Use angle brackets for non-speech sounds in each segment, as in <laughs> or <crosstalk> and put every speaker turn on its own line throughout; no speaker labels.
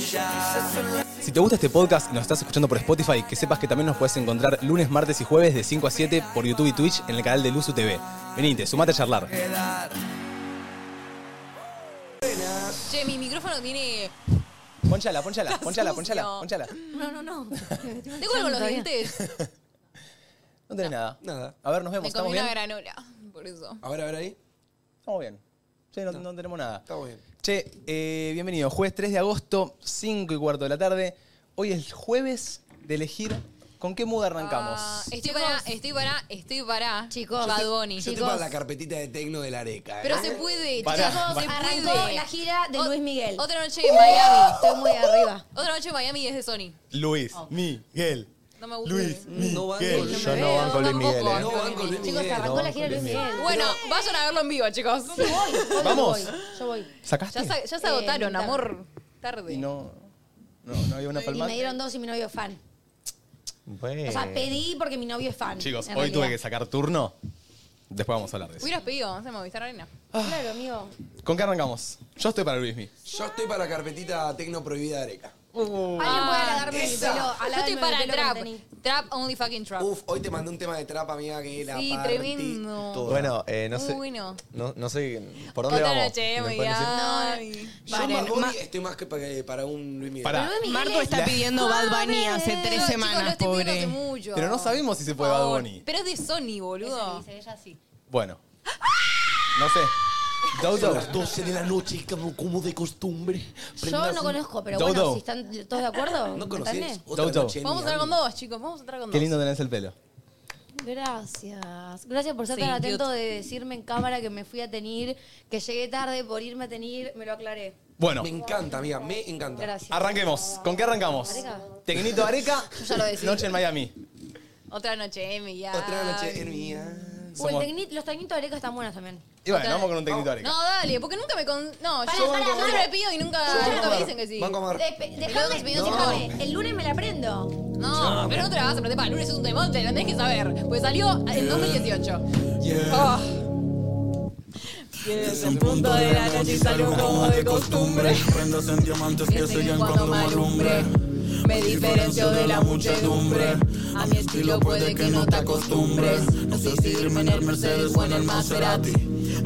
Si te gusta este podcast y nos estás escuchando por Spotify, que sepas que también nos puedes encontrar lunes, martes y jueves de 5 a 7 por YouTube y Twitch en el canal de Luzu TV. Venite, sumate a charlar.
Che, mi micrófono tiene.
Ponchala, ponchala,
<laughs> Está
ponchala, ponchala,
sucio.
ponchala.
No,
<laughs>
no, no. Tengo algo en
<laughs>
los dientes.
No tenés nada. Nada. A ver, nos
pues,
vemos.
Me
¿Estamos
comí una
bien?
granola. Por eso.
A ver, a ver ahí. Estamos bien. Che, no, no tenemos nada. Estamos bien. Che, eh, bienvenido. Jueves 3 de agosto, 5 y cuarto de la tarde. Hoy es jueves de elegir con qué mood arrancamos.
Estoy para, estoy para, estoy para. Chicos, Bad Bunny.
Yo estoy para la carpetita de tecno de la areca. ¿eh?
Pero se puede,
Pará,
chicos,
pará.
se
Arrancó
puede.
la gira de Luis Miguel. Uh.
Otra noche en Miami.
Estoy muy arriba.
Otra noche en Miami es de Sony.
Luis, Miguel.
No me gusta.
Luis,
No van
Miguel.
con Luis
Yo no van con Luis Miguel.
No van con Luis Miguel.
Arrancó la gira de Luis Miguel.
Bueno, vayan a verlo en vivo, chicos.
Yo
Vamos.
voy, Yo voy.
¿Sacaste?
Ya, se- ya se
Eh,
agotaron,
tarde.
amor. Tarde.
Y no, no, no había una
Y
palmada.
me dieron dos y mi novio es fan.
Bueno.
O sea, pedí porque mi novio es fan.
Chicos, hoy
en
tuve que
realidad.
sacar turno. Después vamos a hablar de eso.
Hubieras pedido, vamos a Movistar Arena.
Ah. Claro, amigo.
¿Con qué arrancamos? Yo estoy para Luismi.
Yo estoy para la carpetita tecno prohibida de areca. Uh.
Alguien puede halagarme mi
esa.
pelo.
Ah, Yo estoy
halagarme
para
mi pelo
trap.
que tenía.
Trap, only fucking trap.
Uf, hoy te mandé un tema de trapa, amiga, que la
Sí,
partí
tremendo.
toda.
Bueno, eh, no
Muy
sé.
bueno.
No, no sé por dónde
Otra
vamos.
noche en
¿Me pueden decir?
Miami.
yo
Paren,
Bad Bunny
ma-
estoy más que para, para un Luis Miguel.
Pará.
Luis Miguel
Marco
es-
está pidiendo Bad Bunny hace tres
Chicos, lo
semanas,
estoy pidiendo hace
pobre.
mucho.
Pero no sabemos si se
Por
puede Bad
favor.
Bunny.
Pero es de Sony, boludo.
Bueno. No sé.
Son
Dodo.
las 12 de la noche, como, como de costumbre.
Yo
Prendas
no
un-
conozco, pero
Dodo.
bueno, si están todos de acuerdo,
¿No
¿entendés?
conocés? Otra
Dodo.
noche en
Vamos a entrar con
Miami.
dos, chicos. Vamos a entrar con
Qué
dos.
lindo tenés el pelo.
Gracias. Gracias por ser
Sí,
tan
cute.
atento de decirme en cámara que me fui a tener, que llegué tarde por irme a tener, me lo aclaré.
Bueno,
Me encanta, amiga, me encanta.
Gracias.
arranquemos. ¿Con qué arrancamos?
Areca.
Tecnito Areca.
ya lo decidí. Ah,
Noche en Miami.
Otra noche, Emi, ya.
Otra noche en Miami.
Uy, el
Somos-
tecni- los tecnitos de Areca están buenos también.
Y bueno, vamos con un Tecnito Areca.
No, dale, porque nunca me con... No,
Para,
yo
para,
siempre
para.
le pido y nunca, nunca me dicen que sí.
Van a comer.
Depe- Dejame,
pidió sin
dejame. El lunes me la prendo.
No, pero no te la vas a aprender para el lunes es un demonte, lo tenés que saber. Pues salió en 2018. Ah.
Es un punto de la noche y salió como de costumbre. Este
Prendas en diamantes que siguen cuando me alumbre.
Me diferencio de la muchedumbre. A mi estilo puede que no te acostumbres. No sé si irme en el Mercedes o en el Maserati.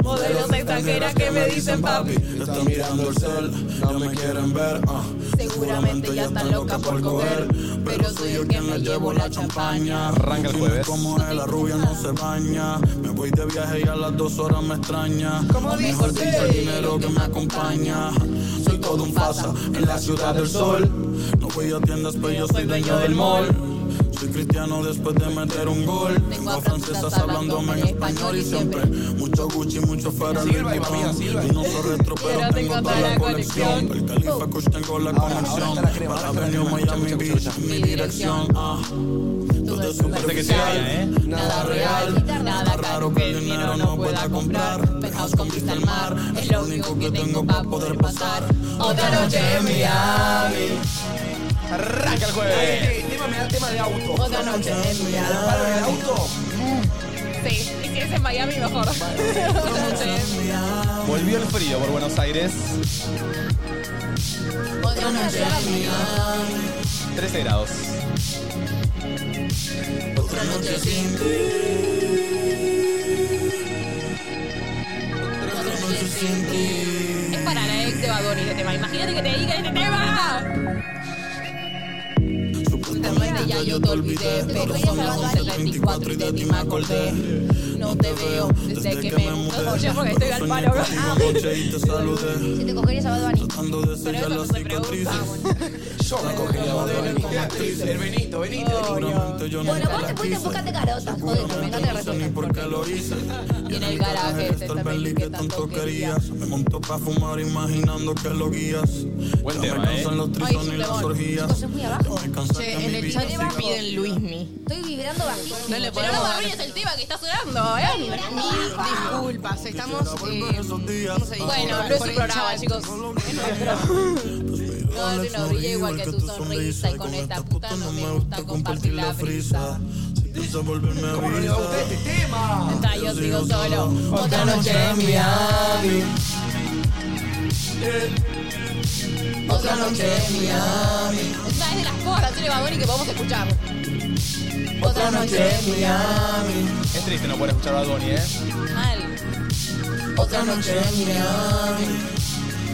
Modelos extranjeras que me dicen papi.
Están mirando el cel, no me quieren ver. ah.
Seguramente ya están locas por coger. Pero soy el que me llevo la champaña.
Arranca el jueves.
Como es, la rubia no se baña. Me voy de viaje y a las dos horas me extraña.
Como
Mejor
dice,
dicho, el dinero que me acompaña. Soy todo un pasa en la ciudad del sol. No voy a tiendas, pero yo soy dueño del mall. Soy cristiano después de meter un gol. Tengo a francesas hablándome en español y siempre. Mucho Gucci, mucho Ferrari.
Silva y mamía, Silva.
Y no soy retro, pero tengo toda la colección. El Califa Kush tengo la
ahora
conexión.
está la crema,
Para
ahora está la
venir
crema.
Miami
Escucha, escucha,
Beach, mi dirección. ah. Todo es superficial.
¿eh? Nada
real,
Nada raro que el dinero no pueda comprar. Penthouse con vista al mar. Es lo único que tengo para poder pasar.
Otra noche en Miami.
Arranca el jueves.
Este tema me da tema de auto.
Otra noche en Miami.
Paro en el auto.
Sí, y si es en Miami
<laughs>
mejor. Otra noche, Emi.
Volvió el frío por Buenos Aires.
Otra noche, Emi.
13 grados.
Otra noche sin ti. Otra noche sin ti.
Es para la ex de Bad Bunny este tema. Imagínate que te diga este tema.
Supuestamente ya yo te olvidé, pero son las 11, las 24 y de ti me acordé. No te veo desde que me mudé.
Oye, porque estoy al palo.
Soñé contigo anoche y
<laughs>
te saludé.
Si te cogerías a Bad Bunny.
Tratando de
Pero
sellar
eso no
las
se pregunta.
cicatrices.
Yo me cogería a Bad Bunny. El Benito, Benito.
Seguramente yo
Bueno,
nunca
vos
la
te fuiste a
quise.
buscar de carotas, jodete, me encanta
No sé ni
respeto.
por qué lo hice.
Y en el garaje
Está
se
el
está
peli
feliz
que tanto querías. Me montó pa' fumar imaginando que lo guías.
Buen
Ya
tema,
me cansan
¿eh?
los trisones y las
Sulemón.
orgías.
Chicos, es muy abajo.
Me cansa que
Che, en
mi
el
vida
chat
siga
piden Luismi.
Estoy vibrando bajísimo.
No le
Pero no
podemos
me
dar
arruines el tema que está sonando, ¿eh?
mil disculpas. Estamos. eh, ¿cómo se dice?
Bueno, no es
Por
un
el
programa,
chat.
chicos.
<laughs>
No, yo no brillé igual que tu sonrisa y con esta puta no me gusta compartir la brisa.
Si piensa volverme a
¿Cómo no le va a gustar este tema?
Está, yo sigo solo.
Otra noche en Miami.
Otra noche en Miami.
Esta es de las pocas canciones de Bad Bunny que podemos escuchar.
Otra noche en Miami.
Es triste no poder escuchar Bad Bunny, ¿eh?
Mal.
Otra noche en Miami.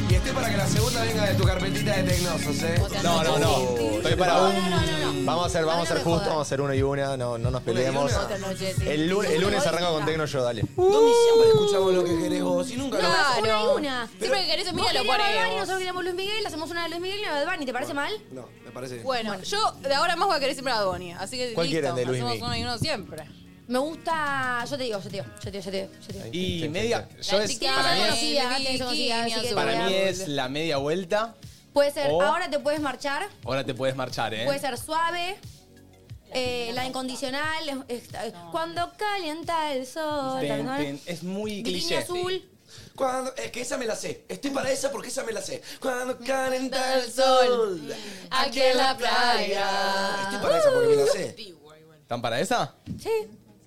Y esté para que la segunda venga de tu carpetita de tecnosos, ¿eh?
O sea,
No, no, no. Estoy para
No,
un.
no, no, no.
Vamos a ser, vamos a ser justos,
Ahora no jodas.
vamos a ser uno y una, no, no nos peleemos.
una.
Otra noche. sí.
El, lu- el lunes arranco con Tecno yo, dale.
Donde siempre escuchamos lo que querés vos y nunca lo...
Claro.
Una y una.
Siempre que querés mira
Vos
lo
querías Bad Bunny,
ponemos.
nosotros queríamos Luis Miguel, hacemos una de Luis Miguel y una de Bad Bunny, ¿te parece mal?
No, me parece bien.
Bueno, yo de ahora en más voy a querer siempre a Bad Bunny. Así que
¿Cuál
listo,
quieren de Luis
hacemos
Miguel?
uno y uno siempre.
Me gusta. Yo te digo, yo te digo, yo te digo, yo te digo. Yo te digo.
Y media. Yo
La
es,
chiquita
para mí
de
es,
Sí, antes
bikini
conocida, así que
azul.
para mí
Voy a-
es la media vuelta.
Puede ser,
O-
ahora te puedes marchar,
Ahora te puedes marchar, ¿eh?
puede ser suave. eh, la incondicional, es- es- cuando calienta el sol.
Ten,
¿no?
ten. Es muy
Bikini
cliché.
azul.
Cuando, es que esa me la sé. Estoy para esa porque esa me la sé.
Mm.
Cuando calienta el sol,
Aquí en la playa.
Estoy para esa porque me la sé.
¿Están para esa?
Sí.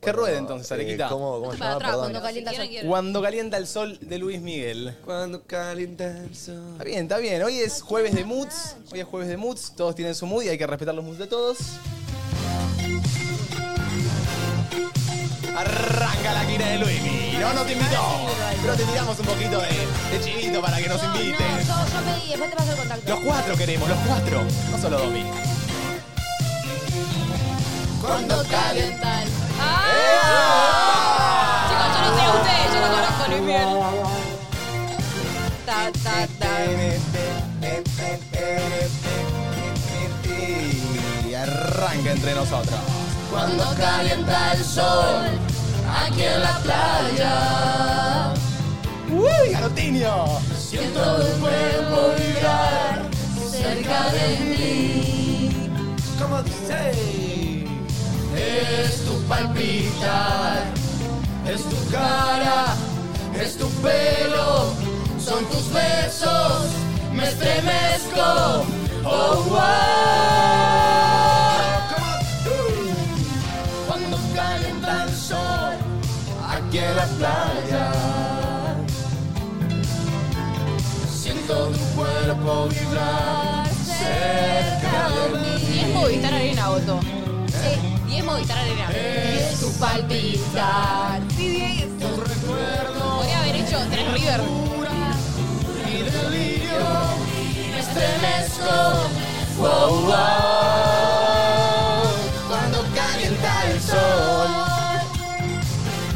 Que ruede entonces, Arequita.
Eh, ¿Cómo, cómo se
Para
llama?
atrás,
Perdón.
cuando calienta
Si
el sol.
Cuando calienta el sol de Luis Miguel.
Cuando calienta el sol.
Está bien, está bien. Hoy es jueves de moods. Hoy es jueves de moods. Todos tienen su mood y hay que respetar los moods de todos. Arranca la quina de Luis. No nos invitó. Pero te tiramos un poquito de, de chivito para que nos
No, no, yo,
inviten.
yo pedí, después te paso el contacto.
Los cuatro queremos, los cuatro. No solo Domi.
Cuando calienta el sol. ¡Ah! Chicos, yo no sé a ustedes, yo no conozco a Luis Miguel. Ta, ta, ta.
Em,
Y arranca entre nosotros.
Cuando calienta el sol, aquí en la playa.
¡Uy, Garotinio!
Siento tu cuerpo vibrar Uh. cerca de mí.
¿Cómo dice?
Es tu palpitar, es tu cara, es tu pelo, son tus besos, me estremezco. Oh, wow. Cuando calienta el sol, aquí en la playa. Siento tu cuerpo vibrar cerca de mí. Y es Movistar Arena, Otto. Y es Movistar Arena. Es tu palpitar. Sí, bien. Tu recuerdo. Podría haber hecho Tres River. Me estremezco. Wow, wow. Cuando calienta el sol.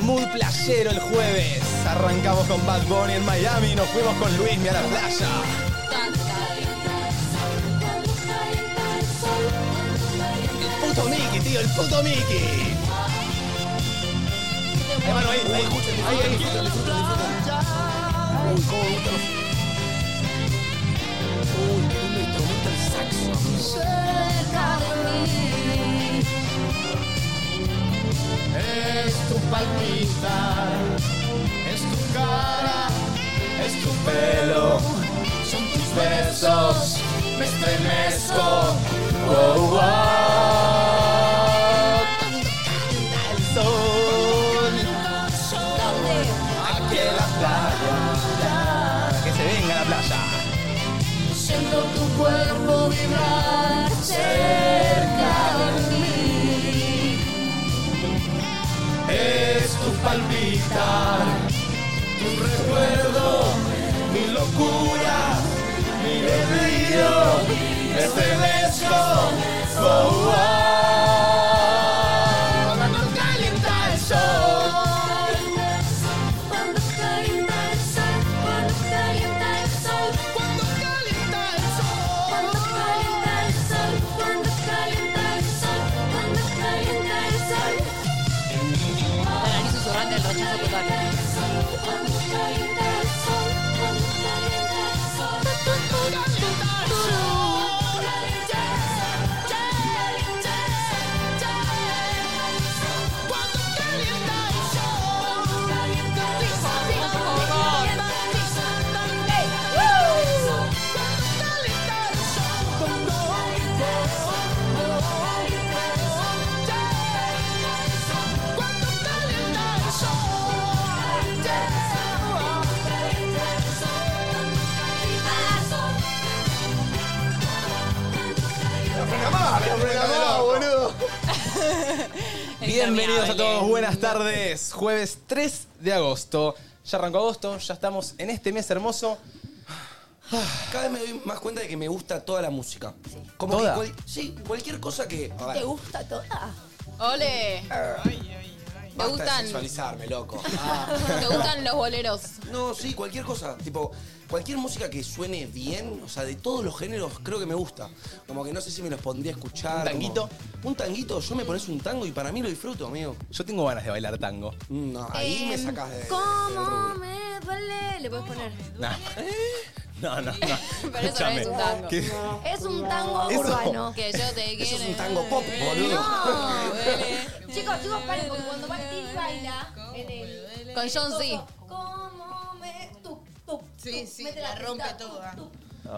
Muy playero el jueves. Arrancamos con Bad Bunny en Miami y nos fuimos con Luis a la playa. El puto Mickey, tío, el puto Mickey. Hermano, ahí, ahí, ahí, ahí.
Uy, cómo me gusta los... Uy, qué lindo instrumento el saxo. amigo.
Es tu palpitar, es tu cara, es tu pelo, son tus besos, me estremezco. Oh, wow. Cuando calienta el sol, aquí en la playa, que se venga la playa.
Siento tu cuerpo vibrar cerca de mí.
Es tu palpitar, tu recuerdo, mi locura, mi delirio, me estremezco. Oh, oh. Cuando calienta el sol.
Cuando calienta el sol, cuando calienta el sol, cuando calienta el sol, cuando calienta el sol, cuando calienta el sol, cuando calienta el sol,
Para mí susurrante el rechazo total.
cuando calienta el sol, cuando calienta el sol.
Bienvenidos a todos,
Interminable.
buenas tardes. Jueves 3 de agosto. Ya arrancó agosto, ya estamos en este mes hermoso.
Cada vez me doy más cuenta de que me gusta toda la música. Como
¿Toda?
que cual- sí, cualquier cosa que. a ver,
¿Te gusta toda?
Ole. <laughs> ¿Te
basta de
gustan,
sexualizarme, loco.
¿Te gustan los boleros?
No, sí, cualquier cosa. Tipo, cualquier música que suene bien, o sea, de todos los géneros, creo que me gusta. Como que no sé si me los pondría a escuchar.
¿Un tanguito?
como- un tanguito, yo me pones un tango y para mí lo disfruto, amigo.
Yo tengo ganas de bailar tango.
Mm, No, ahí me sacás de. del
¿Cómo
rubro.
me duele? Le puedes poner.
No, no, no. no.
¿Eh? <laughs> Pero eso no es un tango.
¿Qué?
Es un tango
Eso-
urbano.
Que yo te quiero.
Eso es un tango pop, boludo.
No.
duele.
<laughs>
Chicos, chicos, paren, porque cuando Martín baila en el.
Con John C.
¿Cómo me.? Tú, tú.
Sí,
tú,
sí,
mete
la rompe
pista, tú,
toda.
tú.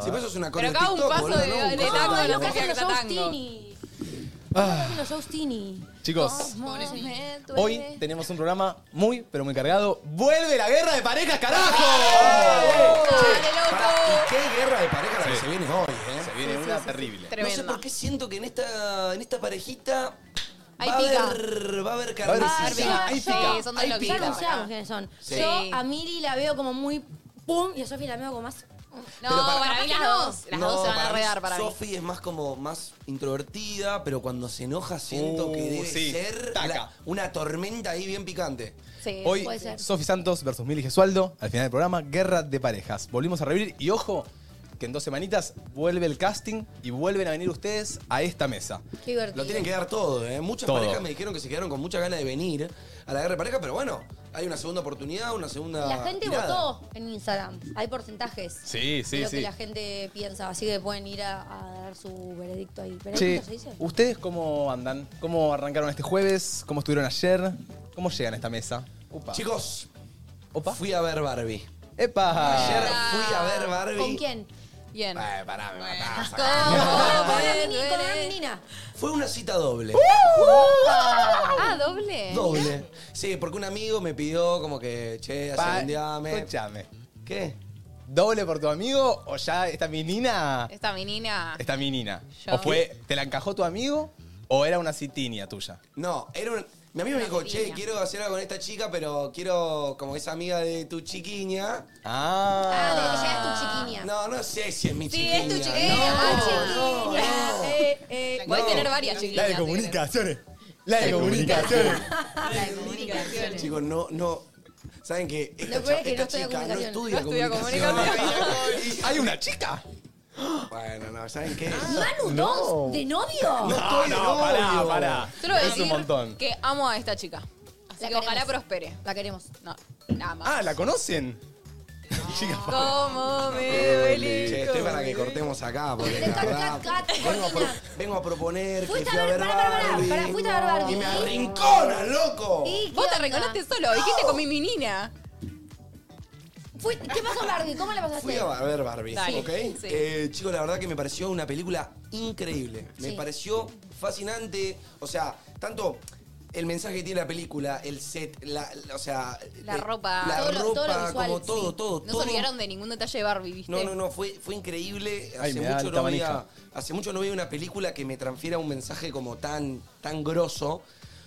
Si vos sos una
Pero
coreo
acá un
TikTok,
paso
boludo,
de,
no, un
de
paso.
tango
No, es
no
lo que hacen
significa
los
que sea
shows
tango.
Tini. Es lo que Los shows Tini.
Chicos,
¿Cómo me duele?
Ah, hoy tenemos un programa muy, pero muy cargado. ¡Vuelve la guerra de parejas, carajo!
Pará,
¡Dale, loco!
¿Y qué guerra de pareja la que se viene hoy, eh?
Se viene una terrible.
No sé
Tremendo.
por qué siento que en esta, en esta parejita
Hay
va, a
pica.
haber, va a haber
Va a
Ah,
haber
carnecita.
pica.
yo-
ahí
yo-
pica,
Sí, son dos
ahí
Ya
pica.
loquitos.
anunciamos quiénes son.
Sí.
Yo a Miri la veo como muy pum y a Sofi la veo como más.
No,
Pero
para,
para-
mí las
Capaz que no.
dos. Las dos se van a redar para mí.
Sofi es más como más introvertida, pero cuando se enoja siento
Uh,
que debe
sí,
ser
taca.
la- una tormenta ahí bien picante.
Sí,
Hoy,
puede ser.
Sofi Santos versus Mili Gesualdo, al final del programa, Guerra de Parejas. Volvimos a revivir y ojo, que en dos semanitas vuelve el casting y vuelven a venir ustedes a esta mesa.
Qué divertido.
Lo tienen que dar todo, ¿eh? Muchas
Todo.
parejas me dijeron que se quedaron con mucha ganas de venir a la guerra de pareja, pero bueno, hay una segunda oportunidad, una segunda.
La gente
tirada.
votó en Instagram. Hay porcentajes.
Sí, sí,
de lo
sí.
que la gente piensa. Así que pueden ir a, a dar su veredicto ahí. ¿Veredicto
Che,
se dice?
¿ustedes cómo andan? ¿Cómo arrancaron este jueves? ¿Cómo estuvieron ayer? ¿Cómo llegan a esta mesa? Upa.
Chicos,
Opa.
fui a ver Barbie.
¡Epa!
Ayer fui a ver Barbie.
¿Con quién?
bien.
Eh, pará, me matás.
Ah,
¿Cómo
con una
me
mini- con una
duele?
menina.
Fue una cita doble.
Uh.
Ah, doble.
Doble. Sí, porque un amigo me pidió como que, che, hace
Pa-
un día me...
Escúchame.
¿Qué?
¿Doble por tu amigo o ya esta menina?
Esta menina.
Esta menina.
Yo.
¿O fue, te la encajó tu amigo o era una citinia tuya?
No, era un... Mi amigo me dijo, che,
Cariño.
quiero hacer algo con esta chica, pero quiero como esa amiga de tu chiquiña.
Ah,
Ah.
de que ya es tu chiquiña.
No, no sé si es mi
Sí,
chiquiña.
es tu
No,
chiquiña.
Ah,
no,
chiquiña.
no.
Eh, eh,
Voy a
No.
tener varias chiquitas.
La de comunicaciones. La de comunicaciones.
Chicos, no, no. Saben que esta,
Lo peor es
cha-
que no
esta
estudia
chica no
comunicación.
estudia
No estudia
comunicación.
¿Hay una chica?
bueno, no, ¿saben qué?
Ah. Manu, dos de novio.
estoy de novio.
Solo voy a
Es un
decir
montón.
que amo a esta chica. Así
La
que ojalá
queremos.
prospere.
La queremos.
No, nada más.
Ah, ¿la conocen? <laughs> Chica,
¿Cómo me duele?
Che, estoy para que cortemos acá, porque la
Cat,
verdad,
cat, cat,
vengo, a pro-
cortina.
vengo a proponer que
Fuiste
fui
a
a
ver,
ver
pará, pará, pará,
Barbie.
pará, fuiste a ver Barbie.
Y me arrincona, loco.
¿Y
Vos
qué
te
onda?
reconaste solo, dijiste con mi menina.
Fui- ¿Qué pasó, Barbie? ¿Cómo la pasaste?
Fui a ver Barbie,
Dale.
¿ok?
Sí.
Eh, chicos, la verdad que me pareció una película increíble. Me
Sí.
pareció fascinante. O sea, tanto el mensaje que tiene la película, el set, la, la- o sea...
La
eh,
ropa.
La
Todo lo- todo
ropa,
lo visual,
como
sí.
todo, todo,
No
todo.
se olvidaron de ningún detalle de Barbie, ¿viste?
No, no, no, fue, fue increíble.
Ay,
Hace
me da
mucho,
alta
no veía,
manija.
hace mucho no veía una película que me transfiera un mensaje como tan, tan grosso.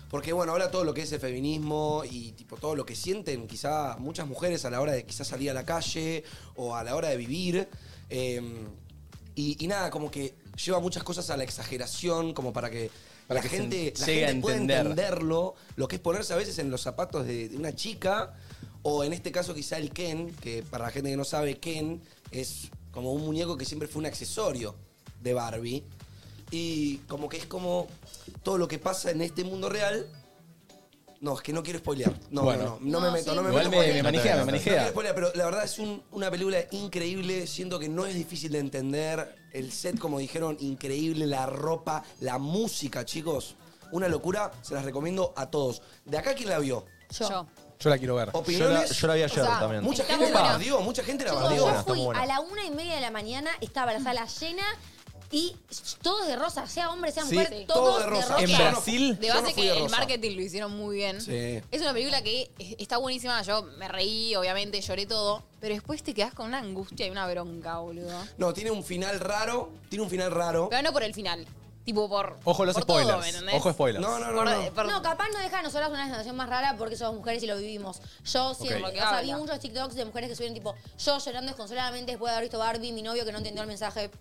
Porque bueno, ahora todo lo que es el feminismo y tipo todo lo que sienten quizá muchas mujeres a la hora de quizá salir a la calle o a la hora de vivir. eh, y, y nada, como que lleva muchas cosas a la exageración, como para que
Para
la
que se
gente, la
llegue a
gente pueda
entender.
entenderlo, lo que es ponerse a veces en los zapatos de, de una chica, o en este caso quizá el Ken, que para la gente que no sabe, Ken es como un muñeco que siempre fue un accesorio de Barbie. Y como que es como todo lo que pasa en este mundo real. No, es que no quiero spoilear. No,
Bueno.
no, no, no me
No,
meto,
sí,
no me
Igual
meto.
me, me
porque-
manijea, me
no quiero
manijea.
spoilear, pero la verdad es un- una película increíble. Siento que no es difícil de entender. El set, como dijeron, increíble. La ropa, la música, chicos. Una locura. Se las recomiendo a todos. ¿De acá quién la vio?
Yo.
Yo la quiero ver.
Yo la,
¿Opiniones?
yo la vi ayer
O sea,
también.
Mucha
Está
gente
muy
la
buena.
bardeó, mucha gente la
Chicos,
Está
bardeó.
buena,
yo
está
fui
buena.
a la una y media de la mañana, estaba la sala llena y todos de rosa, sea hombre, sea
Sí,
mujer,
sí.
todos
Todo de
de
rosa.
rosa.
En
Yo no-
Brasil,
De
Yo no
base
fui
que
de
el
rosa.
marketing lo hicieron muy bien.
Sí.
Es una película que es- está buenísima. Yo me reí, obviamente, lloré todo. Pero después te quedás con una angustia y una bronca, boludo.
No, tiene un final raro. Tiene un final raro.
Pero no por el final.
Tipo por.
Ojo los
por
spoilers.
todo, ¿me entendés?
Ojo spoilers. No,
no,
Por- por-
No, capaz no deja a nosotras una sensación más rara porque somos mujeres y lo vivimos. Yo siempre,
Por lo que
o sea,
habla.
vi muchos TikToks de mujeres que subieron tipo, yo llorando desconsoladamente después de haber visto Barbie, mi novio que no entendió el mensaje.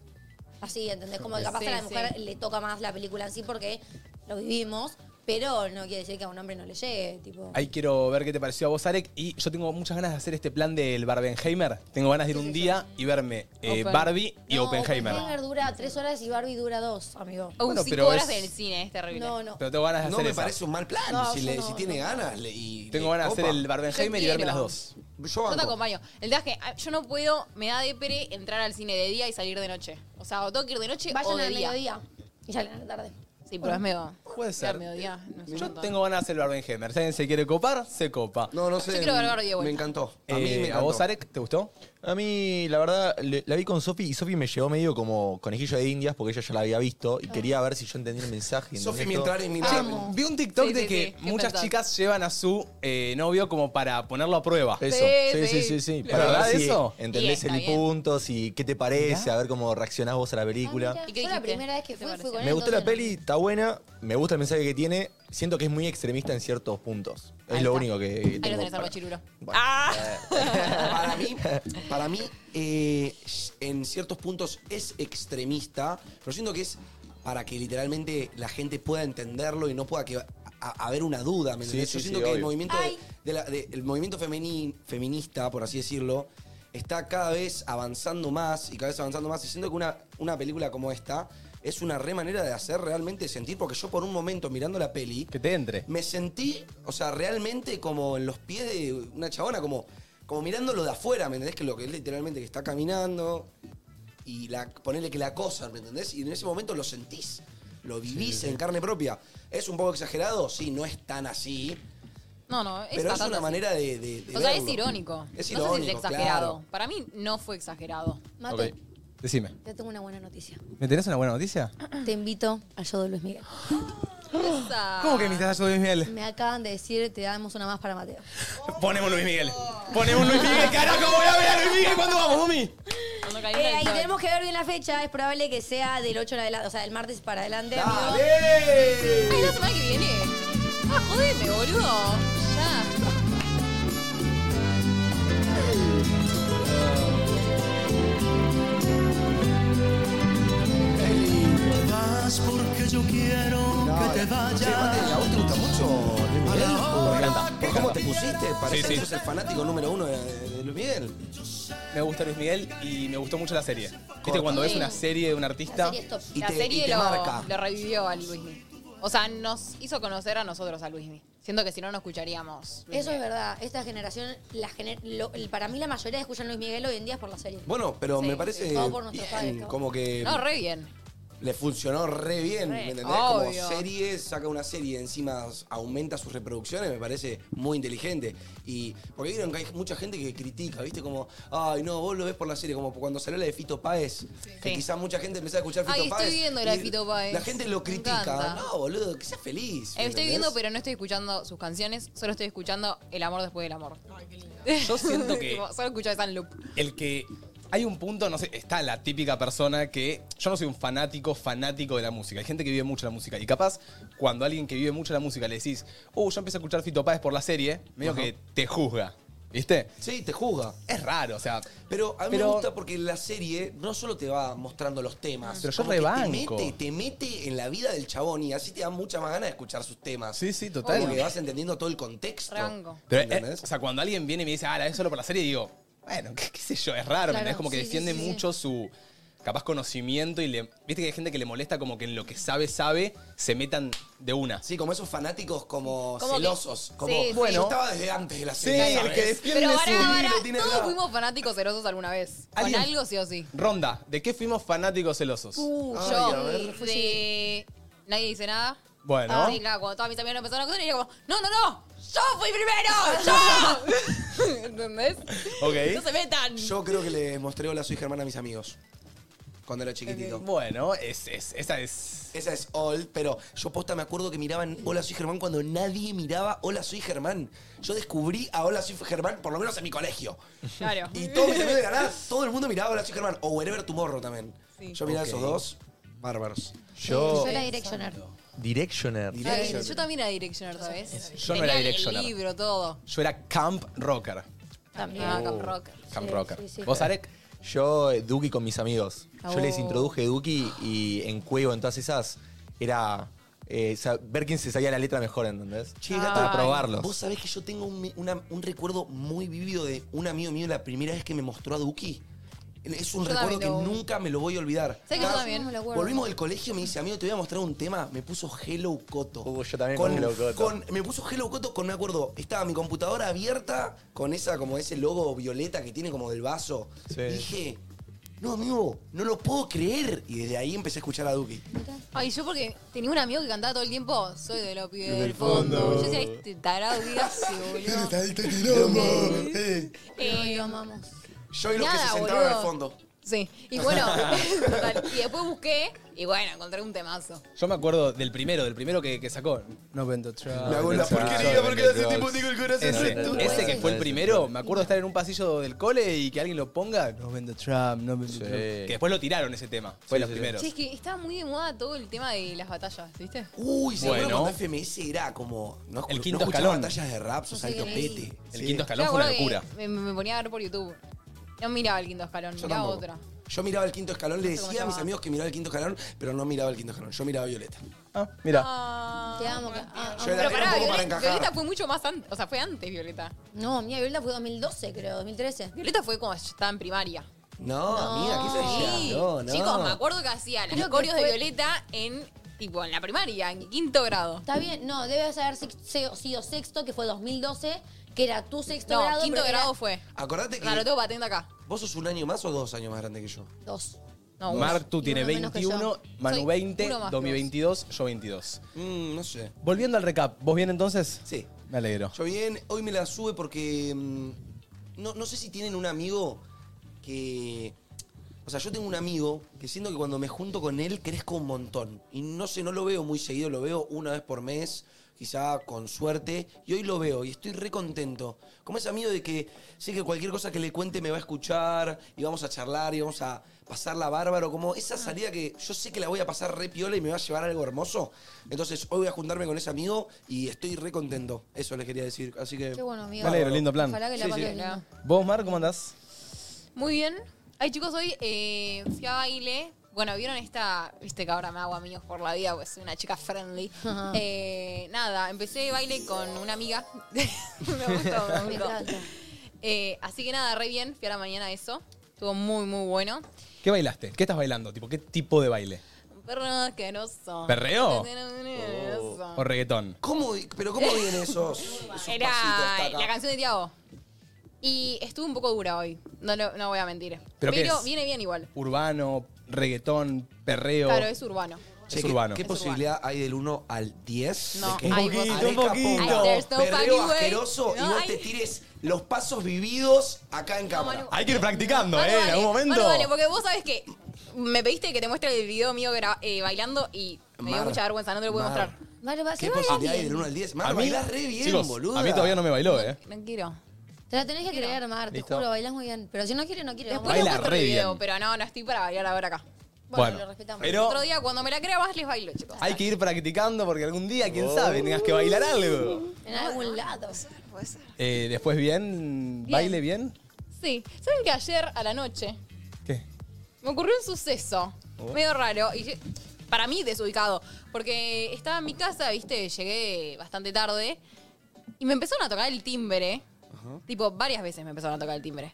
Así, ¿entendés? Como que capaz
Sí,
a la
sí.
mujer le toca más la película en sí porque lo vivimos, pero no quiere decir que a un hombre no le llegue, tipo.
Ahí quiero ver qué te pareció a vos, Arek. Y yo tengo muchas ganas de hacer este plan del Barbenheimer. Tengo ganas de ir un día y verme eh,
Open.
Barbie y
No,
Oppenheimer.
Oppenheimer dura tres horas y Barbie dura dos, amigo.
Oh,
Bueno,
cinco
pero
horas
es-
del cine, es terrible.
No, no.
Pero tengo ganas de
No
hacer
me
esa.
parece un mal plan.
No,
si
yo
le-
no,
si tiene
no.
ganas le- y.
Tengo
le
ganas de hacer
copa.
el Barbenheimer y verme
quiero.
las dos.
Yo
Yo te
banco.
acompaño. El tema es que ah, yo no puedo, me da depre entrar al cine de día y salir de noche. O sea, o tengo que ir de noche o
Vayan
de
al
día.
mediodía y salen a la tarde.
Sí, pero es medio.
Puede
Era
ser.
mediodía. no sé
Yo
cuánto.
tengo ganas de hacer el Barbenheimer. Si alguien se quiere copar, se copa.
No, no sé.
quiero ver Barbie de
Me
vuelta.
encantó.
Eh,
A mí me encantó.
vos, Arek, ¿te gustó?
A mí, la verdad, le- la vi con Sofi y Sofi me llevó medio como conejillo de indias porque ella ya la había visto y quería ver si yo entendía el mensaje. ¿entendés
Sofi,
todo?
mientras en mi
Che,
nombre.
vi un TikTok
Sí,
de
sí,
que
sí. ¿Qué
muchas
pensás?
chicas llevan a su eh, novio como para ponerlo a prueba.
Eso.
Sí,
Sí, sí,
sí.
sí, sí.
¿La
Para
verdad
ver si
eso?
Y
entendés
está
el
bien.
punto, si qué te parece, a ver cómo reaccionás vos a la película.
Ah, mira,
¿Y qué
yo la
dijiste?
primera vez que
¿Qué te
fui fui
pareció?
con él,
Me gustó la
entonces-
peli, está buena, me gusta el mensaje que tiene, siento que es muy extremista en ciertos puntos. Es
Ahí
lo
está.
único que tengo
Ahí lo tenés al
para-
machirulo.
Bueno.
¡Ah!
para mí, para mí eh, en ciertos puntos es extremista, pero siento que es para que literalmente la gente pueda entenderlo y no pueda que a- a- haber una duda. ¿me
Sí,
entendés?
sí,
Yo
sí,
siento que el
obvio.
movimiento, de-
Ay.
de la- de- el movimiento femeni- feminista, por así decirlo, está cada vez avanzando más y cada vez avanzando más. Y siento que una, una película como esta es una re manera de hacer realmente sentir, porque yo por un momento mirando la peli,
Que te entre.
me sentí, o sea, realmente como en los pies de una chabona, como, como mirándolo de afuera, ¿me entendés? Que lo que es literalmente que está caminando y la, ponerle que la cosa, ¿me entendés? Y en ese momento lo sentís, lo vivís en carne propia. ¿Es un poco exagerado? Sí, no es tan así,
No, no, es
pero es
bastante
una
así.
manera de, de- de
O sea, es
verlo.
irónico.
Es
no
irónico,
sé si es exagerado. Para mí no fue exagerado.
Mate,
Ok. Decime.
te tengo una buena noticia.
¿Me tenés una buena noticia?
Te invito al show de Luis Miguel.
Esa.
¿Cómo que invitas a yo Luis Miguel?
Me acaban de decir, te damos una más para
<laughs>
Mateo.
Ponemos Luis Miguel. Ponemos Luis Miguel. Carajo, voy a ver a Luis Miguel. ¿Cuándo vamos, Mami?
Cuando
Eh,
cayó el
ahí
sol.
tenemos que ver bien la fecha. Es probable que sea del 8 en adelante, o sea, del martes para adelante, amigo.
¡Dale!
Ay, la semana que viene. Ah, jodeme, boludo. Ya.
Vas porque yo quiero que te
Che,
vayas.
Mate, ¿a vos te gusta mucho Luis Miguel? ¿Por cómo te pusiste? Parece que sos el fanático número uno de, de Luis Miguel.
Me gusta Luis Miguel y me gustó mucho la serie. ¿Viste cuando ves una serie de un
La
artista?
serie es top.
Y
la
te- y
serie
te
lo,
marca.
lo revivió a Luismi. O sea, nos hizo conocer a nosotros a Luismi. Siento que si no, no escucharíamos. Luis
Eso es
Miguel.
verdad. Esta generación, la gener- lo- el- para mí la mayoría escuchan Luis Miguel hoy en día es por la serie.
Bueno, pero
Sí,
me parece
sí. Todo por nuestros
bien,
padres, todo.
como que
No, re bien.
le funcionó re bien,
Re,
¿me entendés? Como
obvio.
serie, saca una serie, encima aumenta sus reproducciones, me parece muy inteligente. Y porque vieron que hay mucha gente que critica, ¿viste? Como, ay, no, vos lo ves por la serie, como cuando salió la de Fito Páez, que
Sí.
quizás mucha gente empezó a escuchar Fito
Ay, estoy
Páez,
viendo
y
la de Fito Páez.
La gente lo
Me
critica.
encanta.
No, boludo, que seas feliz. ¿me
Eh, estoy
entendés?
viendo, pero no estoy escuchando sus canciones. Solo estoy escuchando El amor después del amor. Ay, qué <laughs> lindo.
Yo siento que-
solo escucho esa en loop.
El que. Hay un punto, no sé, está la típica persona que. Yo no soy un fanático, fanático de la música. Hay gente que vive mucho la música. Y capaz, cuando a alguien que vive mucho la música le decís, oh, yo empecé a escuchar Fito Páez por la serie, medio que te juzga. ¿Viste?
Sí, te juzga.
Es raro, o sea.
Pero a mí me
Pero-
gusta porque la serie no solo te va mostrando los temas,
Pero yo
como que
rebanco.
Te mete, te mete en la vida del chabón y así te da mucha más ganas de escuchar sus temas.
Sí, sí, total.
Como que vas entendiendo todo el contexto.
Rebanco.
Pero, eh,
¿Entendés?
o sea, cuando alguien viene y me dice, ah, la ves solo por la serie, digo, bueno, <laughs> qué, qué sé yo, es raro, ¿me
Claro,
¿entendés? Como que
sí, sí,
defiende
sí, sí.
mucho su capaz conocimiento y le. Viste que hay gente que le molesta como que en lo que sabe, sabe, se metan de una.
Sí, como esos fanáticos como,
Como que-
celosos. Como,
Sí, sí.
bueno,
Bueno.
yo estaba desde antes de la
Sí,
serie.
el
¿sabes?
que defiende
Pero
su.
ahora, ahora,
lo tiene al
todos
lado.
fuimos fanáticos celosos alguna vez. Con
¿Alguien?
algo sí o sí.
Ronda, ¿de qué fuimos fanáticos celosos?
Uh,
Ay, a
Yo,
ver.
de... Nadie dice nada.
Bueno.
Sí, claro, cuando todas mis amigas no empezaron a coser, yo como, no, no, no, yo fui
<laughs>
primero, yo. ¿Entendés?
<laughs> Ok.
No se metan.
Yo creo que les mostré Hola, soy Germán a mis amigos. Cuando era chiquitito.
Bueno, es, es- esa es.
Esa es All, pero yo posta me acuerdo que miraban Hola Soy Germán cuando nadie miraba Hola Soy Germán. Yo descubrí a Hola Soy Germán, por lo menos en mi colegio.
Claro.
<laughs>
Y todo, me de la nada, todo el mundo miraba Hola Soy Germán. O Wherever Tomorrow también. Yo miraba esos dos. Bárbaros.
Yo.
Yo era directioner.
Directioner.
Ay, Yo también era directioner otra vez.
Yo no era
Tenía
directioner.
El libro, todo.
Yo era camp rocker.
También. Ah,
Oh,
con rock.
Uh, Camp rocker. ¿Vos, Arek?
Yo, eh, Duki con mis amigos. Yo
Oh.
les introduje Duki y en Cuevo, en todas esas, era eh, sa- ver quién se sabía la letra mejor, ¿entendés?
Che, gato,
Para
Vos
probarlos.
sabés que yo tengo un, mi- una- un recuerdo muy vivido de un amigo mío la primera vez que me mostró a Duki. Es un
Yo
recuerdo
también
que
tengo un-
nunca me lo voy a olvidar.
Sé que yo
Ah,
también. me lo acuerdo.
Volvimos del colegio, me dice, amigo, te voy a mostrar un tema. Me puso Hello Coto.
Uh,
yo también con Hello Coto.
con- me puso Hello Coto con, me acuerdo, estaba mi computadora abierta con esa, como ese logo violeta que tiene como del vaso.
Sí.
Dije, no, amigo, no lo puedo creer. Y desde ahí empecé a escuchar a Duki.
Ay, yo porque tenía un amigo que cantaba todo el tiempo, soy de los pibes
Del
del fondo.
fondo.
Yo decía, este tarado Digasio, boludo. <laughs> Eh, lo amamos.
Yo y los que
Nada,
se sentaron
boludo.
al fondo.
Sí, y
<laughs>
bueno, <laughs> total. y después busqué y bueno, encontré un temazo.
Yo me acuerdo del primero, del primero que, que sacó. No vendo trap.
Me hago la porquería porque hace tiempo digo el corazón
Ese,
es tuyo.
ese que fue el primero, me acuerdo de estar en un pasillo del cole y que alguien lo ponga. No vendo trap, no vendo trap. Que después lo tiraron ese tema. Fue
Sí,
los
sí, sí.
primeros.
Sí, es que estaba muy de moda todo el tema de las batallas, ¿viste?
Uy, se
Bueno.
bueno. FMS era como. No, escu-
El
no
quinto
escuchaba
escalón.
batallas de rap, sos
sé
alto
qué
pete.
El
Sí.
quinto
Yo me
escalón fue una
acuerdo que
locura.
Me, me ponía a ver por YouTube. No miraba el quinto escalón,
Yo
miraba
tampoco.
otra.
Yo miraba el quinto escalón, le
sé cómo
decía a mis
llamaba.
amigos que miraba el quinto escalón, pero no miraba el quinto escalón. Yo miraba Violeta.
Ah, mira.
Ah,
Te amo. que- ah, ah,
Yo era,
pero
era un
pará,
poco para
Violeta,
encajar.
Violeta fue mucho más antes, o sea, fue antes Violeta.
No, mía, Violeta fue 2012, creo, 2013.
Violeta fue cuando yo estaba en primaria.
No, amiga, ¿qué se
Sí.
No, no.
Chicos, me acuerdo que hacían los
Creo que
coreos de
fue-
Violeta en, tipo, en la primaria, en quinto grado.
Está bien, no, debe haber si- se- sido sexto, que fue 2012, que era tu sexto
No,
grado.
quinto
pero
grado
era
fue.
Acordate que
Claro, tengo patente acá.
vos sos un año más o dos años más grande que yo.
Dos.
No, vos.
Martu
uno
tiene
menos que yo.
21, Manu
Soy
20,
uno más que
Domi
vos.
22, yo 22.
Mm, no sé.
Volviendo al recap, ¿vos bien entonces?
Sí.
Me alegro.
Yo bien, hoy me la sube porque mm, no, no sé si tienen un amigo que... O sea, yo tengo un amigo que siento que cuando me junto con él crezco un montón. Y no sé, no lo veo muy seguido, lo veo una vez por mes, quizá con suerte. Y hoy lo veo y estoy re contento. Como ese amigo de que sé que cualquier cosa que le cuente me va a escuchar y vamos a charlar y vamos a pasarla bárbaro. Como esa
Ah.
salida que yo sé que la voy a pasar re piola y me va a llevar algo hermoso. Entonces hoy voy a juntarme con ese amigo y estoy re contento. Eso les quería decir. Así que...
Qué bueno, amigo.
Me alegro, lindo plan.
Ojalá que la
Sí,
pases
sí.
lindo.
¿Vos, Mar, cómo andás?
Muy bien. Ay, chicos, hoy eh, fui a baile. Bueno, vieron esta, viste que ahora me hago amigos por la vida, pues soy una chica friendly.
Ajá.
Eh, nada, empecé baile con una amiga.
<laughs>
me gustó, me
Me
gustó.
encanta.
Eh, así que nada, re bien, fui a la mañana eso. Estuvo muy, muy bueno.
¿Qué bailaste? ¿Qué estás bailando? Tipo, ¿Qué tipo de baile?
Perro asqueroso.
¿Perreo? Oh.
Asqueroso.
¿O reggaetón?
¿Cómo, pero cómo vienen esos, esos
<laughs> Era
pasitos, taca?
la canción de Tiago. Y estuvo un poco dura hoy. No, lo- no voy a mentir.
¿Pero qué es?
viene bien igual.
¿Urbano? ¿Reggaetón? ¿Perreo?
Claro, es urbano.
Es urbano.
¿Qué
Es
posibilidad hay del 1 al 10?
No,
de que
hay
parezca
poquito,
un poquito.
Pongo,
Ay, there's no
perreo
fucking way.
asqueroso y
No,
vos
hay-
te tires los pasos vividos acá en cámara.
Manu.
Hay que ir practicando,
Manu,
¿eh? En
dale,
algún momento.
Manu, dale, porque vos sabés que me pediste que te muestre el video mío gra- eh, bailando y me dio
Mar.
mucha vergüenza, no te lo puedo
Mar.
mostrar.
Vale, va,
¿Qué
se va
posibilidad hay
bien.
del 1 al 10? Mano, bailás re bien,
chicos,
boluda.
A mí todavía no me bailó, ¿eh?
No quiero.
Te la tenés que creer, Mar, te
Listo.
juro, bailás muy bien. Pero si no quiere, no quiere.
Después
vamos.
te
Baila
muestro
re
el video,
bien.
pero no, no estoy para bailar ahora acá.
Bueno,
Bueno,
lo respetamos.
pero
Otro día, cuando me la crea más, les bailo, chicos.
hay que ir practicando porque algún día, quién sabe, tengas que bailar algo.
En algún lado.
Eh, después, bien, baile bien.
Sí. ¿Saben que ayer a la noche
¿Qué? Oh.
Me ocurrió un suceso
Oh.
medio raro y lle- para mí desubicado, porque estaba en mi casa, viste, llegué bastante tarde y me empezaron a tocar el timbre. Tipo, varias veces me empezaron a tocar el timbre.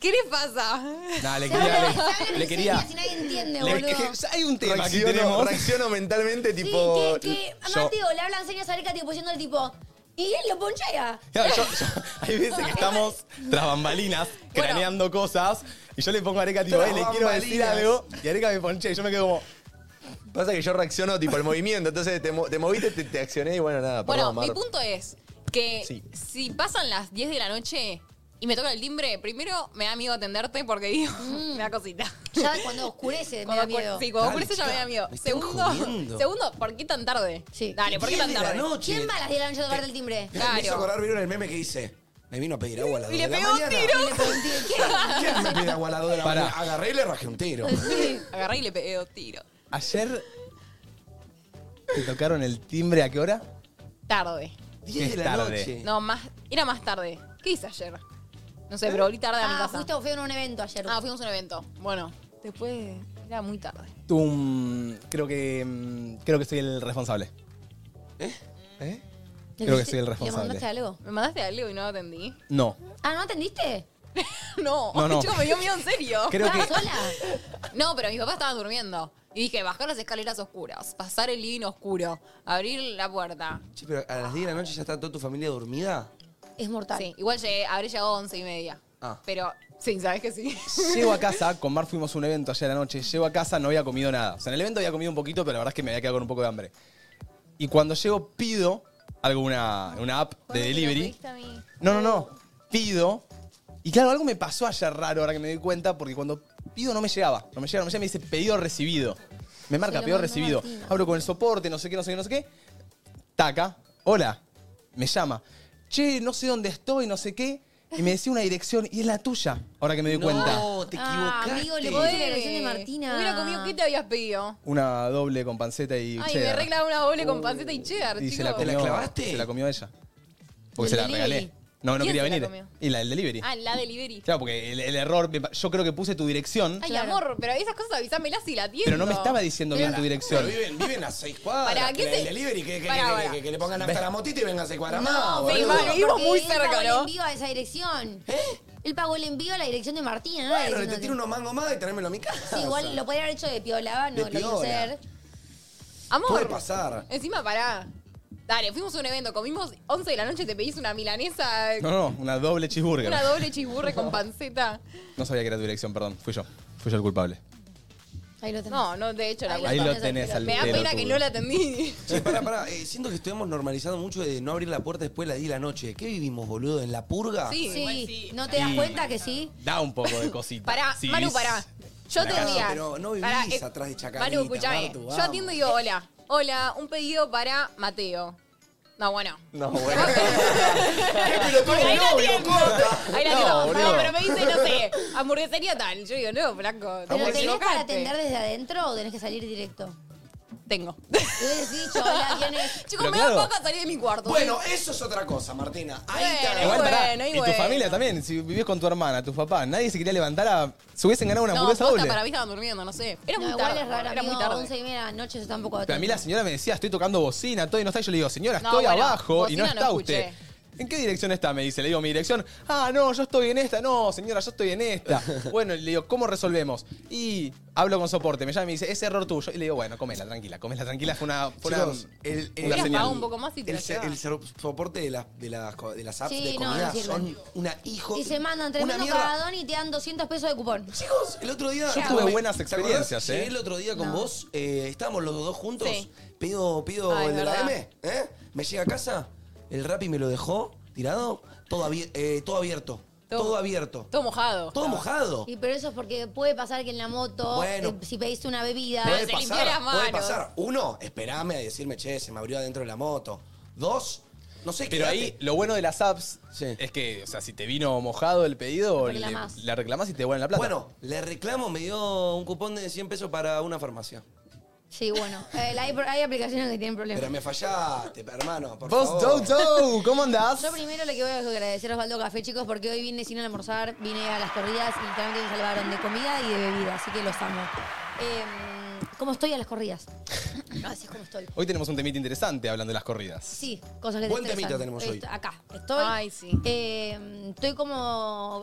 ¿Qué les pasa?
Nah, le
<laughs>
quería. Le, le quería.
Si nadie entiende,
le-
boludo.
que- que- hay un tema que
Reacciono,
tenemos.
reacciono mentalmente,
Sí,
tipo.
que, que a
yo-
Mateo le hablan serio a Sareka, tipo, yéndole tipo, y él lo ponchea.
Claro, yo- yo- <laughs> hay veces que estamos tras bambalinas, craneando cosas, y yo le pongo a Areca, tipo,
"Eh,
Tras
"Ey, le quiero decir
bambalinas.
algo, y Areca me ponché, y yo me quedo como,
Pasa que yo reacciono tipo al movimiento, entonces te, mo- te moviste, te, te accioné y bueno, nada,
Bueno,
perdón,
mi
Mar.
punto es que
Sí.
si pasan las 10 de la noche y me toca el timbre, primero me da miedo atenderte porque digo, <laughs> me da cosita.
Mm. Ya cuando oscurece, me da
Cuando
miedo.
acu- Sí, cuando
Dale,
ocurre eso ya me da
claro,
miedo.
me están
Segundo,
jodiendo.
<laughs> segundo, ¿por qué tan tarde?
Sí.
Dale, ¿por qué
10
tan
de la
tarde?
noche.
¿Quién va a las 10 de la noche a tocarte el timbre?
Me hizo
Claro.
acordar, ¿vieron el meme que dice? Me vino a pedir agua a las
Y
2
le
de la
pegó un
mañana.
tiro.
Y le pegó un tiro.
<laughs>
¿Quién me pide agua a las 2 de la
Pará.
mañana? Agarré y le rajé un tiro.
Agarré y le pegué dos tiros.
<laughs> Ayer te tocaron el timbre a qué hora?
Tarde.
10 de
Es
la
tarde.
noche.
No, más, era más tarde. ¿Qué hice ayer? No sé, pero volví tarde a mi
Ah,
casa.
fuiste fue a un evento ayer.
Ah, fuimos a un evento. Bueno, después era muy tarde.
Tum, creo que mm, creo que soy el responsable. ¿Eh? Creo que soy el
¿Le mandaste
responsable.
algo?
¿Me mandaste algo y no lo atendí?
No.
Ah, ¿no atendiste?
<laughs> No,
No, no.
chico, me dio miedo en serio.
Creo que
¿Estabas sola?
No, pero mis papás estaban durmiendo. Y dije, bajar las escaleras oscuras, pasar el living oscuro, abrir la puerta.
Che, pero a las 10 de la noche ya está toda tu familia dormida.
Es mortal.
Sí, igual llegué, habré llegado a once y media.
Ah.
Pero, sí, ¿sabes que sí?
llego a casa, con Mar fuimos a un evento ayer a la noche, llego a casa, no había comido nada. O sea, en el evento había comido un poquito, pero la verdad es que me había quedado con un poco de hambre. Y cuando llego, pido alguna una app de delivery. No, no, no. Pido. Y claro, algo me pasó ayer raro, ahora que me doy cuenta, porque cuando pido no me llegaba. No me llegaba, no me llegaba, me dice pedido recibido. Me marca
lo
pedido
mandó
recibido.
Martina.
Hablo con el soporte, no sé qué, no sé qué, no sé qué. Taca. Hola. Me llama. Che, no sé dónde estoy, no sé qué. Y me decía una dirección y es la tuya, ahora que me doy cuenta.
No, te
Ah,
equivocaste.
amigo, le puedo decir la versión de Martina.
Hubiera comido, ¿qué te habías pedido?
<laughs> Una doble con panceta y
Ay, me
cheddar.
arregla una doble con panceta y cheddar,
Y
chico.
se la
¿Te
comió.
la clavaste?
Se la comió ella. Porque
¿Y
se
el
la
delivery?
regalé. No, no
¿Quién
quería
se la
venir.
comió?
y la del delivery.
Ah, la delivery.
Claro, porque el, el error, me pa- yo creo que puse tu dirección,
Ay,
Claro.
amor, pero esas cosas avísamelas si la tienes.
pero no me estaba diciendo bien tu dirección.
Pero viven, viven a 6 cuadras.
Pará, ¿qué
que
se-
el delivery, que, que-
Pará,
que-
pará.
que- que le pongan hasta la motita y vengan a 6 cuadras más.
ve,
boludo.
Iván, vivimos
porque
muy
él
cerca,
pagó
¿no?
el envío a esa dirección. Él pagó el envío a la dirección de Martina, ¿no? a la
Bueno, te
dirección
tiro
de-
unos mangos más y traémelo a mi casa.
Sí, igual lo podría haber hecho de piola, no
De
lo quiso
piola.
hacer.
Amor.
Puede pasar.
Encima, pará. Dale, fuimos a un evento, comimos 11 de la noche, te pedís una milanesa,
No, no, una doble cheeseburger.
una doble chisburre con panceta.
No sabía que era tu dirección, perdón. Fui yo. Fui yo el culpable.
Ahí lo tenés.
No, no, de hecho, la
Ahí
Ahí
lo
lo
tenés
tenés
al
al
Me da pena que no la atendí. <laughs>
Che, pará, pará. eh, siento que estuvimos normalizando mucho de no abrir la puerta después de las 10 de la noche. ¿Qué vivimos, boludo? ¿En la purga?
Sí.
Sí,
Igual sí.
¿no te das
Y-
cuenta que sí?
Da un poco de cosita.
Pará,
Sí,
Manu,
sí.
pará. Yo
No,
te diría.
pero no vivís
Pará, eh,
atrás de Chacarita,
Manu, escúchame.
Martu, vamos.
Yo atiendo y digo, hola. Hola, un pedido para Mateo. No, bueno.
No, bueno.
<laughs> Porque ahí la tiendo. Ahí la
No,
tiendo. No,
boludo.
pero me dice, no sé, hamburguesería tal. Yo digo, no, flaco. te
¿Pero tenés
equivocaste.
para atender desde adentro o tenés que salir directo? <laughs>
Tengo.
Te hubieras dicho, hola, ¿quién es?
Chicos,
Pero
me
claro.
da paja salir de mi cuarto.
Bueno, eso es otra cosa, Martina. Ahí
Bueno,
está.
Igual, pará,
bueno, y
y tu
bueno.
familia también. Si vivís con tu hermana, tus papás, nadie se quería levantar a. Se hubiesen ganado una
no,
hamburguesa
posta,
doble.
para mí estaban durmiendo, no sé. Era
No,
muy
igual
tarde.
es raro,
era muy
amigo,
tarde.
11 y media de la noche yo tampoco
Pero a mí la señora me decía, estoy tocando bocina, todo y no está. Y yo le digo, señora,
No,
estoy
bueno,
abajo y no
bocina no
está usted. ¿En qué dirección está? Me dice, le digo mi dirección. Ah, no, yo estoy en esta. No, señora, yo estoy
<laughs>
en esta. Bueno, y le digo, ¿cómo resolvemos? Y hablo con soporte, me llama y me dice, es error tuyo. Y le digo, bueno, comela, tranquila, comela, tranquila. Fue una, fue una-
Chicos, el, el-
Una
Hubieras
señal.
pagado un poco más y te
el,
la
se-
llevaba.
el ser- soporte de, las de, las co- de las apps
Sí,
de
no, no
comida
sirven.
son una hijo.
Y se mandan
una
tremendo
mierda.
cagadón y te dan 200 pesos de cupón.
Chicos, el otro día.
Yo tuve
Me-
buenas
¿te acordás?
experiencias, ¿eh?
Llegué el otro día con vos, eh, estábamos los dos juntos.
Sí.
Pido, pido
Ah, es
el de la
verdad.
M, ¿eh? Me llega a casa, el rap y me lo dejó tirado, todo, abier- eh, todo abierto. Todo,
Todo-
abierto. Todo,
Todo mojado.
mojado.
Ah. Y pero eso es porque puede pasar que en la moto,
Bueno.
eh, si pediste una bebida,
Puede
Ah, se limpió las
pasar,
manos.
puede pasar. Uno, esperame a decirme, che, se me abrió adentro de la moto. Dos, no sé
Pero
quédate.
ahí, lo bueno de las apps
Sí.
es que, o sea, si te vino mojado el pedido, le-
Reclamás.
la reclamás y te devuelven la plata.
Bueno, le reclamo, me dio un cupón de 100 pesos para una farmacia.
Sí, bueno. eh, hay, hay aplicaciones que tienen
Pero
problemas.
me fallaste, hermano, por
Vos,
favor. <laughs>
Toto, ¿cómo andás?
Yo primero le quiero agradecer a Osvaldo Café, chicos, porque hoy vine sin almorzar, vine a las corridas y literalmente me salvaron de comida y de bebida, así que los amo. Em, ¿Cómo estoy a las corridas? Así es como estoy.
Hoy tenemos un temita interesante hablando de las corridas.
Sí, cosas que te
Buen
estresan.
temita tenemos hoy.
Est- Acá, estoy.
Ay, sí.
Em, estoy como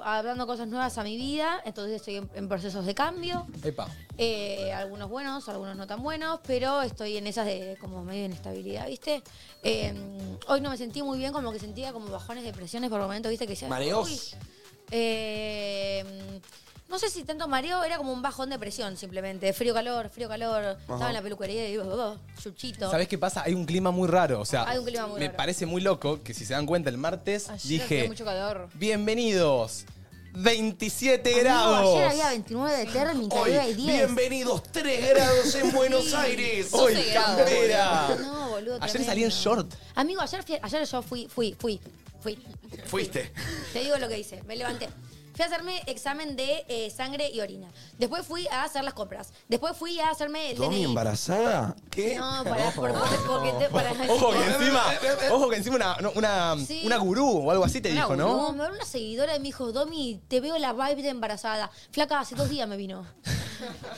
hablando cosas nuevas a mi vida, entonces estoy en- en procesos de cambio.
Epa.
Eh, algunos buenos, algunos no tan buenos, pero estoy en esas de como medio de inestabilidad, ¿viste? Eh, hoy no me sentí muy bien, como que sentía como bajones, depresiones por momentos, ¿viste? Que decía,
Mareos.
"Uy". Eh, no sé si tanto mareo, era como un bajón de presión simplemente. Frío, calor, frío, calor. Estaba en la peluquería y digo, "Oh, chuchito.
¿Sabés qué pasa? Hay un clima muy raro. O sea,
Hay un clima muy
me
raro.
parece muy loco que si se dan cuenta, el martes dije,
hacía mucho calor.
bienvenidos, 27
Amigo,
grados.
ayer había 29 de térmica, hoy
Hoy,
hay 10.
bienvenidos, 3 grados en Buenos Aires.
Hoy, 12 grados,
campera.
No, boludo.
Ayer salí en
tremendo.
short.
Amigo, ayer, fui- ayer yo fui, fui, fui. Fui.
Fuiste.
Te digo lo que hice. Me levanté. Fui a hacerme examen de eh, sangre y orina. Después fui a hacer las compras. Después fui a hacerme el
¿Domi
DNI.
embarazada? ¿Qué?
No, pará,
<laughs>
por- porque te- pará.
Ojo que encima, ojo que encima una, no, una,
Sí.
una gurú o algo así te
Una
dijo,
gurú,
¿no?
Me habló una seguidora y me dijo, Domi, te veo la vibe de embarazada. Flaca, hace dos días me
<laughs>
vino.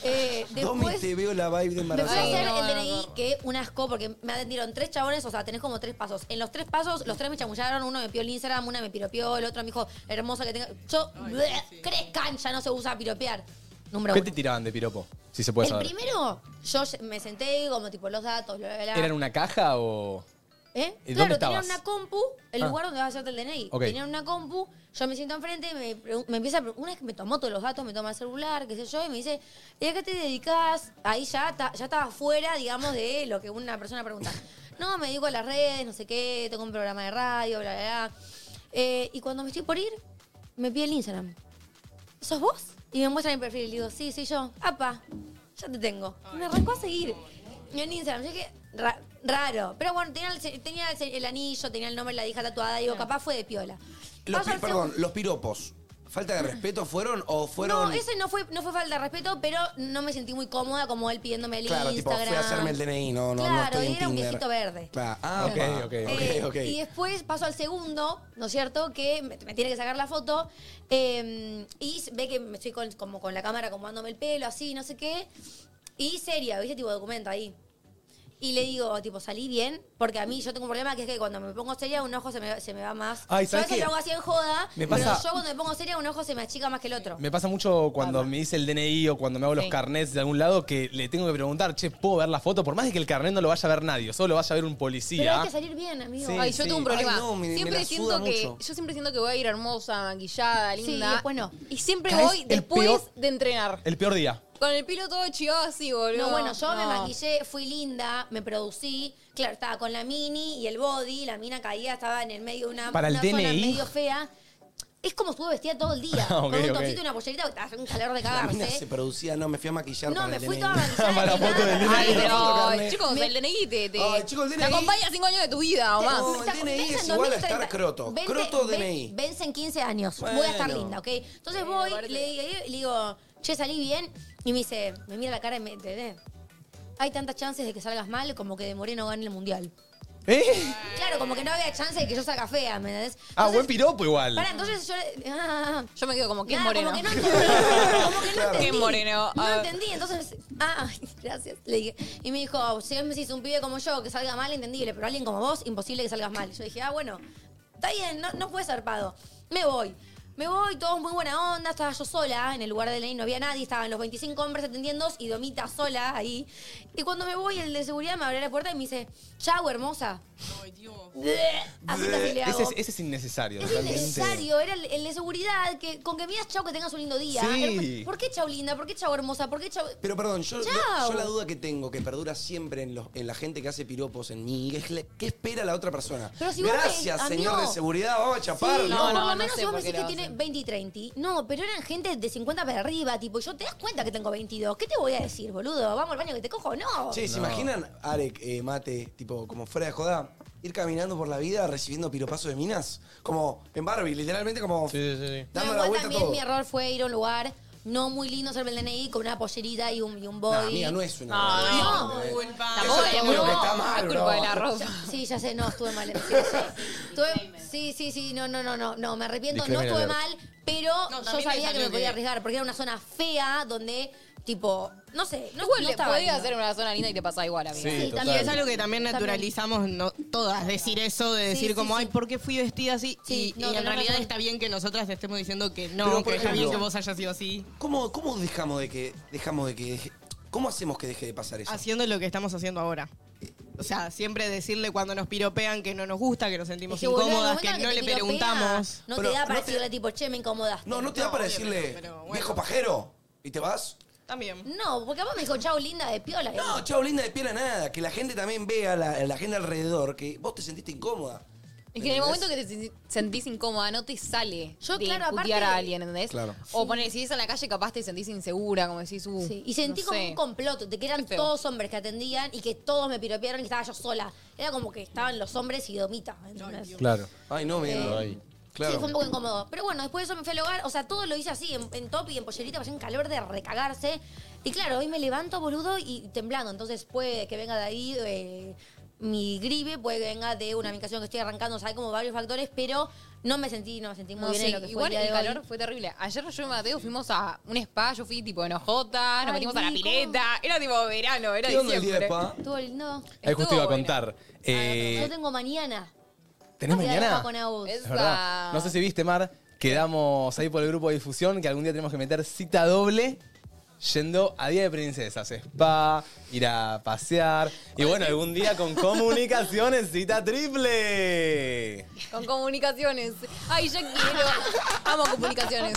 Eh,
Domi,
después
te veo la vibe de
me fui a
embarazada.
hacer el DNI, que un asco, porque me atendieron tres chabones, o sea, tenés como tres pasos. En los tres pasos, los tres me chamullaron, uno me pidió el Instagram, una me piropeó, el otro me dijo, hermosa que tenga... Yo, bleh, crezcan, ya no se usa piropear. Número
¿Qué
uno.
te tiraban de piropo? Si se puede
el
saber.
primero, yo me senté como tipo los datos, bla, bla, bla.
¿Era en una caja o.?
¿Eh?
¿Y
Claro,
dónde
tenían
estabas?
una compu, el
Ah.
lugar donde vas a hacerte el DNI.
Ok.
Tenían una compu, yo me siento enfrente, me, pregun- me empieza a pregun- una vez que me tomó todos los datos, me toma el celular, qué sé yo, y me dice, ¿y a qué te dedicas? Ahí ya, ta- ya estaba fuera, digamos, de lo que una persona
<laughs>
pregunta. No, me dedico a las redes, no sé qué, tengo un programa de radio, bla, bla, bla. Eh, y cuando me estoy por ir, me pide el Instagram. ¿Sos vos? Y me muestra mi perfil y digo, sí, soy yo. Apa, ya te tengo. Y me arrancó a seguir. Y en Instagram, yo dije, ra- raro. Pero bueno, tenía el, ce- tenía el ce- el anillo, tenía el nombre de la hija tatuada. Digo, capaz fue de piola.
Los
Paso
pi- perdón,
al segundo- Mm.
los piropos. ¿Falta de respeto fueron o fueron...?
No, ese no fue, no fue falta de respeto, pero no me sentí muy cómoda como él pidiéndome el
Claro, tipo,
Instagram.
fui a hacerme el DNI, no, no, no
Claro,
estoy en
era un
Tinder.
viejito verde.
Claro. Ah,
Ok,
pa.
<laughs> ok,
Eh,
ok, ok.
Y después paso al segundo, ¿no es cierto? Que me, me tiene que sacar la foto. eh, y s- ve que me estoy con, como con la cámara acomodándome el pelo, así, no sé qué. Y seria, ¿viste? Tipo documento ahí. Y le digo, tipo, salí bien, porque a mí yo tengo un problema que es que cuando me pongo seria, un ojo se me, se me va más.
Ay,
yo
¿sabes
a veces
qué?
lo hago así en joda,
Me
pero
pasa-
yo cuando me pongo seria, un ojo se me achica más que el otro.
Me pasa mucho cuando me dice el DNI o cuando me hago los
Sí.
carnets de algún lado que le tengo que preguntar, che, ¿puedo ver la foto? Por más de que el carnet no lo vaya a ver nadie, solo lo vaya a ver un
Pero hay
policía.
que salir bien, amigo.
¿ah? Sí.
Ay, yo tengo un problema.
Ay, no, me- me
siempre
la
siento
suda
que
mucho.
yo siempre siento que voy a ir hermosa, maquillada,
Sí,
linda.
después no.
Y siempre
Caes
voy
el
después
peor-
de entrenar.
El peor día. Ah,
Con el pelo todo chivado así, boludo.
No, bueno, yo me
No.
maquillé, fui linda, me producí. Claro, estaba con la mini y el body, la mina caía, estaba en el medio de una,
Para el
una zona
DNI.
medio fea. Es como estuve vestida todo el día,
Ah, <laughs> ok,
con un
ok.
toquecito y una pollerita, porque hace un calor de
La mina
cagarse.
se producía, no, me fui a maquillar
No,
para
me
el
fui
DNI. <laughs>
toda maquillada.
Para la
linda.
foto del DNI.
Ay, pero,
Carne.
chicos, el DNI te, te,
Ay, chicos, el
te
DNI.
acompaña cinco años de tu vida o más.
No, el DNI
Vence
es
en
igual a estar
2030.
croto.
Vence-
Croto
ven-
DNI.
Vence en 15 años. Voy a estar
Bueno.
linda, ¿ok? Entonces voy,
aparte-
le, le digo, che, salí bien. Y me dice, me mira la cara y me. ¿entendés? Hay tantas chances de que salgas mal como que de Moreno gane el mundial.
¿Eh?
Claro, como que no había chance de que yo salga fea, ¿me entendés?
Ah,
Entonces-
buen piropo igual.
Pará, entonces yo le. <laughs> ah, ah, ah.
Yo me quedo como, ¿qué
Nada,
moreno?
Como que no entendí. Como que no
Claro.
entendí.
Qué moreno.
No
Ah.
entendí, entonces. Ah, <laughs> gracias. Le dije. Y me dijo, "Oh, si vos me decís un pibe como yo que salga mal, entendible, pero alguien como vos, imposible que salgas mal. Yo dije, ah, bueno, está bien, no, no fue zarpado. Me voy. Me voy, todos muy buena onda, estaba yo sola en el lugar de Lenin, no había nadie, estaban los 25 hombres atendiendo y Domita sola ahí. Y cuando me voy, el de seguridad me abrió la puerta y me dice, chau, hermosa. Así casi le hago.
Ese es, ese es innecesario.
Es
totalmente.
innecesario, era el, el de seguridad, que con que miras chau que tengas un lindo día.
Sí.
Era- ¿Por qué chau linda? ¿Por qué chau hermosa? ¿Por qué chau...?
Pero perdón, yo,
Chao.
yo la duda que tengo, que perdura siempre en, los- en la gente que hace piropos en mí, es la- ¿qué espera la otra persona?
Pero si vos
Gracias,
ves,
señor
amigo.
de seguridad, vamos a chapar,
Sí,
¿no?
por
no,
lo
no
menos
sé
si vos
por
me
qué
decís que
lo
tiene
hacen.
20 y 30. No, pero eran gente de 50 para arriba, tipo, yo te das cuenta que tengo 22. ¿Qué te voy a decir, boludo? ¿Vamos al baño que te cojo? No.
Che, ¿se imaginan, Arek, eh, Mate, tipo, como fuera de joda, ir caminando por la vida recibiendo piropazos de minas? Como en Barbie, literalmente como
Sí, sí, sí.
dando
No,
la
igual
vuelta a
también
todo.
mi error fue ir a un lugar no muy lindo, hacerme el DNI con una pollerita y un, y un body.
Nah, amiga, no es una
Ah,
Barbie.
No,
No.
culpa.
Eso es todo lo que está mal,
es culpa
bro.
de la ropa.
Ya- sí, ya sé, no, estuve mal. Sí, ya sé. Estuve- sí, sí, sí, no, no, no, no, no, me arrepiento, no
Disclaimer
estuve
alert.
mal, pero
No, también
yo
me
sabía que
salió
me
que-
podía arriesgar, porque era una zona fea donde, tipo, no sé, no,
Igual
no
le
estaba
podías
lindo.
hacer una zona linda y te pasa igual, amiga.
Sí,
Sí,
total.
también.
Es algo que también
También.
naturalizamos no, todas, decir eso, de decir
sí,
como,
sí.
ay, ¿por qué fui vestida así?
Sí,
y
no,
y en
tenés
realidad
razón.
está bien que nosotras te estemos diciendo que no,
Pero,
que
por
está bien
ejemplo,
que vos hayas sido así,
¿Cómo, cómo dejamos de que dejamos de que deje- cómo hacemos que deje de pasar eso?
haciendo lo que estamos haciendo ahora. O sea, siempre decirle cuando nos piropean que no nos gusta, que nos sentimos
Es que, boludo,
incómodas,
al
que
momento
no
te
le
piropea,
preguntamos.
No
Pero
te da para
no te- <laughs>
decirle, tipo, che, me incomodaste.
No, no te da
No,
para
obvio que no,
decirle,
pero bueno.
viejo pajero, y te vas.
También.
No, porque vos me dijo, chau, linda de piola.
No, chao, linda de piel a nada. Que la gente también vea, la, la gente alrededor, que vos te sentiste incómoda.
Es que en el momento que te sen- sentís incómoda, no te sale
Yo,
de
claro, aparte-
putear a alguien, ¿entendés?
Claro.
O poner, si es en la calle, capaz te sentís insegura, como decís, uh,
Sí, Y sentí
no
como
sé.
un complot de que eran
Feo.
todos hombres que atendían y que todos me piropearon y estaba yo sola. Era como que estaban los hombres y domita. ¿entendés?
Claro.
Ay, no,
Eh,
me. Claro.
Sí, fue un poco incómodo. Pero bueno, después de eso me fui al hogar. O sea, todo lo hice así, en, en top y en pollerita, pasé en calor de recagarse. Y claro, hoy me levanto, boludo, y temblando. Entonces puede que venga de ahí eh, mi gripe, puede que venga de una medicación que estoy arrancando. O sea, hay como varios factores, pero no me sentí, no me sentí muy
No,
bien
sí,
en lo que fue el,
igual
día
el
de hoy.
calor fue terrible. Ayer yo y Mateo fuimos a un spa, yo fui tipo en Ojota,
Ay,
nos metimos a la
Nico.
pileta. Era tipo verano, era
¿Qué onda el día de
diciembre.
spa?
Estuvo lindo.
Ahí justo
Estuvo
iba a
bueno.
contar. Eh,
Yo tengo mañana.
¿Tenés
Voy a
mañana?
dejar con Agus.
Es
Es verdad. No sé si viste, Mar. Quedamos ahí por el grupo de difusión que algún día tenemos que meter cita doble yendo a Día de Princesas, spa, ir a pasear. Y bueno, algún día con comunicaciones, cita triple.
Con comunicaciones. Ay, ya quiero. Amo
<laughs>
comunicaciones.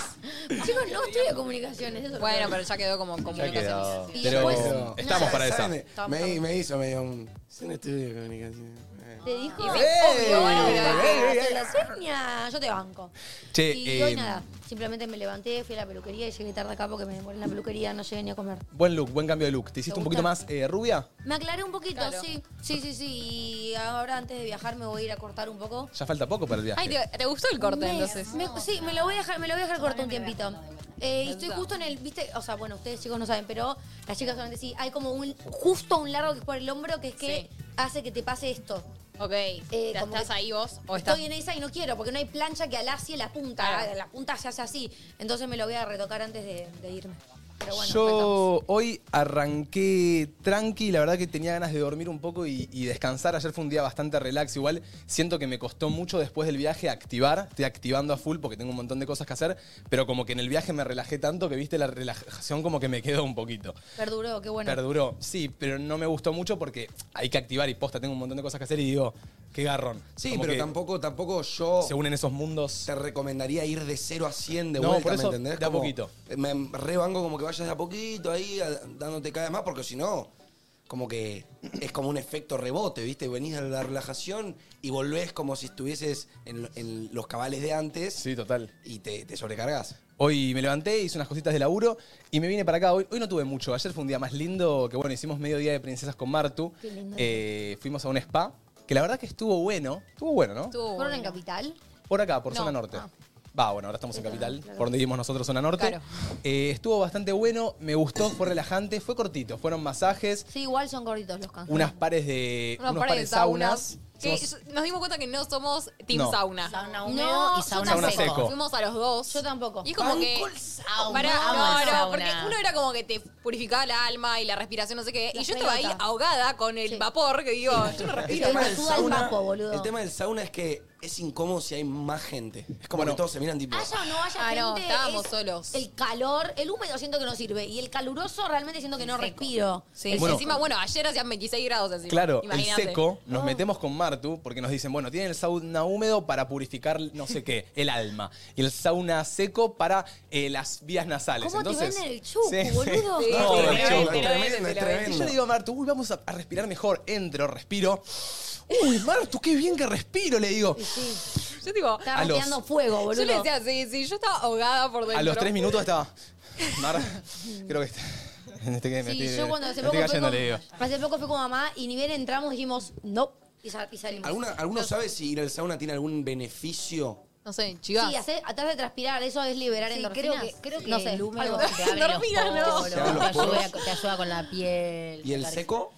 Chicos, no estudio comunicaciones. Eso
Bueno, pero ya quedó como
Ya quedó.
comunicaciones.
Y
Pero
después-
estamos para esa.
¿Saben? Me, me hizo medio un. Es un estudio de comunicación. Eh.
Te dijo.
Y sí,
¡Ey!
obvio, bueno,
¡Ey,
pero-
ey,
Te
ey!
la sueña. Yo te banco.
Che,
y hoy
eh,
nada. Simplemente me levanté, fui a la peluquería y llegué tarde acá porque me demoré en la peluquería, no llegué ni a comer.
Buen look, buen cambio de look. ¿Te hiciste
¿Te
un poquito
gusta?
más eh, rubia?
Me aclaré un poquito,
Claro.
sí. Sí, sí, sí. Y ahora antes de viajar me voy a ir a cortar un poco.
Ya falta poco para el viaje.
Ay, ¿te, te gustó el corte
Me-
entonces?
me- sí, me lo voy a dejar, me lo voy a dejar corto un tiempito. Eh, y estoy justo en el, viste, o sea, bueno, ustedes chicos no saben, pero las chicas solamente sí, hay como un, justo un largo que es por el hombro que es que hace que te pase esto. Eh,
Ok. ¿Ya
como
¿Estás
que-
ahí vos? ¿O estás?
Estoy en esa y no quiero, porque no hay plancha que alacie la punta,
Claro.
la, la punta se hace así. Entonces me lo voy a retocar antes de, de irme. Pero bueno, faltamos.
Yo hoy arranqué tranqui, la verdad que tenía ganas de dormir un poco y, y descansar. Ayer fue un día bastante relax, igual siento que me costó mucho después del viaje activar. Estoy activando a full porque tengo un montón de cosas que hacer, pero como que en el viaje me relajé tanto que viste la relajación como que me quedó un poquito.
Perduró, qué bueno.
Perduró, sí, pero no me gustó mucho porque hay que activar y posta, tengo un montón de cosas que hacer y digo, qué garrón.
Sí,
Como
pero
que
tampoco, tampoco yo
Se unen esos mundos.
te recomendaría ir de 0 a 100 de
No,
vuelta,
por eso,
¿me entendés?
de a
Como-
poquito.
Me rebango como que vayas de a poquito ahí, a- dándote cada vez más, porque si no, como que es como un efecto rebote, ¿viste? Venís a la relajación y volvés como si estuvieses en, en los cabales de antes
Sí, total.
y te, te sobrecargas.
Hoy me levanté, hice unas cositas de laburo y me vine para acá. Hoy, hoy no tuve mucho. Ayer fue un día más lindo, que bueno, hicimos medio día de princesas con Martu.
Qué lindo.
Eh, fuimos a un spa, que la verdad que estuvo bueno. Estuvo bueno, ¿no?
Estuvo
¿Fueron en
bueno.
Capital?
Por acá, por
No,
zona norte.
ah.
Va, bueno, ahora estamos en
Claro,
Capital,
claro.
por donde vivimos nosotros, zona norte.
Claro.
Eh, estuvo bastante bueno, me gustó, fue relajante, fue cortito. Fueron masajes,
Sí, igual son gorditos los canjes.
unas Eh, pares de,
Unos pares de saunas. Que yo- nos dimos cuenta que no somos team
No.
sauna.
Sauna
No,
húmedo y sauna,
sauna
seco.
seco.
Fuimos a los dos.
Yo tampoco.
Y es como que.
sauna. Amo
Pará,
el
no, no,
sauna.
porque uno era como que te purificaba el alma y la respiración, no sé qué.
La
y yo estaba ahí
pelota.
ahogada con el
Sí.
vapor que digo, yo no
El
respiro.
tema,
tema te
del
suda el
sauna,
papo, boludo.
el tema del sauna es que es incómodo si hay más gente. Es como
Bueno.
que todos se miran tipo...
Haya o no haya
Ah,
gente,
no, estábamos
es
solos.
El calor, el húmedo siento que no sirve. Y el caluroso realmente siento que no respiro.
Sí,
El
y
Bueno.
encima, bueno, ayer hacían 26 grados encima.
Claro,
Imagínate.
el seco, nos
Ah.
metemos con Martu porque nos dicen, bueno, tiene el sauna húmedo para purificar no sé qué, el alma. Y el sauna seco para eh, las vías nasales.
¿Cómo te
Entonces,
ven el chucu,
Sí, sí.
boludo?
Sí,
No,
sí,
el
pero
chucu.
es, pero es,
Tremendo,
pero
tremendo.
es.
Y yo le digo a Martu, uy, vamos a, a respirar mejor. Entro, respiro. Uy, Martu, qué bien que respiro, le digo.
Yo tipo,
Estaba
A los-
tirando fuego, boludo.
yo le decía, sí, sí, yo estaba ahogada por dentro.
A los tres minutos estaba. Mar, creo que está. en este que me
Sí,
estoy-
yo cuando hace
me
poco,
estoy
fui
cayendo,
con,
le digo.
hace poco fui con mamá y ni bien entramos dijimos no y, sal- y salimos.
¿Alguna, ¿Alguno sabe si ir al sauna tiene algún beneficio?
No sé, chivas.
Sí, hacer, atrás de transpirar, eso es liberar
Sí,
endorfinas.
creo que, creo que
no sé,
el húmedo
algo.
te abre los
Dormida, no.
poros,
Te abre los
te, ayuda,
poros.
te ayuda con la piel.
¿Y el
sacar-
seco?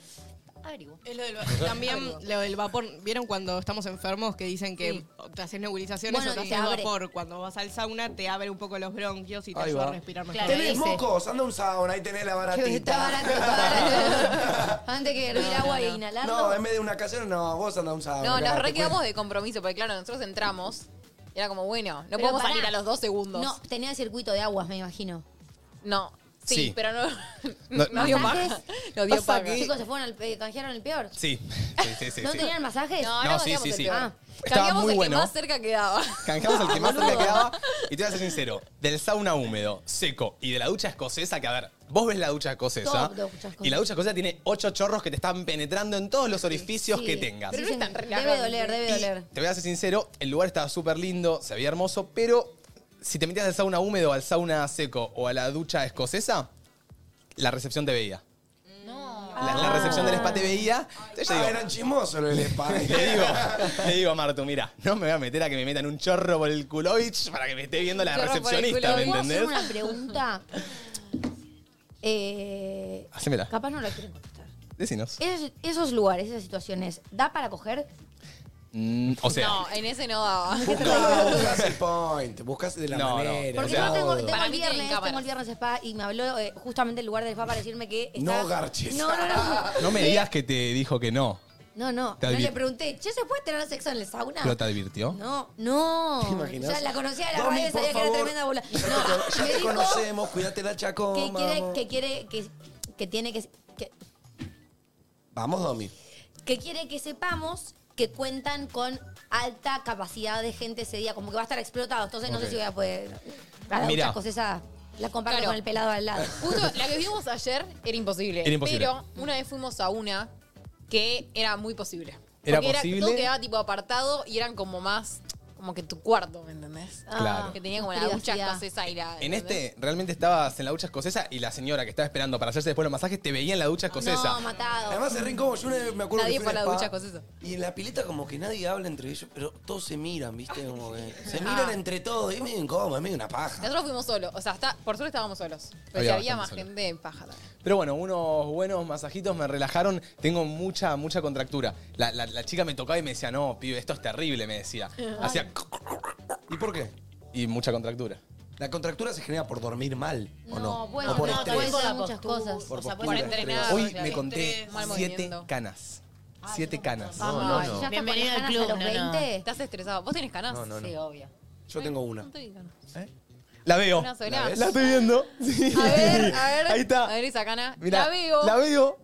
Averiguo.
Es lo del va- también lo del vapor. ¿Vieron cuando estamos enfermos que dicen que te haces nebulizaciones
Bueno,
o te
te
haces
abre.
vapor? Cuando vas al sauna te abre un poco los bronquios y te
Ahí
ayuda
va.
a respirar mejor.
Claro.
Tenés
ese.
mocos, anda a un sauna, ahí tenés la baratita.
Está baratito, baratito. Antes que hervir agua e inhalarlo.
No, en vez de una casera, no, vos andá a un sauna.
No, nos
cagate,
re quedamos
pues.
de compromiso, porque claro, nosotros entramos. y Era como, bueno, no
Pero
podemos
pará.
salir a los dos segundos.
No, tenía el circuito de aguas, me imagino.
No, Sí,
Sí.
pero no,
No-
<laughs> no dio
¿Masajes?
paja. No dio
Pasa
paja.
que-
Chicos, se fueron al, eh, canjearon el peor.
Sí, sí, sí. sí,
¿No
sí.
tenían masajes?
No,
No,
no,
sí,
cambiamos
sí,
el
sí.
peor.
Ah.
Estaba
Cambiamos
muy
el
bueno.
que más cerca
<laughs>
quedaba.
Canjeamos el que más cerca quedaba. Y te voy a ser sincero, del sauna húmedo, seco y de la ducha escocesa, que a ver, vos ves la ducha escocesa.
Top de ducha escocesa.
Y la ducha escocesa tiene ocho chorros que te están penetrando en todos los orificios
Sí.
que tengas.
Pero no es tan
Debe
relajante.
doler, debe doler.
Te voy a ser sincero, el lugar estaba súper lindo, se veía hermoso, pero si te metías al sauna húmedo, al sauna seco o a la ducha escocesa, la recepción te veía. La, la recepción
Ah.
del spa te veía. Entonces yo
Ah,
digo,
eran chismosos los
<laughs>
del spa.
le digo, le digo a Martu, mira, no me voy a meter a que me metan un chorro por el culovich para que me esté viendo la
Chorro por el
recepcionista, ¿me
culovich.
¿Puedo hacer
entendés? <laughs>
una pregunta? Eh,
Hacémela.
capaz no la quieren contestar.
Decinos.
Esos, esos lugares, esas situaciones, ¿da para coger?
Mm, o sea,
No, en ese no daba.
No, buscas el point, buscas de la
No, no.
manera.
Porque
o sea,
yo tengo, tengo
<laughs> Para
el
mí tienen
viernes,
cámaras.
tengo el viernes spa y me habló eh, justamente el lugar del spa para decirme que está-
No garches.
No,
<laughs>
no, no.
Ah, no me digas que te dijo que no,
No, no.
Te
No le
advir-
pregunté, ¿che se puede tener sexo en el sauna?
pero te advirtió.
No, no.
¿Te imaginas?
O sea, la conocía de la
Domi,
radio y sabía
por
que era
favor.
tremenda bola.
<laughs>
Ya te
No,
cono- ya
me
te
dijo
conocemos, cuídate la chacón.
que quiere,
vamos.
que quiere, que, que tiene que, que,
Vamos, Domi.
que quiere que sepamos que cuentan con alta capacidad de gente ese día, como que va a estar explotado, entonces no sé
Ok.
si voy a poder. A la
Mirá.
otra cosa esa la comparto
Claro.
con el pelado al lado.
Justo la que vimos ayer era imposible.
Era imposible.
Pero una vez fuimos a una que era muy posible.
Era
Porque
posible.
todo quedaba tipo apartado y eran como más, como que tu cuarto, ¿me entendés?
Claro.
Que tenía como la
Ah. Privacidad.
ducha escocesa y la...
En
¿entendés?
este, realmente estabas en la ducha escocesa y la señora que estaba esperando para hacerse después los masajes te veía en la ducha escocesa.
No, matado.
Además es re incómodo. Yo una vez me acuerdo
Nadie
que fui a
fue a
un
la
spa,
ducha, cosas.
Y en la pileta como que nadie habla entre ellos, pero todos se miran, ¿viste? Como que se
Ah.
miran entre todos. Y es medio incómodo, es medio una paja.
Nosotros fuimos solos. O sea, está, por suerte estábamos solos. Pero
Había
si
bastante
había más
solo.
gente en paja también.
Pero bueno, unos buenos masajitos me relajaron. Tengo mucha, mucha contractura. La, la- la chica me tocaba y me decía, no, pibe, esto es terrible, me
<laughs>
decía. Hacía
¿Y por qué?
y mucha contractura.
La contractura se genera por dormir mal, ¿o no?
No, bueno,
o por
no,
estrés.
puede ser muchas cosas.
Por
o sea,
Por
puede ser.
entrenar.
Hoy
claro.
me conté
Estrés,
mal
siete
movimiento.
canas. siete canas.
No,
No,
no,
si ya
no.
está con
Bienvenido
las
al
ganas
club,
a los
no, no.
20.
Estás estresado. ¿Vos tenés canas?
No, no, no.
Sí, obvio.
Yo tengo una.
No te digan.
La veo.
Una sola. ¿La ves?
estoy viendo. Sí.
A ver, a ver.
Ahí está.
A ver esa cana.
Mirá,
la veo.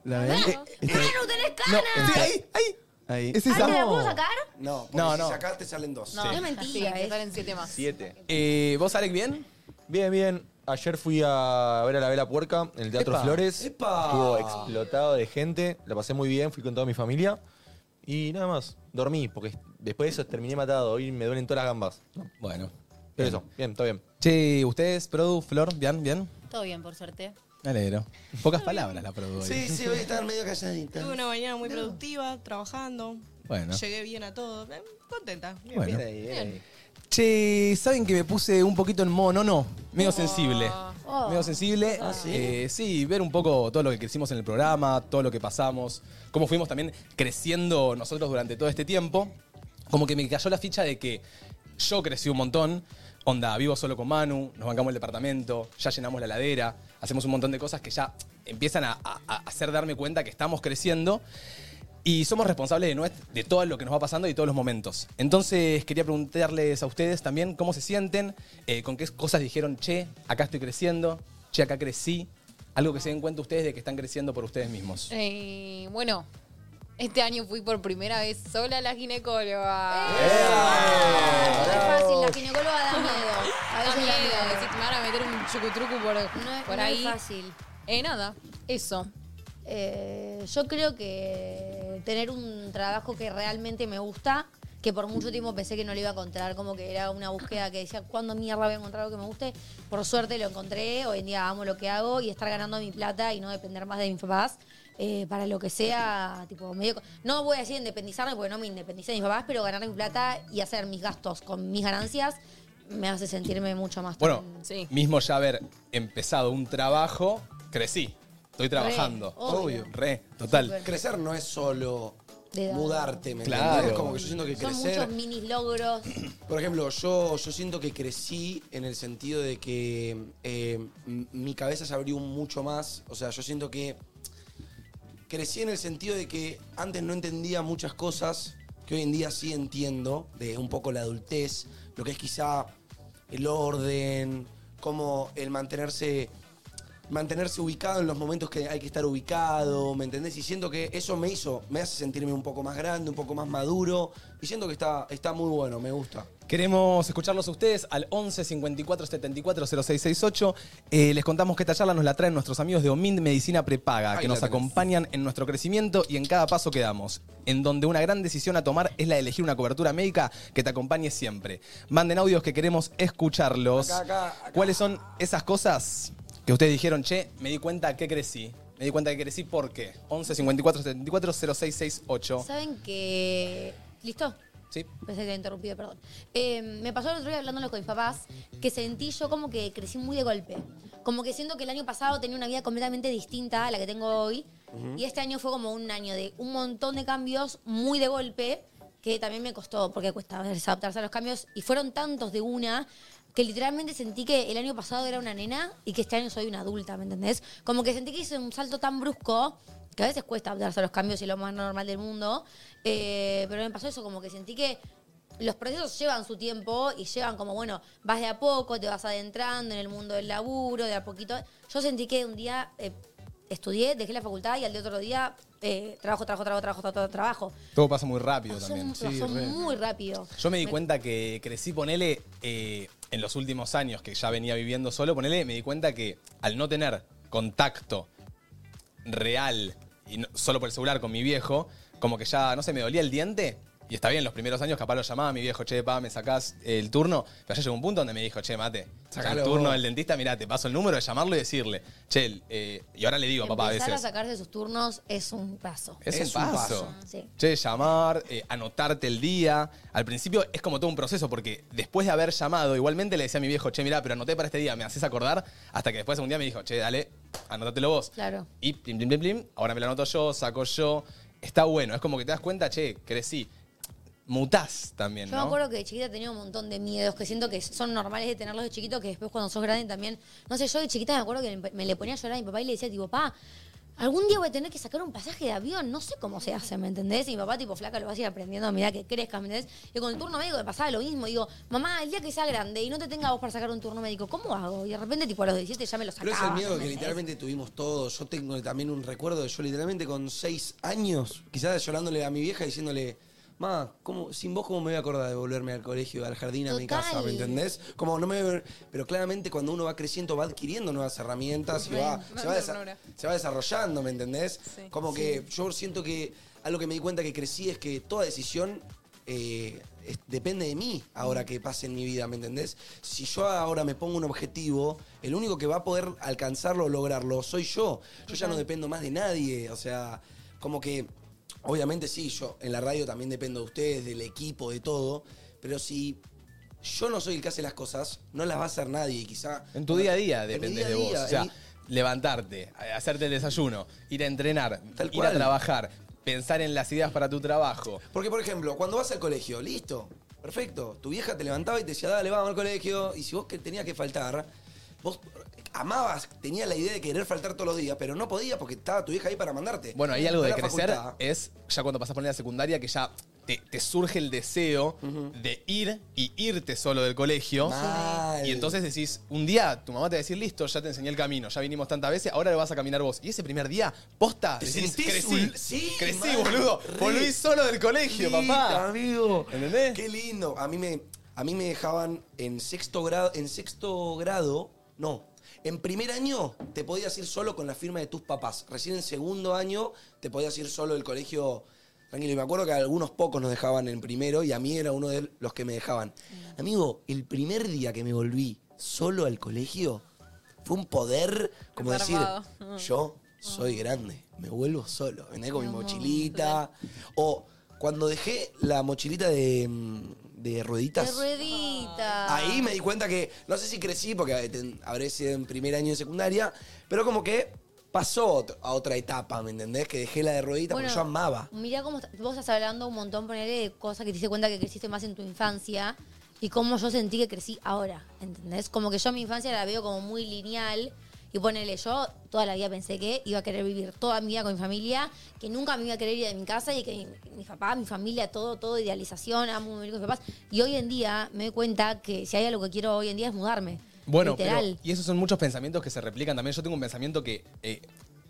La veo.
Este,
¡Manu, tenés
No,
canas!
sí, ahí, ahí.
Ahí.
Es
¿Ah,
esa.
te la puedo sacar?
No, porque
No,
si
no.
sacás te salen dos.
No,
No es
sí,
mentira, eh.
te
es.
salen siete más.
Siete.
Eh, ¿Vos, Alec, bien?
Bien, bien. Ayer fui a ver a la Vela Puerca en el Teatro
Epa.
Flores.
Epa.
Estuvo explotado de gente. La pasé muy bien, fui con toda mi familia. Y nada más, dormí, porque después de eso terminé matado. Hoy me duelen todas las gambas.
Bueno.
Pero eso, bien, todo bien.
Che, ¿ustedes, Produ, Flor, bien, bien?
Todo bien, por suerte.
Me alegro. Pocas palabras la Produ hoy.
Sí, sí, voy a estar medio calladita.
Tuve una mañana muy productiva, trabajando.
Bueno.
Llegué bien a todo. eh, contenta. bien.
Bueno.
ahí.
Che, ¿saben que me puse un poquito en modo no, no? Medio sensible.
Oh.
Medio sensible. Eh, sí, ver un poco todo lo que crecimos en el programa, todo lo que pasamos, cómo fuimos también creciendo nosotros durante todo este tiempo. Como que me cayó la ficha de que yo crecí un montón. Onda, vivo solo con Manu, nos bancamos el departamento, ya llenamos la ladera, hacemos un montón de cosas que ya empiezan a- a- a hacer darme cuenta que estamos creciendo. Y somos responsables de, nuest- de todo lo que nos va pasando y todos los momentos. Entonces quería preguntarles a ustedes también cómo se sienten, eh, con qué cosas dijeron, che, acá estoy creciendo, che, acá crecí. Algo que se den cuenta ustedes de que están creciendo por ustedes mismos.
Eh, bueno, este año fui por primera vez sola a la ginecóloga.
Eh,
Eh.
No es fácil, la ginecóloga da miedo. A
Da
veces
miedo,
da miedo.
decís, me van a meter un chucutrucu por,
No es,
por
no es
ahí.
fácil.
Eh, nada, eso.
Eh, yo creo que tener un trabajo que realmente me gusta, que por mucho tiempo pensé que no lo iba a encontrar, como que era una búsqueda que decía, ¿cuándo mierda voy a encontrar algo que me guste? Por suerte lo encontré, hoy en día amo lo que hago y estar ganando mi plata y no depender más de mis papás. eh, para lo que sea, tipo, medio. No voy a decir independizarme porque no me independicé de mis papás, pero ganar mi plata y hacer mis gastos con mis ganancias me hace sentirme mucho más.
Bueno,
tan-
Sí.
mismo ya haber empezado un trabajo, crecí. Estoy trabajando.
obvio.
Re, total.
Súper.
Crecer no es solo
De edad.
mudarte, ¿me
Claro.
entendés? Como que yo siento que
Son
crecer...
muchos mini logros.
Por ejemplo, yo, yo siento que crecí en el sentido de que eh, m- mi cabeza se abrió mucho más. O sea, yo siento que crecí en el sentido de que antes no entendía muchas cosas que hoy en día sí entiendo, de un poco la adultez, lo que es quizá el orden, como el mantenerse mantenerse ubicado en los momentos que hay que estar ubicado, ¿me entendés? Y siento que eso me hizo, me hace sentirme un poco más grande, un poco más maduro, y siento que está, está muy bueno, me gusta.
Queremos escucharlos a ustedes al 11 54 74 0668. Eh, les contamos que esta charla nos la traen nuestros amigos de Omind Medicina Prepaga, que
la
nos
tenés.
acompañan en nuestro crecimiento y en cada paso que damos, en donde una gran decisión a tomar es la de elegir una cobertura médica que te acompañe siempre. Manden audios que queremos escucharlos.
Acá, acá, acá.
¿Cuáles son esas cosas que ustedes dijeron, che, me di cuenta que crecí? Me di cuenta que crecí porque 11 54 74 0668.
¿Saben que ¿Listo?
Sí.
Pensé que te interrumpido, perdón. Eh, me pasó el otro día hablándolo con mis papás que sentí yo como que crecí muy de golpe. Como que siento que el año pasado tenía una vida completamente distinta a la que tengo hoy. Y este año fue como un año de un montón de cambios muy de golpe que también me costó porque cuesta a veces adaptarse a los cambios. Y fueron tantos de una que literalmente sentí que el año pasado era una nena y que este año soy una adulta, ¿me entendés? Como que sentí que hice un salto tan brusco que a veces cuesta adaptarse a los cambios y lo más normal del mundo. Eh, pero me pasó eso, como que sentí que los procesos llevan su tiempo y llevan como, bueno, vas de a poco, te vas adentrando en el mundo del laburo, de a poquito. Yo sentí que un día eh, estudié, dejé la facultad y al de otro día eh, trabajo, trabajo, trabajo, trabajo, trabajo, trabajo.
Todo pasa muy rápido
Pasó,
también.
pasó muy rápido.
Yo me di cuenta que crecí, ponele, eh, en los últimos años que ya venía viviendo solo, ponele, me di cuenta que al no tener contacto real, y no- solo por el celular con mi viejo, como que ya, no sé, me dolía el diente. Y está bien, los primeros años capaz lo llamaba a mi viejo, che, pa, me sacás el turno. Pero ya llegó un punto donde me dijo, che, mate, saca el
Sacalo
turno
vos.
del dentista, mirá, te paso el número, de llamarlo y decirle, che, eh, y ahora le digo a papá a
Empezar a
veces.
sacarse sus turnos es un paso.
Es,
Es
un
un
paso.
paso.
Sí.
Che, llamar, eh, anotarte el día. Al principio es como todo un proceso, porque después de haber llamado, igualmente le decía a mi viejo, che, mirá, pero anoté para este día, me haces acordar, hasta que después un día me dijo, che, dale, anótatelo vos.
Claro.
Y plim, plim, plim, plim, ahora me lo anoto yo, saco yo. Está bueno, es como que te das cuenta, che, crecí. Mutás también,
Yo
¿no?
me acuerdo que de chiquita tenía un montón de miedos que siento que son normales de tenerlos de chiquito, que después cuando sos grande también. No sé, yo de chiquita me acuerdo que me le ponía a llorar a mi papá y le decía, tipo, pa, algún día voy a tener que sacar un pasaje de avión, no sé cómo se hace, ¿me entendés? Y mi papá, tipo, flaca, lo vas a ir aprendiendo a medida que crezcas, ¿me entendés? Y con el turno médico me pasaba lo mismo. Digo, mamá, el día que sea grande y no te tenga vos para sacar un turno médico, ¿cómo hago? Y de repente, tipo, a los 17 ya me lo
Pero
sacaba.
es el miedo
¿me
que
entendés?
literalmente tuvimos todos. Yo tengo también un recuerdo de yo literalmente con seis años, quizás llorándole a mi vieja diciéndole, ma, ¿cómo, sin vos cómo me voy a acordar de volverme al colegio, al jardín, a mi
Total.
casa? ¿Me entendés? Como no me voy a- Pero claramente cuando uno va creciendo va adquiriendo nuevas herramientas y va,
Una
se, va desa-
ternura.
se va desarrollando, ¿me entendés?
Sí.
Como que yo siento que algo que me di cuenta que crecí es que toda decisión eh, es- depende de mí ahora que pase en mi vida, ¿me entendés? Si yo ahora me pongo un objetivo, el único que va a poder alcanzarlo o lograrlo soy yo. Yo ya no dependo más de nadie, o sea, como que obviamente sí, yo en la radio también dependo de ustedes, del equipo, de todo, pero si yo no soy el que hace las cosas, no las va a hacer nadie y quizá...
En tu día a día
En mi
depende
día a
de vos.
día,
o sea,
en
levantarte, a- hacerte el desayuno, ir a entrenar,
Tal
ir a
cual.
trabajar, pensar en las ideas para tu trabajo.
Porque, por ejemplo, cuando vas al colegio, listo, perfecto. Tu vieja te levantaba y te decía, dale, vamos al colegio. Y si vos que tenías que faltar, vos amabas, tenías la idea de querer faltar todos los días, pero no podías porque estaba tu vieja ahí para mandarte.
Bueno, hay algo
Fue
de
la
crecer
facultad.
es ya cuando pasas por la secundaria que ya te, te surge el deseo de ir y irte solo del colegio.
Mal.
Y entonces decís, un día tu mamá te va a decir, listo, ya te enseñé el camino, ya vinimos tantas veces, ahora lo vas a caminar vos. Y ese primer día, posta,
Te
decís,
sentís
crecí,
un- sí,
crecí,
mal.
boludo,
Re.
volví solo del colegio,
Sí,
papá.
amigo.
¿Entendés?
Qué lindo. A mí me, a mí me dejaban en sexto grado, en sexto grado, no. En primer año te podías ir solo con la firma de tus papás. Recién en segundo año te podías ir solo del colegio tranquilo. Y me acuerdo que a algunos pocos nos dejaban en primero y a mí era uno de los que me dejaban. Amigo, el primer día que me volví solo al colegio fue un poder como decir,
Zarpado.
yo soy grande, me vuelvo solo, venía con mi mochilita. O cuando dejé la mochilita de, mm, de
De
rueditas.
ruedita.
Ahí me di cuenta que, no sé si crecí, porque eh, ten- habré sido en primer año de secundaria, pero como que pasó ot- a otra etapa, ¿me entendés? Que dejé la de rueditas
Bueno,
porque yo amaba.
Mirá cómo está- vos estás hablando un montón, ponele, de cosas que te diste cuenta que creciste más en tu infancia y cómo yo sentí que crecí ahora, ¿entendés? Como que yo mi infancia la veo como muy lineal y ponele, yo toda la vida pensé que iba a querer vivir toda mi vida con mi familia, que nunca me iba a querer ir de mi casa y que mi, mi papá, mi familia, todo, todo, idealización, amo vivir con mis papás. Y hoy en día me doy cuenta que si hay algo que quiero hoy en día es mudarme.
Bueno, pero-
Literal.
y esos son muchos pensamientos que se replican también. Yo tengo un pensamiento que eh,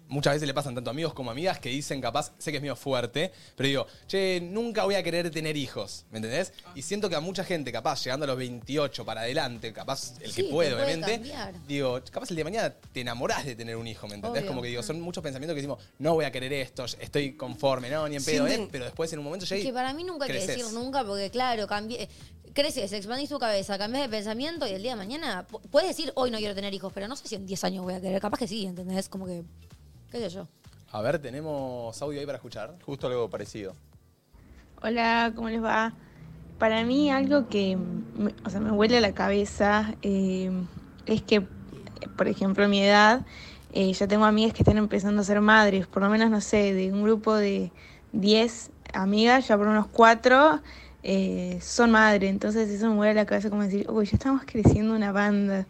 muchas veces le pasan tanto a amigos como a amigas que dicen, capaz, sé que es mío fuerte, pero digo, che, nunca voy a querer tener hijos, ¿me entendés? Y siento que a mucha gente, capaz, llegando a los 28 para adelante, capaz, el
Sí,
que
te
puede,
puede
obviamente,
cambiar.
digo, capaz el día de mañana te enamorás de tener un hijo, ¿me entendés?
Obvio.
Como que digo, son muchos pensamientos que decimos, no voy a querer esto, estoy conforme, no, ni en pedo,
Sienten-
¿eh? pero después en un momento
Es
llega y
que para mí nunca hay que
creces.
decir nunca, porque claro, cambié, creces, expandís tu cabeza, cambiás de pensamiento y el día de mañana pu- puedes decir, hoy no quiero tener hijos, pero no sé si en 10 años voy a querer. Capaz que sí, ¿entendés? Como que, qué sé yo.
A ver, tenemos audio ahí para escuchar.
Justo algo parecido.
Hola, ¿cómo les va? Para mí algo que mm, me- o sea, me huele a la cabeza eh, es que, eh, por ejemplo, a mi edad, eh, ya tengo amigas que están empezando a ser madres, por lo menos, no sé, de un grupo de 10 amigas, ya por unos 4 son madres, entonces eso me huele a la cabeza como decir, uy, ya estamos creciendo una banda.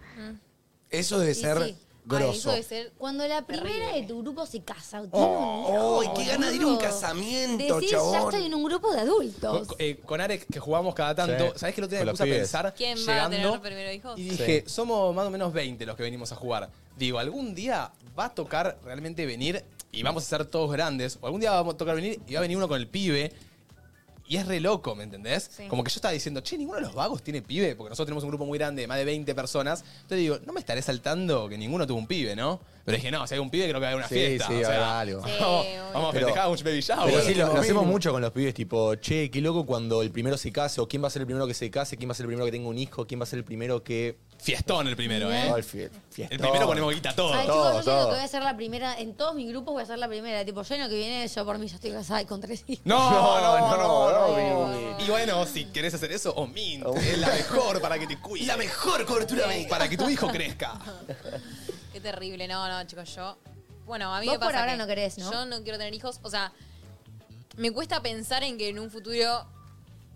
Eso debe
Y
ser
sí. Ay,
grosso.
ser Cuando la primera de tu grupo se casa. tiene
Oh,
un
oh,
hijo,
qué ganas de ir a un
boludo.
casamiento,
Decís, ya
chabón.
estoy en un grupo de adultos.
Con, eh, con Arex, que jugábamos cada tanto,
Sí.
¿sabés que lo tenía
Con
me
los
puse a
pibes.
pensar?
¿Quién va a
llegando,
tener primero hijos?
Y dije, somos más o menos 20 los que venimos a jugar. Digo, algún día va a tocar realmente venir y vamos a ser todos grandes. O algún día vamos a tocar venir y va a venir uno con el pibe. Y es re loco, ¿me entendés?
Sí.
Como que yo estaba diciendo, che, ninguno de los vagos tiene pibe, porque nosotros tenemos un grupo muy grande de más de 20 personas. Entonces digo, no me estaré saltando que ninguno tuvo un pibe, ¿no? Pero dije, no, si hay un pibe creo que hay una
Sí,
fiesta.
sí,
o
va a
sea,
haber algo. Sí,
vamos,
obvio.
vamos a
Pero-
festejar un baby shower.
Pero sí, lo, lo hacemos
mucho.
mucho con los pibes, tipo, che, qué loco cuando el primero se case, o quién va a ser el primero que se case, quién va a ser el primero que tenga un hijo, quién va a ser el primero que.
Fiestón el primero, ¿eh?
el, fie- fiestón.
El primero ponemos guita
Oh,
todo.
Ay,
Todo,
chicos, yo siento
todo.
que voy a ser la primera, en todos mis grupos voy a ser la primera. Tipo, yo en lo que viene, yo por mí ya estoy casada y con tres hijos.
No, <laughs> no, no, no,
no,
Y bueno, si querés hacer eso, Omint es la mejor para que te cuide. La
mejor cobertura
médica. Para que tu hijo
<laughs>
crezca.
Qué terrible. No, no, chicos, yo. Bueno, a mí
Vos
me pasa.
por ahora
que
no querés, ¿no?
Yo no quiero tener hijos. O sea, me cuesta pensar en que en un futuro.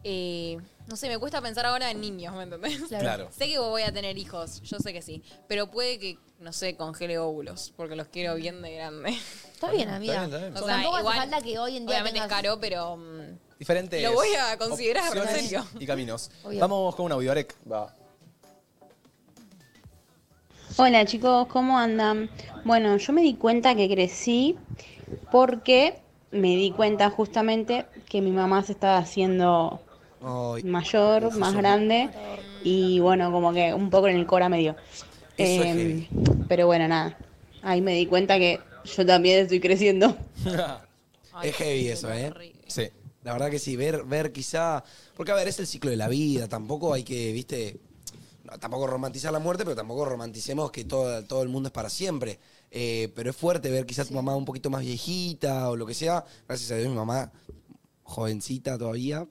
eh, no sé, me cuesta pensar ahora en niños, ¿me entendés?
Claro. Claro.
Sé que voy a tener hijos, yo sé que sí. Pero puede que, no sé, congele óvulos, porque los quiero bien de grande. <laughs>
Está bien, amiga.
está bien.
O sea,
Tampoco
igual,
hace falta que hoy en día
obviamente
tengas-
es caro, pero. mm,
Diferentes.
Lo voy a considerar, en
opciones
serio.
Y caminos.
Obvio.
Vamos con un audio, Arek.
Va.
Hola chicos, ¿cómo andan? Bueno, yo me di cuenta que crecí porque me di cuenta justamente que mi mamá se estaba haciendo mayor,
Uf,
más
eso-
grande y bueno, como que un poco en el cora medio. Em,
Eso es heavy.
pero bueno, nada, ahí me di cuenta que yo también estoy creciendo.
<laughs> es heavy eso, ¿eh?
Sí.
La verdad que sí, ver, ver quizá. Porque, a ver, es el ciclo de la vida, tampoco hay que, viste. no, tampoco romantizar la muerte, pero tampoco romanticemos que todo, todo el mundo es para siempre. Eh, pero es fuerte ver quizá tu mamá un poquito más viejita o lo que sea. Gracias a Dios, mi mamá, jovencita todavía.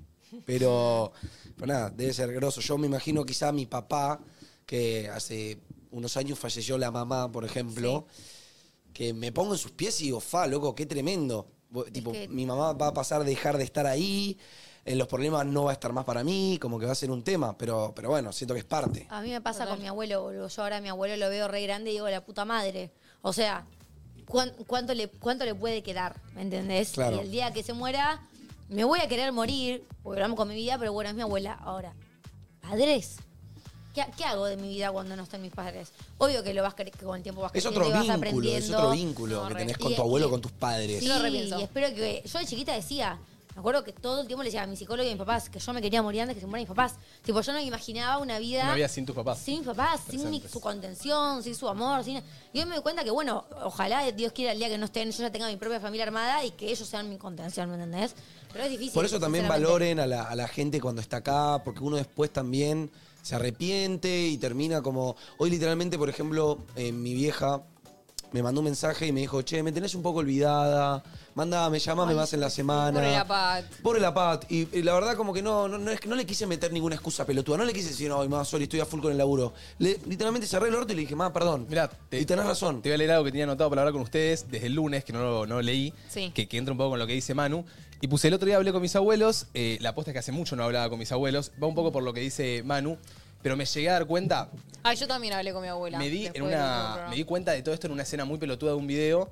Pero, pero nada, debe ser grosso. Yo me imagino quizá mi papá, que hace unos años falleció la mamá, por ejemplo, que me pongo en sus pies y digo, fa, loco, qué tremendo. Bo- Tipo,
que-
mi mamá va a pasar a dejar de estar ahí, en los problemas no va a estar más para mí, como que va a ser un tema, pero, pero bueno, siento que es parte.
A mí me pasa con mi abuelo, boludo. Yo ahora a mi abuelo lo veo re grande y digo, la puta madre. O sea, ¿cuán- cuánto, le, ¿cuánto le puede quedar? ¿Me entendés?
Claro.
Y el día que se muera, me voy a querer morir, porque lo amo con mi vida, pero bueno, es mi abuela. Ahora, padres. ¿Qué, qué hago de mi vida cuando no están mis padres? Obvio que lo vas cre- que con el tiempo vas
Es
creciendo
otro
y vas
vínculo,
aprendiendo.
es otro vínculo que
re.
tenés con
Y-
tu abuelo,
y-
con tus padres.
Sí, y espero que. Yo de chiquita decía, me acuerdo que todo el tiempo le decía a mi psicólogo y a mis papás que yo me quería morir antes que se mueran mis papás. Tipo, yo no me imaginaba una vida.
Una vida sin tus papás.
Sin mis papás, sin mi-
Presentes.
su contención, sin su amor. Sin... Y hoy me doy cuenta que, bueno, ojalá Dios quiera el día que no estén, yo ya tenga mi propia familia armada y que ellos sean mi contención, ¿me entendés? Pero es difícil.
Por eso también
sinceramente.
valoren a la, a la gente cuando está acá, porque uno después también se arrepiente y termina como. Hoy, literalmente, por ejemplo, eh, mi vieja me mandó un mensaje y me dijo: Che, me tenés un poco olvidada, manda, me llama, me vas en la
Ah,
semana.
Pobre la Pat.
Pobre la Pat. Y, y la verdad, como que no, no, no es que no le quise meter ninguna excusa pelotuda. No le quise decir, no, hoy más solo estoy a full con el laburo. Le- literalmente cerré el orto y le dije, ma, perdón.
Mirá, te,
y tenés razón.
Te voy a leer algo que tenía anotado para hablar con ustedes desde el lunes, que no lo no leí,
Sí.
que, que entra un poco con lo que dice Manu. Y puse, el otro día hablé con mis abuelos, eh, la aposta es que hace mucho no hablaba con mis abuelos, va un poco por lo que dice Manu, pero me llegué a dar cuenta,
Ay, Ah, yo también hablé con mi abuela.
me di, en
después del último
una,
programa.
me di cuenta de todo esto en una escena muy pelotuda de un video.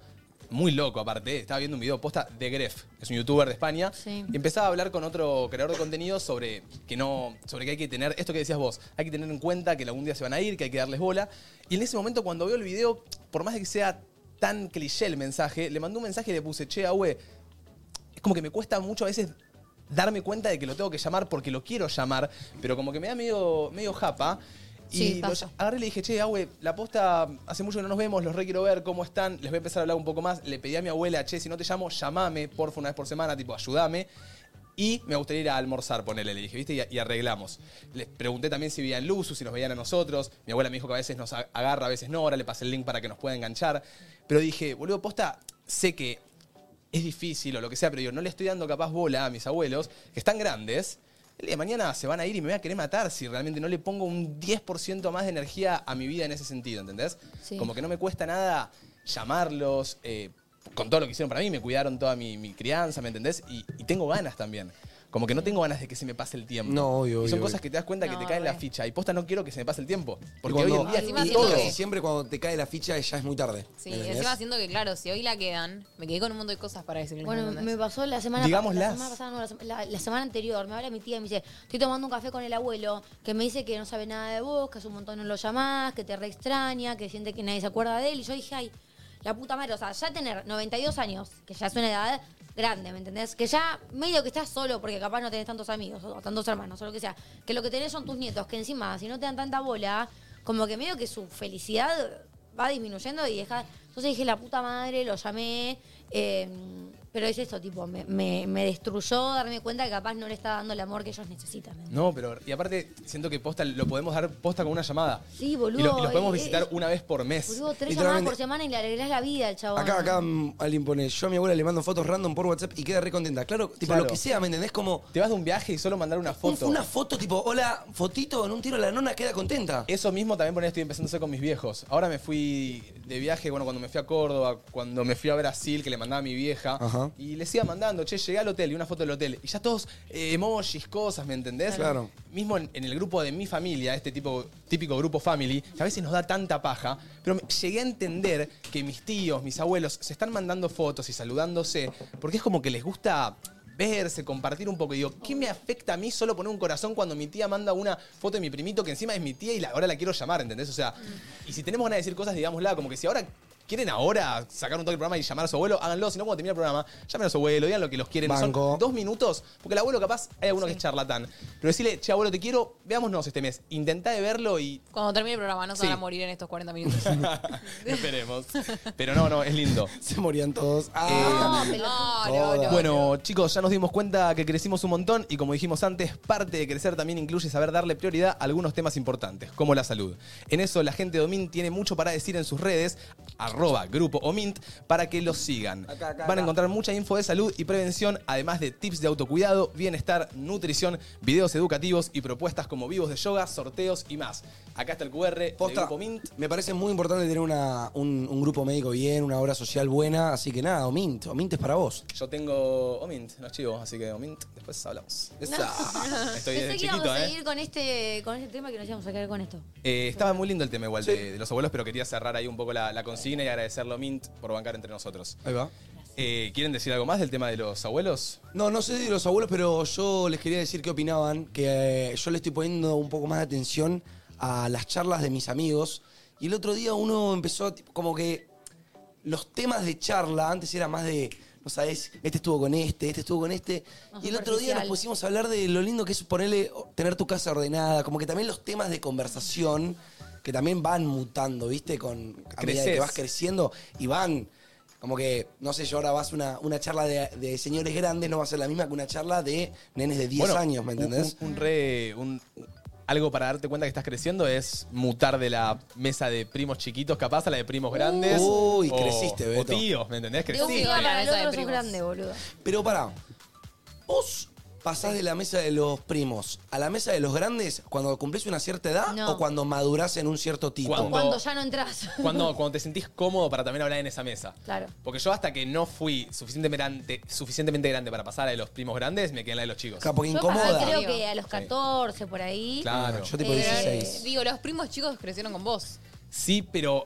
muy loco aparte. ¿eh? Estaba viendo un video posta de Gref, es un youtuber de España. Y empezaba a hablar con otro creador de contenido sobre que no. sobre que hay que tener. Esto que decías vos, hay que tener en cuenta que algún día se van a ir, que hay que darles bola. Y en ese momento, cuando veo el video, por más de que sea tan cliché el mensaje, le mandé un mensaje y le puse, che, Awe, es como que me cuesta mucho a veces darme cuenta de que lo tengo que llamar porque lo quiero llamar, pero como que me da medio, medio japa. Y
Sí,
lo
pasa.
ll- agarré y le dije, che, Awe, la posta, hace mucho que no nos vemos, los re quiero ver, ¿cómo están? Les voy a empezar a hablar un poco más. Le pedí a mi abuela, che, si no te llamo, llamame, porfa, una vez por semana, tipo, ayúdame. Y me gustaría ir a almorzar, ponele, le dije, ¿viste? Y, a- y arreglamos. Les pregunté también si veían Luzu, si nos veían a nosotros. Mi abuela me dijo que a veces nos a- agarra, a veces no. Ahora le pasé el link para que nos pueda enganchar. Pero dije, boludo, posta, sé que es difícil o lo que sea, pero yo no le estoy dando capaz bola a mis abuelos, que están grandes. El día de mañana se van a ir y me voy a querer matar si realmente no le pongo un 10% más de energía a mi vida en ese sentido, ¿entendés?
Sí.
Como que no me cuesta nada llamarlos, eh, con todo lo que hicieron para mí, me cuidaron toda mi, mi crianza, ¿me entendés? Y, y tengo ganas también. Como que no tengo ganas de que se me pase el tiempo.
No, obvio,
Y son
obvio,
cosas
obvio.
que te das cuenta que
No,
te caen la
re.
ficha. Y posta no quiero que se me pase el tiempo. Porque
Porque
hoy en día
encima
es
siento
todo.
que-
Siempre cuando te cae la ficha ya es muy tarde.
Sí,
¿entendés?
encima siento que, claro, si hoy la quedan, me quedé con un montón de cosas para decirles.
Bueno, me pasó la semana,
Digámoslas.
la semana pasada, no, la, sema- la- la semana anterior, me habla mi tía y me dice, estoy tomando un café con el abuelo, que me dice que no sabe nada de vos, que hace un montón no lo llamás, que te re extraña, que siente que nadie se acuerda de él. Y yo dije, ay, la puta madre, o sea, ya tener 92 años, que ya es una edad grande, ¿me entendés? Que ya medio que estás solo, porque capaz no tenés tantos amigos, o tantos hermanos, o lo que sea, que lo que tenés son tus nietos, que encima, si no te dan tanta bola, como que medio que su felicidad va disminuyendo y deja... Entonces dije, la puta madre, lo llamé. eh, pero es eso, tipo, me, me- me destruyó darme cuenta que capaz no le está dando el amor que ellos necesitan. ¿me
No, pero. Y aparte, siento que posta lo podemos dar posta con una llamada.
Sí, boludo,
Y, lo- y los podemos
eh,
visitar
eh,
una vez por mes.
Boludo, tres llamadas
Literalmente.
por semana y le alegrás la vida al chabón. <laughs>
Acá, acá mm, alguien pone, yo a mi abuela le mando fotos random por WhatsApp y queda re contenta. Claro, tipo
Claro.
lo que sea, ¿me entendés? Como.
Te vas de un viaje y solo mandar una foto.
Una foto tipo, hola, fotito, en un tiro la nona queda contenta.
Eso mismo también por ahí estoy empezando a hacer con mis viejos. Ahora me fui de viaje, bueno, cuando me fui a Córdoba, cuando me fui a Brasil, que le mandaba a mi vieja,
Ajá.
y les iba mandando, che, llegué al hotel y una foto del hotel. Y ya todos eh, emojis, cosas, ¿me entendés?
Claro.
Mismo en, en el grupo de mi familia, este tipo, típico grupo family, que a veces nos da tanta paja, pero me- llegué a entender que mis tíos, mis abuelos, se están mandando fotos y saludándose, porque es como que les gusta verse, compartir un poco. Y digo, ¿qué me afecta a mí solo poner un corazón cuando mi tía manda una foto de mi primito que encima es mi tía y la- ahora la quiero llamar, ¿entendés? O sea, y si tenemos ganas de decir cosas, digámosla, como que si ahora quieren ahora sacar un toque del programa y llamar a su abuelo, háganlo, si no cuando termine el programa, llamen a su abuelo, digan lo que los quieren. Son
Banco.
dos minutos, porque el abuelo capaz, hay alguno que es charlatán. Pero decirle, che abuelo, te quiero, veámonos este mes. Intentá de verlo y
Cuando termine el programa, no se
Sí.
van a morir en estos 40 minutos.
<laughs> esperemos. Pero no, no, es lindo.
<laughs>
Eh,
Se morían todos. Ah.
No, no, no, no.
Bueno, chicos, ya nos dimos cuenta que crecimos un montón y como dijimos antes, parte de crecer también incluye saber darle prioridad a algunos temas importantes, como la salud. En eso la gente de Omint tiene mucho para decir en sus redes, arroba grupo Omint, para que los sigan. Van a encontrar mucha info de salud y prevención, además de tips de autocuidado, bienestar, nutrición, videos educativos y propuestas como vivos de yoga, sorteos y más. Acá está el QR de
Posta.
grupo Omint.
Me parece muy importante tener una- un, un grupo médico bien, una obra social buena, así que nada, Omint, Omint es para vos.
Yo tengo Omint, no es chivo, así que Omint, después hablamos. Esa. <laughs> Estoy
Pensé
desde
que íbamos
chiquito,
a
¿eh?
seguir con este, con este tema que nos íbamos a quedar con esto.
Eh, estaba muy lindo el tema igual de, de los abuelos, pero quería cerrar ahí un poco la, la consigna y agradecerlo a Mint por bancar entre nosotros.
Ahí va.
Eh, ¿Quieren decir algo más del tema de los abuelos?
No, no sé de los abuelos, pero yo les quería decir qué opinaban, que eh, yo le estoy poniendo un poco más de atención a las charlas de mis amigos. Y el otro día uno empezó, tipo, como que los temas de charla, antes era más de, no sabés, este estuvo con este, este estuvo con este.
Más
y el otro día nos
superficial.
pusimos a hablar de lo lindo que es ponerle, tener tu casa ordenada, como que también los temas de conversación, que también van mutando, ¿viste? Con, a medida que
Creces.
vas creciendo y van... Como que, no sé, yo ahora vas a una, una charla de, de señores grandes, no va a ser la misma que una charla de nenes de 10
Bueno,
años, ¿me
un-
entendés?
Un, un re. un- algo para darte cuenta que estás creciendo es mutar de la mesa de primos chiquitos capaz a la de primos
Uh.
grandes.
Uy,
o-
creciste, Beto.
O tíos, ¿me entendés?
De un
Creciste.
día
la
para el
mesa de
otro sos
primos.
grande, boludo.
Pero pará, vos pasás de la mesa de los primos a la mesa de los grandes cuando cumplís una cierta edad
No.
o cuando madurás en un cierto tipo.
Cuando-
Cuando ya no entras.
Cuando, cuando te sentís cómodo para también hablar en esa mesa.
<laughs> Claro.
Porque yo hasta que no fui suficientemente grande, suficientemente grande para pasar a la de los primos grandes, me quedé en la de los chicos.
Claro, porque
Yo
incomoda.
pasé, creo que a los 14, por ahí.
Claro.
Yo tipo
Eh,
16.
Digo, los primos chicos crecieron con vos.
Sí, pero.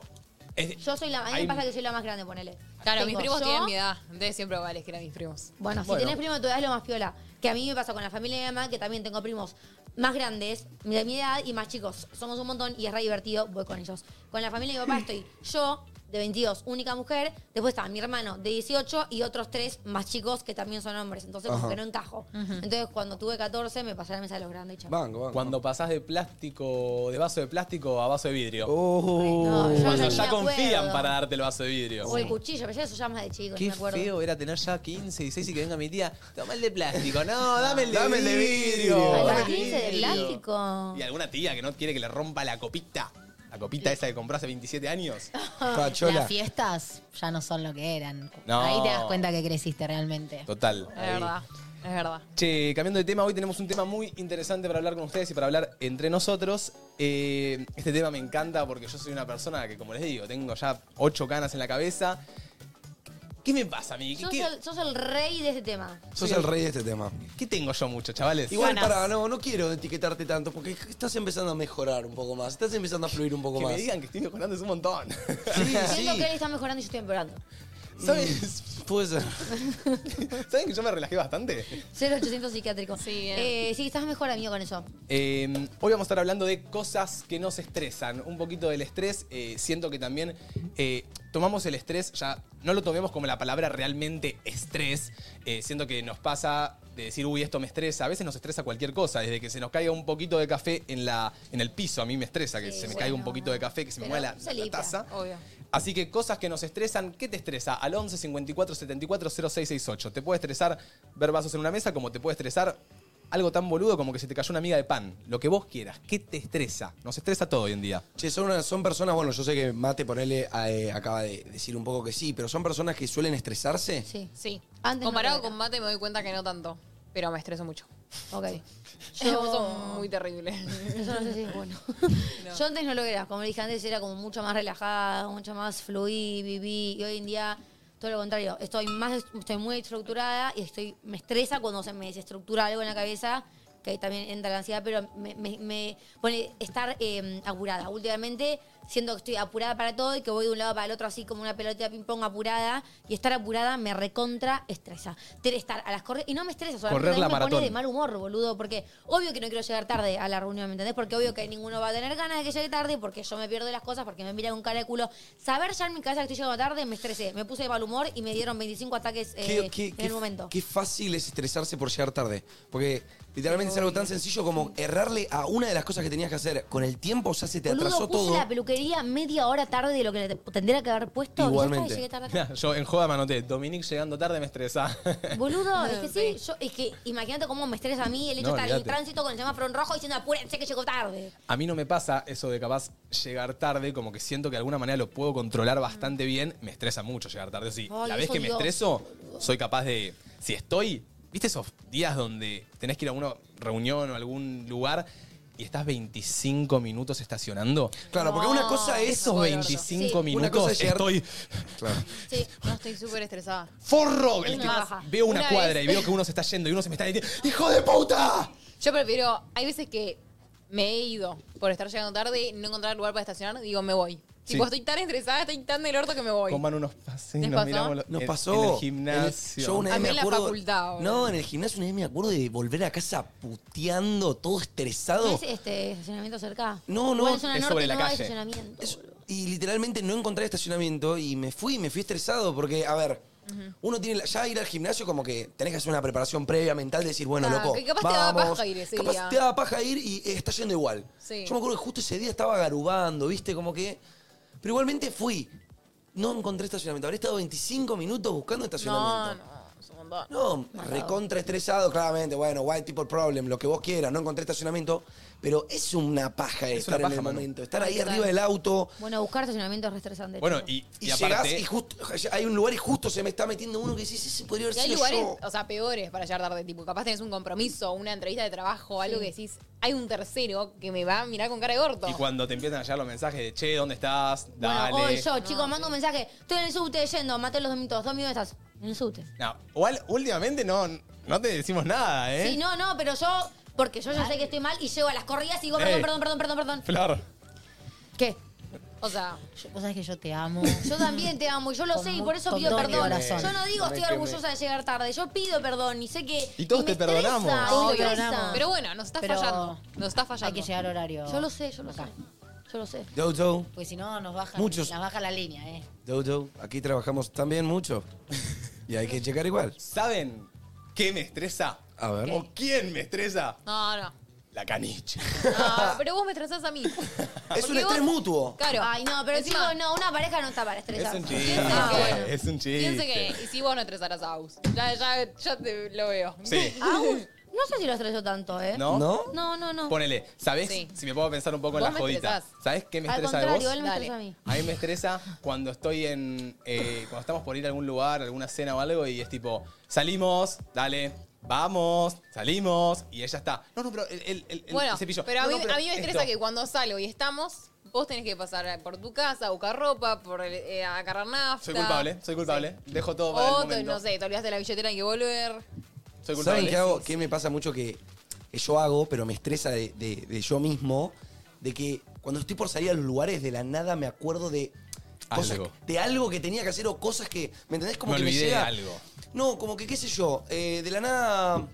es-
Yo soy la, a mí
Hay-
me pasa que soy la más grande, ponele.
Claro, mis
Tengo
primos
yo.
tienen mi edad. Entonces siempre voy a elegir a mis primos.
Bueno, si tenés primo de tu edad es lo más piola. Que a mí me pasa con la familia de mi mamá, que también tengo primos más grandes, de mi edad y más chicos. Somos un montón y es re divertido, voy con ellos. Con la familia de mi papá estoy yo, de 22, única mujer. Después está mi hermano, de 18, y otros tres más chicos que también son hombres. Entonces, como
Ajá.
que no encajo.
Ujú.
Entonces, cuando tuve 14, me pasé a la mesa de los grandes y chao.
Cuando pasás de plástico, de vaso de plástico a vaso de vidrio. Oh.
no, yo
Cuando
no
ya
me
confían
acuerdo.
para darte el vaso de vidrio.
O el cuchillo, pero ya eso ya más de chico, no
Qué
me acuerdo.
feo era tener ya 15, 16 y que venga mi tía, toma el de plástico. <laughs> No, dame el de
Dame el de
vidrio.
vidrio.
A
Dame
los
el
15 de
vidrio.
plástico.
Y alguna tía que no quiere que le rompa la copita. La copita esa que compró hace 27
<laughs>
años.
Las fiestas ya no son lo que eran.
No.
Ahí te das cuenta que creciste realmente.
Total. ahí.
es verdad.
Che, cambiando de tema, hoy tenemos un tema muy interesante para hablar con ustedes y para hablar entre nosotros. Eh, este tema me encanta porque yo soy una persona que, como les digo, tengo ya ocho canas en la cabeza. ¿Qué me pasa a mí? ¿Qué,
Sos
qué-
el, sos el rey de este tema.
Sos el rey de este tema.
qué tengo yo mucho, chavales?
Igual, pará, no, no quiero etiquetarte tanto porque estás empezando a mejorar un poco más. Estás empezando a fluir un poco
Que me
más.
digan que estoy mejorando es un montón. <laughs>
Siento que él está mejorando y yo estoy empeorando.
¿Sabes?
Mm,
<laughs> ¿Saben que yo me relajé bastante?
0800 psiquiátrico. Sí,
eh.
eh, sí, estás mejor amigo con eso.
Eh, hoy vamos a estar hablando de cosas que nos estresan. Un poquito del estrés. eh, siento que también eh, tomamos el estrés, ya no lo tomemos como la palabra realmente estrés. Eh, siento que nos pasa de decir, uy, esto me estresa. A veces nos estresa cualquier cosa. Desde que se nos caiga un poquito de café en, la, en el piso, a mí me estresa que
Sí,
se me
bueno.
caiga un poquito de café, que se me mueva la, la taza.
Obvio.
Así que cosas que nos estresan, ¿qué te estresa? Al 11 54 74 0668. Te puede estresar ver vasos en una mesa, como te puede estresar algo tan boludo como que se te cayó una miga de pan. Lo que vos quieras. ¿Qué te estresa? Nos estresa todo hoy en día.
Che, son, una- son personas, bueno, yo sé que Mate, ponele, eh, acaba de decir un poco que sí, pero son personas que suelen estresarse.
Sí.
Sí.
Antes no
Comparado
lo era.
con mate me doy cuenta que no tanto. Pero me estreso mucho.
Ok.
Yo...
Yo-
<laughs> son muy terribles.
Eso no sé si es bueno. Yo antes no lo era. Como dije antes, era como mucho más relajada, mucho más fluí, viví. Y hoy en día, todo lo contrario. Estoy más, estoy muy estructurada y estoy, me estresa cuando se me desestructura algo en la cabeza, que ahí también entra la ansiedad, pero me, me- me pone estar eh, apurada. Últimamente siento que estoy apurada para todo y que voy de un lado para el otro así como una pelota de ping-pong apurada. Y estar apurada me recontra estresa. Tener- Estar a las corridas. Y no me estresa, solamente
Correr la
también me pone
maratón.
de mal humor, boludo, porque obvio que no quiero llegar tarde a la reunión, ¿me entendés? Porque obvio que ninguno va a tener ganas de que llegue tarde, porque yo me pierdo las cosas, porque me miran con cara de culo. Saber ya en mi casa que estoy llegando tarde, me estresé, me puse de mal humor y me dieron 25 ataques eh,
Qué, qué-
en
qué-
el momento.
qué fácil es estresarse por llegar tarde. Porque literalmente es algo tan sencillo como errarle a una de las cosas que tenías que hacer. Con el tiempo ya se te
Boludo,
atrasó
puse
todo.
la peluquería media hora tarde de lo que le tendría que haber puesto. y ya está,
Igualmente.
llegué tarde.
Mirá, <laughs> yo en joda manoté, Dominique llegando tarde me
<laughs>
estresa.
Boludo, es que sí, yo, es que imagínate cómo me estresa a mí el hecho
No,
de estar en
olvídate.
tránsito con el semáforo en rojo diciendo apúrense que llegó tarde.
A mí no me pasa eso de capaz llegar tarde, como que siento que de alguna manera lo puedo controlar bastante bien. Me estresa mucho llegar tarde. Sí,
Ay,
la vez
eso
que me
Dios.
estreso, soy capaz de. Si estoy. ¿Viste esos días donde tenés que ir a una reunión o algún lugar y estás 25 minutos estacionando?
Claro, porque una cosa es.
Esos 25
Sí. Una
minutos
cosa es llegar-
estoy.
Sí, no estoy súper estresada.
¡Forro!
Es
que
más,
veo una,
una
cuadra
vez-
y veo que uno se está yendo y uno se me está diciendo ¡Hijo de puta!
Yo prefiero, hay veces que me he ido por estar llegando tarde, no encontrar lugar para estacionar, digo, me voy.
Sí.
Tipo, estoy tan estresada, estoy tan del orto que me voy.
Coman unos pases,
¿Les
nos
pasó?
miramos lo-
Nos
en-
pasó.
en
En
el gimnasio.
yo una vez
A mí
me
en la
acuerdo-
facultad, boludo.
No, en el gimnasio una vez me acuerdo de volver a casa puteando, todo
¿No
estresado.
es este estacionamiento cerca?
No, no,
Igual en zona
es
norte
sobre la
no hay
calle.
estacionamiento.
Y literalmente no encontré estacionamiento y me fui, me fui estresado porque, a ver, uno tiene la- ya ir al gimnasio como que tenés que hacer una preparación previa mental de decir, bueno,
Ah,
loco,
que capaz te daba
vamos,
paja ir ese
capaz
día.
te daba paja ir y eh, está yendo igual.
Sí.
Yo me acuerdo que justo ese día estaba garubando, viste, como que... Pero igualmente fui. No encontré estacionamiento. Habré estado 25 minutos buscando
No,
estacionamiento.
no, es un montón.
No, recontra estresado, claramente. Bueno, white people problem, lo que vos quieras. No encontré estacionamiento. Pero es una paja
Es
estar en
una paja,
el
Manu.
momento. Estar ahí
Total.
arriba del auto,
Bueno, buscar estacionamiento es re estresante.
Bueno,
chicos.
y,
y,
y
llegás
aparte.
y justo hay un lugar y justo se me está metiendo uno que sí, sí, sí, podría haber
Y hay
sido
lugares,
yo.
o sea, peores para llegar tarde. Tipo, capaz tenés un compromiso, una entrevista de trabajo, algo que decís, hay un tercero que me va a mirar con cara de gordo.
Y cuando te empiezan a llegar los mensajes de che, ¿dónde estás? Dale.
Bueno, hoy yo, chicos, mando un mensaje. Estoy en el subte yendo, maté los dos minutos, dos minutos estás en el subte.
No, igual últimamente no, no te decimos nada, ¿eh?
Sí, no, no, pero yo, porque yo ya sé que estoy mal y llego a las corridas y digo,
Ey.
perdón, perdón, perdón, perdón, perdón.
Flor.
¿Qué?
O sea,
vos sabés que yo te amo.
Yo también te amo, y yo lo
Con
sé, y
mu-
por eso
con
pido
todo mi
perdón.
corazón.
Yo no digo
Con
estoy
el que me-
orgullosa de llegar tarde, yo pido perdón y sé que.
Y todos
me
te perdonamos.
estresa,
Todos
me estresa.
perdonamos.
Pero bueno, nos está fallando, Nos está fallando.
Hay que llegar a horario.
Yo lo sé, yo lo sé. Yo lo sé.
Dodo,
Pues si no, nos baja,
Muchos.
nos baja la línea, ¿eh?
Dodo, aquí trabajamos también mucho. <laughs> y hay que checar igual.
¿Saben qué me estresa?
A ver.
¿O quién me estresa?
No,
<laughs>
no.
La caniche.
No, pero vos me estresás a mí.
Es
un estrés
mutuo.
Claro.
Ay, no, pero
Encima-
chicos, no, una pareja no está para
Es
estresar.
un chiste.
Ah,
<laughs>
bueno.
Es un chiste.
Piense que, y si vos no estresaras a Aus. Ya, ya, ya te lo veo.
Sí.
<laughs>
Aún, no sé si lo estresó tanto, ¿eh?
¿No? ¿No?
No, no, no.
Ponele, ¿sabés?
Sí.
Si me puedo pensar un poco en
Vos
la
me
jodita.
estresás.
¿Sabés qué me
Al
estresa de
contrario,
vos?
él me estresa a mí.
A mí me estresa cuando estoy en. eh, cuando estamos por ir a algún lugar, alguna cena o algo, y es tipo, salimos, dale, vamos, salimos, y ella está. No, no, pero el, el- el- el
Bueno,
cepillo.
pero a
No,
mí,
no,
a mí me estresa
esto.
que cuando salgo y estamos, vos tenés que pasar por tu casa, buscar ropa, por el- eh, agarrar nafta.
Soy culpable, soy culpable. Dejo todo para
O,
el momento.
no sé, te olvidaste la billetera, hay que volver.
Soy culpable.
¿Saben qué hago? ¿Qué me pasa mucho que, que yo hago, pero me estresa de, de- de yo mismo? De que cuando estoy por salir a los lugares de la nada me acuerdo de cosas-
Algo.
de algo que tenía que hacer o cosas que. ¿Me entendés? Como
me
que
olvidé
me
de
llega.
algo.
No, como que qué sé yo. eh, de la nada.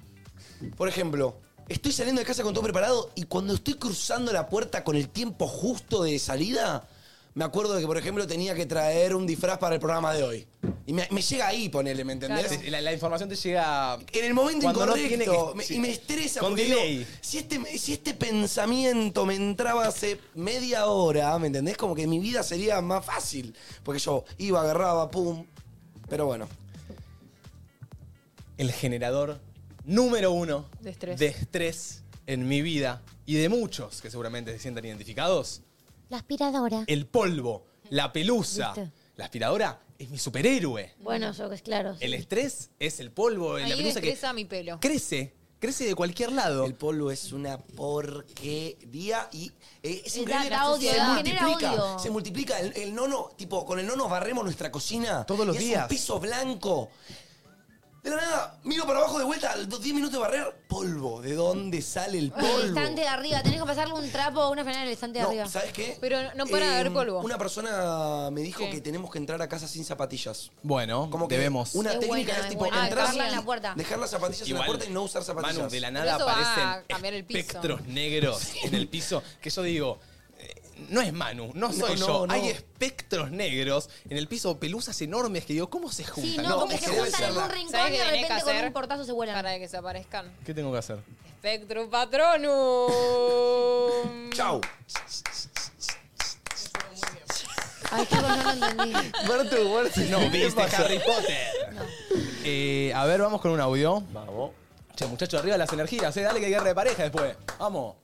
Por ejemplo, estoy saliendo de casa con todo preparado y cuando estoy cruzando la puerta con el tiempo justo de salida, me acuerdo de que, por ejemplo, tenía que traer un disfraz para el programa de hoy. Y me, me llega ahí, ponele, ¿me entendés?
Claro. La, la información te llega.
En el momento
cuando no
incorrecto.
tiene que-
Me-
sí.
Y me estresa
Con
porque
delay.
digo, si, este, si este pensamiento me entraba hace media hora, ¿me entendés? Como que mi vida sería más fácil. Porque yo iba, agarraba, pum. Pero bueno.
el generador número uno
De estrés.
de estrés en mi vida y de muchos que seguramente se sientan identificados,
La aspiradora.
el polvo, la pelusa,
¿Viste?
la aspiradora es mi superhéroe.
Bueno, yo que es claro.
El estrés es el polvo, Eh,
A
la
mí me
pelusa que
estresa mi pelo.
crece, crece de cualquier lado. El
polvo es una porquería y eh, es
Da-
increíble.
da odio,
se
da-
multiplica,
genera odio.
se multiplica. El, el nono, tipo, con el nono barremos nuestra cocina. Todos
los
Es
días.
un piso blanco. De la nada, miro para abajo de vuelta, a los 10 minutos de barrer, polvo. ¿De dónde sale el polvo?
El estante de arriba, tenés que pasarle un trapo o una franela al estante de
No,
arriba.
¿sabes qué?
Pero no para de haber
Em,
polvo.
Una persona me dijo
¿Qué?
que tenemos que entrar a casa sin zapatillas.
Bueno,
Como que
debemos.
Una
Es
técnica
buena,
es
es
tipo
buena. Ah,
entrar
dejarla en la puerta.
Dejar las zapatillas en
Igual,
la puerta y no usar zapatillas.
Manu, de la
Pero
nada
eso va a
aparecen
cambiar el piso.
espectros negros en el piso que yo digo. eh, No es Manu, no soy
No, no,
yo.
no.
Hay espectros negros en el piso, pelusas enormes que digo, ¿cómo se juntan?
Sí, no, porque
¿cómo
se
debe
juntan en
ser
un
la-
rincón
¿Sabés
y de
qué tenés que
repente con
hacer?
un portazo se vuelan.
Para que se aparezcan.
¿Qué tengo que hacer?
Spectrum Patronum.
Chau.
Ay, chicos, no lo entendí.
Bertu, Bertu.
No,
¿qué
viste
pasa?
Harry Potter. Eh, a ver, vamos con un audio. Vamos. Che, muchacho, arriba las energías, eh. Dale que hay guerra de pareja después. Vamos.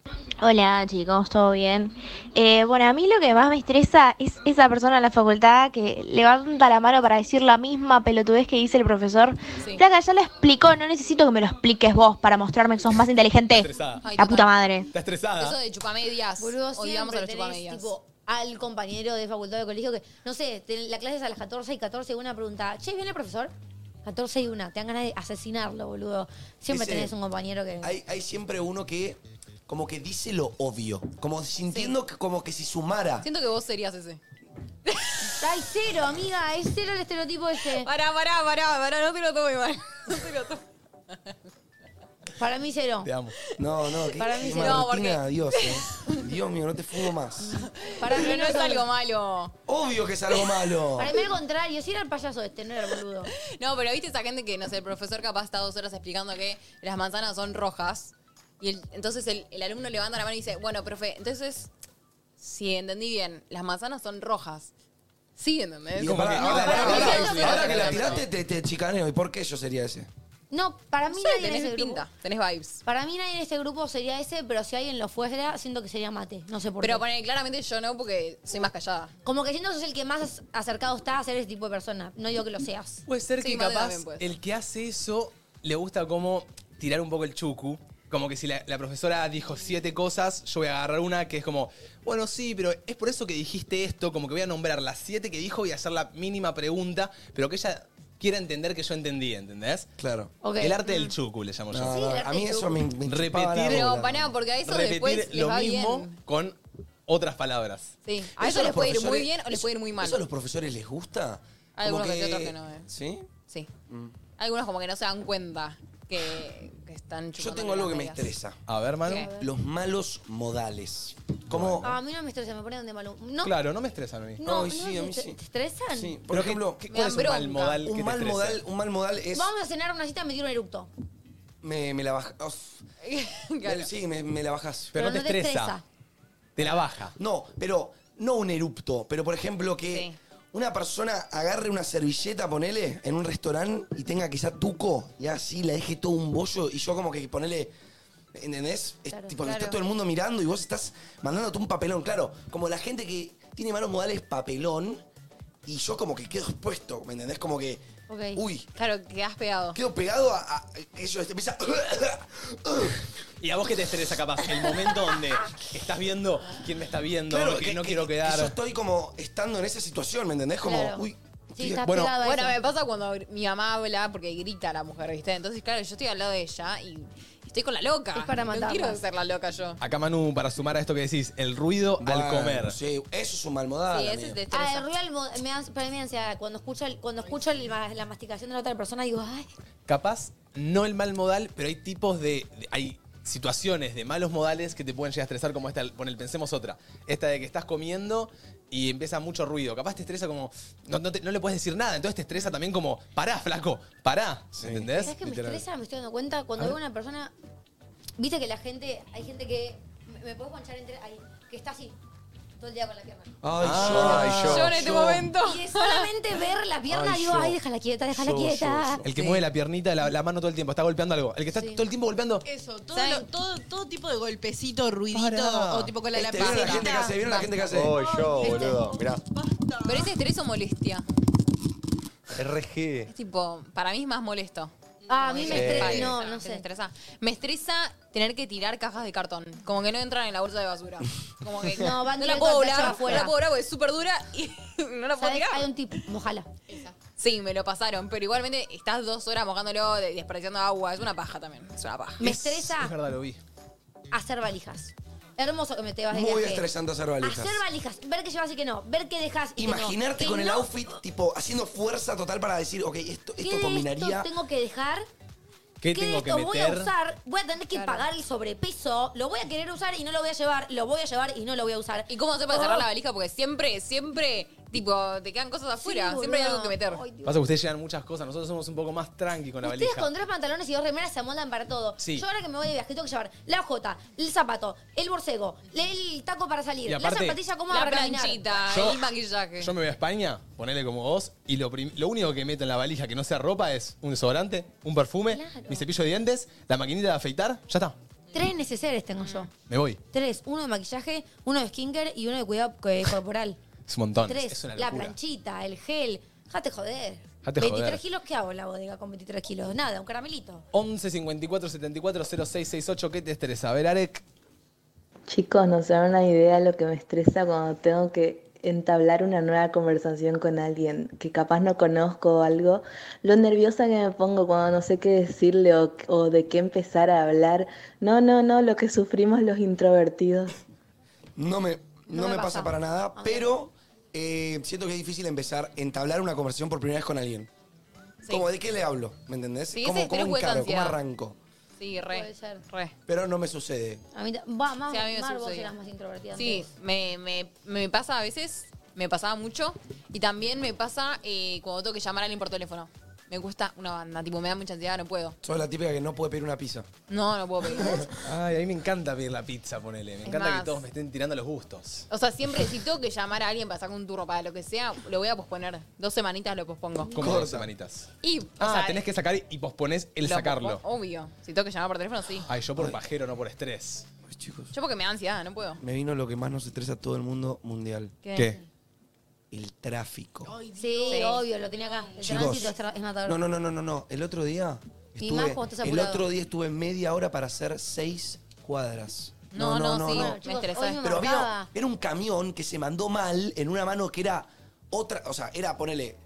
Hola chicos, ¿todo bien? Eh, bueno, a mí lo que más me estresa es esa persona en la facultad que levanta la mano para decir la misma pelotudez que dice el profesor. Placa, ya lo explicó, no necesito que me lo expliques vos para mostrarme que sos más inteligente.
Estresada.
Ay,
La
total.
puta madre.
Está estresada.
Eso de chupamedias.
Boludo,
Odiamos a
siempre
los
tenés,
chupamedias.
tipo, al compañero de facultad de colegio que, no sé, te- la clase es a las 14 y 14 y una pregunta, che, ¿viene el profesor? 14 y una, te dan ganas de asesinarlo, boludo. Siempre
Ese-
tenés un compañero que...
Hay, hay siempre uno que como que dice lo obvio. Como sintiendo que como que si sumara.
Siento que vos serías ese.
Ay, cero, amiga, es cero el estereotipo ese.
Pará, pará, pará, pará, no te lo tomes mal. <laughs> No te lo tomes.
Para mí cero.
Te amo.
No, no, que
Para mí
qué
sí.
mala
No,
rutina,
porque-
Dios, eh. Dios mío, no te fumo más.
Para mí
Pero no es
solo.
algo malo.
Obvio que es
<laughs>
algo malo.
Para mí al contrario, si era el payaso este, no era el boludo.
<laughs> No, pero viste esa gente que, no sé, el profesor capaz está dos horas explicando que las manzanas son rojas. Y el- entonces el, el alumno levanta la mano y dice, bueno, profe, entonces, si entendí bien, las manzanas son rojas. Sí, ¿entendés?
Digo, pará,
Como
ahora,
no,
pará,
pará,
pará,
no,
ahora
no, no,
que
no,
la
no,
tiraste te, te chicaneo. ¿Y por qué yo sería ese?
No, para mí
no,
nadie en ese
tenés
grupo.
pinta, tenés vibes.
Para mí nadie en este grupo sería ese, pero si alguien lo fuera, siento que sería mate. No sé por
Pero
qué.
poné, claramente yo no, porque soy más callada.
Como que siento que sos el que más acercado está a ser ese tipo de persona. No digo que lo seas.
Puede ser
Sí,
que
Mate
capaz
también puede ser.
el que hace eso le gusta como tirar un poco el chucu. Como que si la, la profesora dijo siete cosas, yo voy a agarrar una que es como, bueno, sí, pero es por eso que dijiste esto, como que voy a nombrar las siete que dijo y hacer la mínima pregunta, pero que ella quiera entender que yo entendí, ¿entendés?
Claro.
Ok.
El arte
mm.
del chucu le llamo yo.
No, no, a mí eso me, me chupaba la
Repetir-
bola.
Pero pará, porque a eso
repetir
después les
lo
va
mismo
bien.
con otras palabras.
Sí.
¿Eso
A eso
los
les puede ir muy
profesores-
bien o les puede ir muy mal.
¿Eso a los profesores les gusta?
Hay
Como
algunos que sí, otros que no, eh.
¿Sí?
Sí.
Mm.
Algunos como que no se dan cuenta que, que están
Yo
chupando.
tengo algo que me estresa. A ver,
Manu. ¿Qué?
Los malos modales.
Ah,
¿Cómo?
Ah, A mí no me estresa, me ponen de mal humor. No,
Claro, no me estresan a mí.
No,
Ay,
no
sí, a
te
mí
estre-
sí.
¿Te estresan?
Sí, por ejemplo,
¿qué-
me
¿cuál
dan
es un mal
bronca.
modal
un
que
mal
te estresa?
modal, un mal modal es...
Vamos a cenar a una cita, me tiro un
<laughs>
eructo.
Me, me la bajas.
<laughs> Claro.
Sí, me, me la bajas.
Pero Pero no no te te estresa. estresa.
Te la baja.
No, pero no un erupto, pero por ejemplo que una persona agarre una servilleta, ponele, en un restaurante y tenga quizá tuco y así la deje todo un bollo y yo como que ponele... ¿Entendés? Es tipo que está todo el mundo mirando y vos estás mandándote un papelón. Claro, como la gente que tiene malos modales papelón y yo como que quedo expuesto, ¿me entendés? Como que
Ok.
Uy.
Claro, quedás pegado.
quedo pegado a, a- eso, este, empieza... <clears throat>
Y a vos que te estresa capaz, el momento donde estás viendo quién me está viendo,
Claro,
que,
que-
no quiero
que yo
quedar.
estoy como estando en esa situación, ¿me entendés? Como,
Claro.
uy.
Sí, estás Bueno, pegado a
bueno,
eso.
me pasa cuando mi mamá habla porque grita la mujer, ¿viste? Entonces, claro, yo estoy al lado de ella y estoy con la loca.
Es para
No
matarla.
quiero ser la loca yo.
Acá Manu, para sumar a esto que decís, el ruido al
Bueno,
comer.
Sí, eso es un mal modal.
Sí, ese
amigo.
es de
Ah, el ruido al mo- me da- para mí me da ansiedad. Cuando escucho, el- cuando escucho el ma- la masticación de la otra persona, digo, ay,
Capaz, no el mal modal, pero hay tipos de, de- Hay situaciones de malos modales que te pueden llegar a estresar, como esta, el pensemos otra. Esta de que estás comiendo y empieza mucho ruido. Capaz te estresa como. No, no te- no le puedes decir nada, entonces te estresa también como. Pará, flaco, pará. ¿Entendés?
¿sabes que me
Literal.
estresa? Me estoy dando cuenta cuando
A
veo
ver.
una persona. Viste que la gente, hay gente que. ¿Me, me puedes ponchar entre.? ahí, que está así, todo el día con la pierna.
Ay,
Ah,
yo.
yo en este momento.
Y de solamente ver la pierna,
Ay,
digo,
yo.
ay, déjala quieta, déjala
Yo,
quieta.
yo, yo. El que mueve la piernita, la, la mano todo el tiempo, está golpeando algo. El que está todo el tiempo golpeando.
Eso, todo, lo- todo, todo tipo de golpecito, ruidito,
Pará.
o tipo con la
Este,
lapicera.
¿vieron la gente que hace? ¿Vieron la gente que hace?
Soy yo,
Ay, ¿viste?
boludo. Mirá.
Pero ese estrés o molestia.
RG.
Es tipo, para mí es más molesto.
Ah, a mí
me estresa,
no, no sé.
Me estresa. Me estresa tener que tirar cajas de cartón. Como que no entran en la bolsa de basura. Como que
<laughs> No, van
la
directo
puedo
al tacho
volar. No
afuera.
la puedo volar porque es súper dura y <laughs> no la puedo
¿Sabes?
tirar.
Hay un tip, mojala.
Sí, me lo pasaron, pero igualmente estás dos horas mojándolo, de- desperdiciando agua. Es una paja también. Es una paja.
Me estresa
Es verdad, lo vi.
hacer valijas. Hermoso que me te vas de
Muy
viaje.
estresante hacer valijas.
Hacer valijas, ver qué llevas y qué no, ver qué dejas y qué no.
Imaginarte
Que
con el
no-
outfit, tipo, haciendo fuerza total para decir, ok, esto,
¿Qué
esto
de
combinaría.
esto tengo que dejar?
¿Qué
¿Qué de
tengo que
esto voy a
meter?
usar? Voy a tener que pagar el sobrepeso. Lo voy a querer usar y no lo voy a llevar. Lo voy a llevar y no lo voy a usar. Oh.
¿Y cómo hacer para cerrar la valija? Porque siempre, siempre, tipo, te quedan cosas afuera. siempre hay algo que meter.
Pasa que ustedes llevan muchas cosas, nosotros somos un poco más tranqui con la
Ustedes
valija.
con tres pantalones y dos remeras se amoldan para todo.
Sí.
Yo ahora que me voy de viaje tengo que llevar la jota, el zapato, el borcego, el taco para salir,
Y aparte-
la zapatilla cómoda
La
para caminar.
planchita,
Yo-
el maquillaje.
Yo me voy a España, ponele como vos, y lo, prim- lo único que meto en la valija que no sea ropa es un desodorante, un perfume, mi cepillo de dientes, la maquinita de afeitar, ya está,
Tres neceseres tengo yo.
me voy.
Tres. Uno de maquillaje, uno de skincare y uno de cuidado eh, corporal.
Es un montón.
Tres.
Es una
la
locura.
planchita, el gel. Jate joder.
Dejate
23
joder.
kilos, ¿qué hago en la bodega con 23 kilos? Nada, un caramelito.
11 54 74 0668, ¿qué te estresa? A ver, Arek.
Chicos, no se dan una idea de lo que me estresa cuando tengo que entablar una nueva conversación con alguien que capaz no conozco o algo. Lo nerviosa que me pongo cuando no sé qué decirle o, o de qué empezar a hablar. No, no, no, lo que sufrimos los introvertidos.
No me,
No
no
me
me pasa
pasa.
para nada, pero eh, siento que es difícil empezar, entablar una conversación por primera vez con alguien. Como, ¿de qué le hablo? ¿Me entendés?
Sí,
como
ese
como
estrés puede
encaro, como
ansiedad.
arranco.
Sí, re. Re.
Pero no me sucede.
A mí, ta- va, más,
Sí, a mí me
más vos
sucedió.
eras más introvertida.
Sí,
antes.
me, me- me pasa a veces, me pasaba mucho. Y también me pasa eh, cuando tengo que llamar a alguien por teléfono. Me cuesta una banda, tipo, me da mucha ansiedad, no puedo.
Soy la típica que no puede pedir una pizza.
No, no puedo pedir.
Ay, a mí me encanta pedir la pizza, ponele. Me
Es
encanta
más.
que todos me estén tirando los gustos.
O sea, siempre si tengo que llamar a alguien para sacar un turro para lo que sea, lo voy a posponer. Dos semanitas lo pospongo.
Como dos semanitas.
Y, o
Ah,
sea,
tenés que sacar y posponés el
lo
sacarlo.
pospongo, Obvio. Si tengo que llamar por teléfono, sí.
Ay, yo por pajero, no por estrés.
Yo porque me da ansiedad, no puedo.
Me vino lo que más nos estresa a todo el mundo mundial.
¿Qué? ¿Qué?
El tráfico.
Sí,
Sí.
obvio, lo tenía acá. El
Chicos,
tránsito es, tra- es matador.
No, no, no, no, no, no. El otro día
Y
estuve-
más cuando estás
el
apurado.
otro día estuve media hora para hacer seis cuadras.
No, no, sí, me estresé. hoy me
Pero había,
mataba.
era un camión que se mandó mal en una mano que era otra, o sea, era, ponele,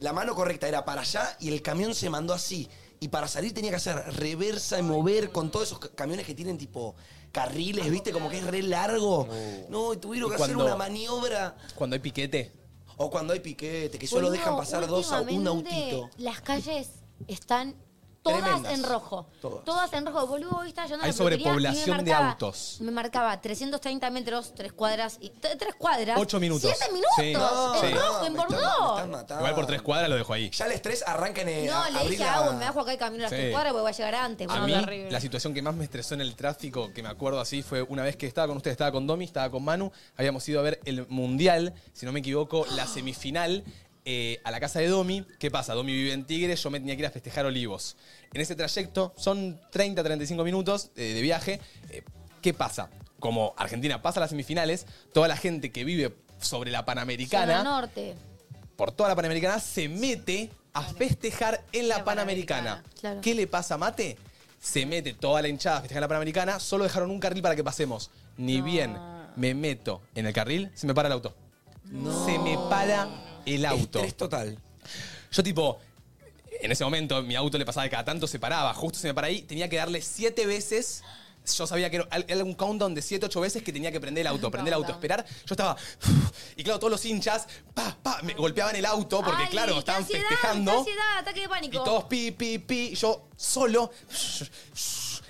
la mano correcta era para allá y el camión se mandó así. Y para salir tenía que hacer reversa y mover con todos esos ca- camiones que tienen tipo carriles, ¿viste? Como que es re largo. No, y tuvieron
Uh. ¿Y
que hacer
cuando-
una maniobra.
Cuando hay piquete.
O cuando hay piquete, que solo
Boludo,
dejan pasar dos a un
últimamente
autito.
Las calles están todas
Tremendas.
en rojo.
Todas.
Todas. en rojo. Boludo, hoy estaba yendo a
Hay
la peluquería
sobrepoblación
y me
de
marcaba-
autos.
Me marcaba 330 metros, tres cuadras. Y, t- tres cuadras.
Ocho minutos.
Siete minutos.
Sí. No,
en
sí.
rojo, en Bordeaux.
Igual por tres cuadras lo dejo ahí.
Ya el estrés arranca en el.
No, le dije a Agus, me bajo acá y camino a las
eh, Sí.
tres cuadras porque voy a llegar antes.
A
boludo.
mí, la situación que más me estresó en el tráfico, que me acuerdo así, fue una vez que estaba con ustedes, estaba con Domi, estaba con Manu, habíamos ido a ver el Mundial, si no me equivoco, la semifinal, eh, a la casa de Domi. ¿Qué pasa? Domi vive en Tigre, yo me tenía que ir a festejar Olivos. En ese trayecto, son 30, 35 minutos eh, de viaje. eh, ¿Qué pasa? Como Argentina pasa a las semifinales, toda la gente que vive sobre la Panamericana
Zona norte.
por toda la Panamericana, se mete a festejar en la, Panamericana.
Claro.
¿Qué le pasa a Mate? Se mete toda la hinchada a festejar en la Panamericana, solo dejaron un carril para que pasemos. Ni bien me meto en el carril, se me para el auto. Se me para el auto. Estrés
total.
Yo tipo, en ese momento mi auto le pasaba de cada tanto, se paraba, justo se me para ahí, tenía que darle siete veces. Yo sabía que era era un countdown de siete, ocho veces que tenía que prender el auto, prender el auto, esperar. Yo estaba. Y claro, todos los hinchas, pa, pa, me golpeaban el auto porque,
Ay,
claro,
qué
estaban
ansiedad,
festejando.
qué ansiedad, ataque de
Y
pánico.
todos pi, pi, pi. Yo solo.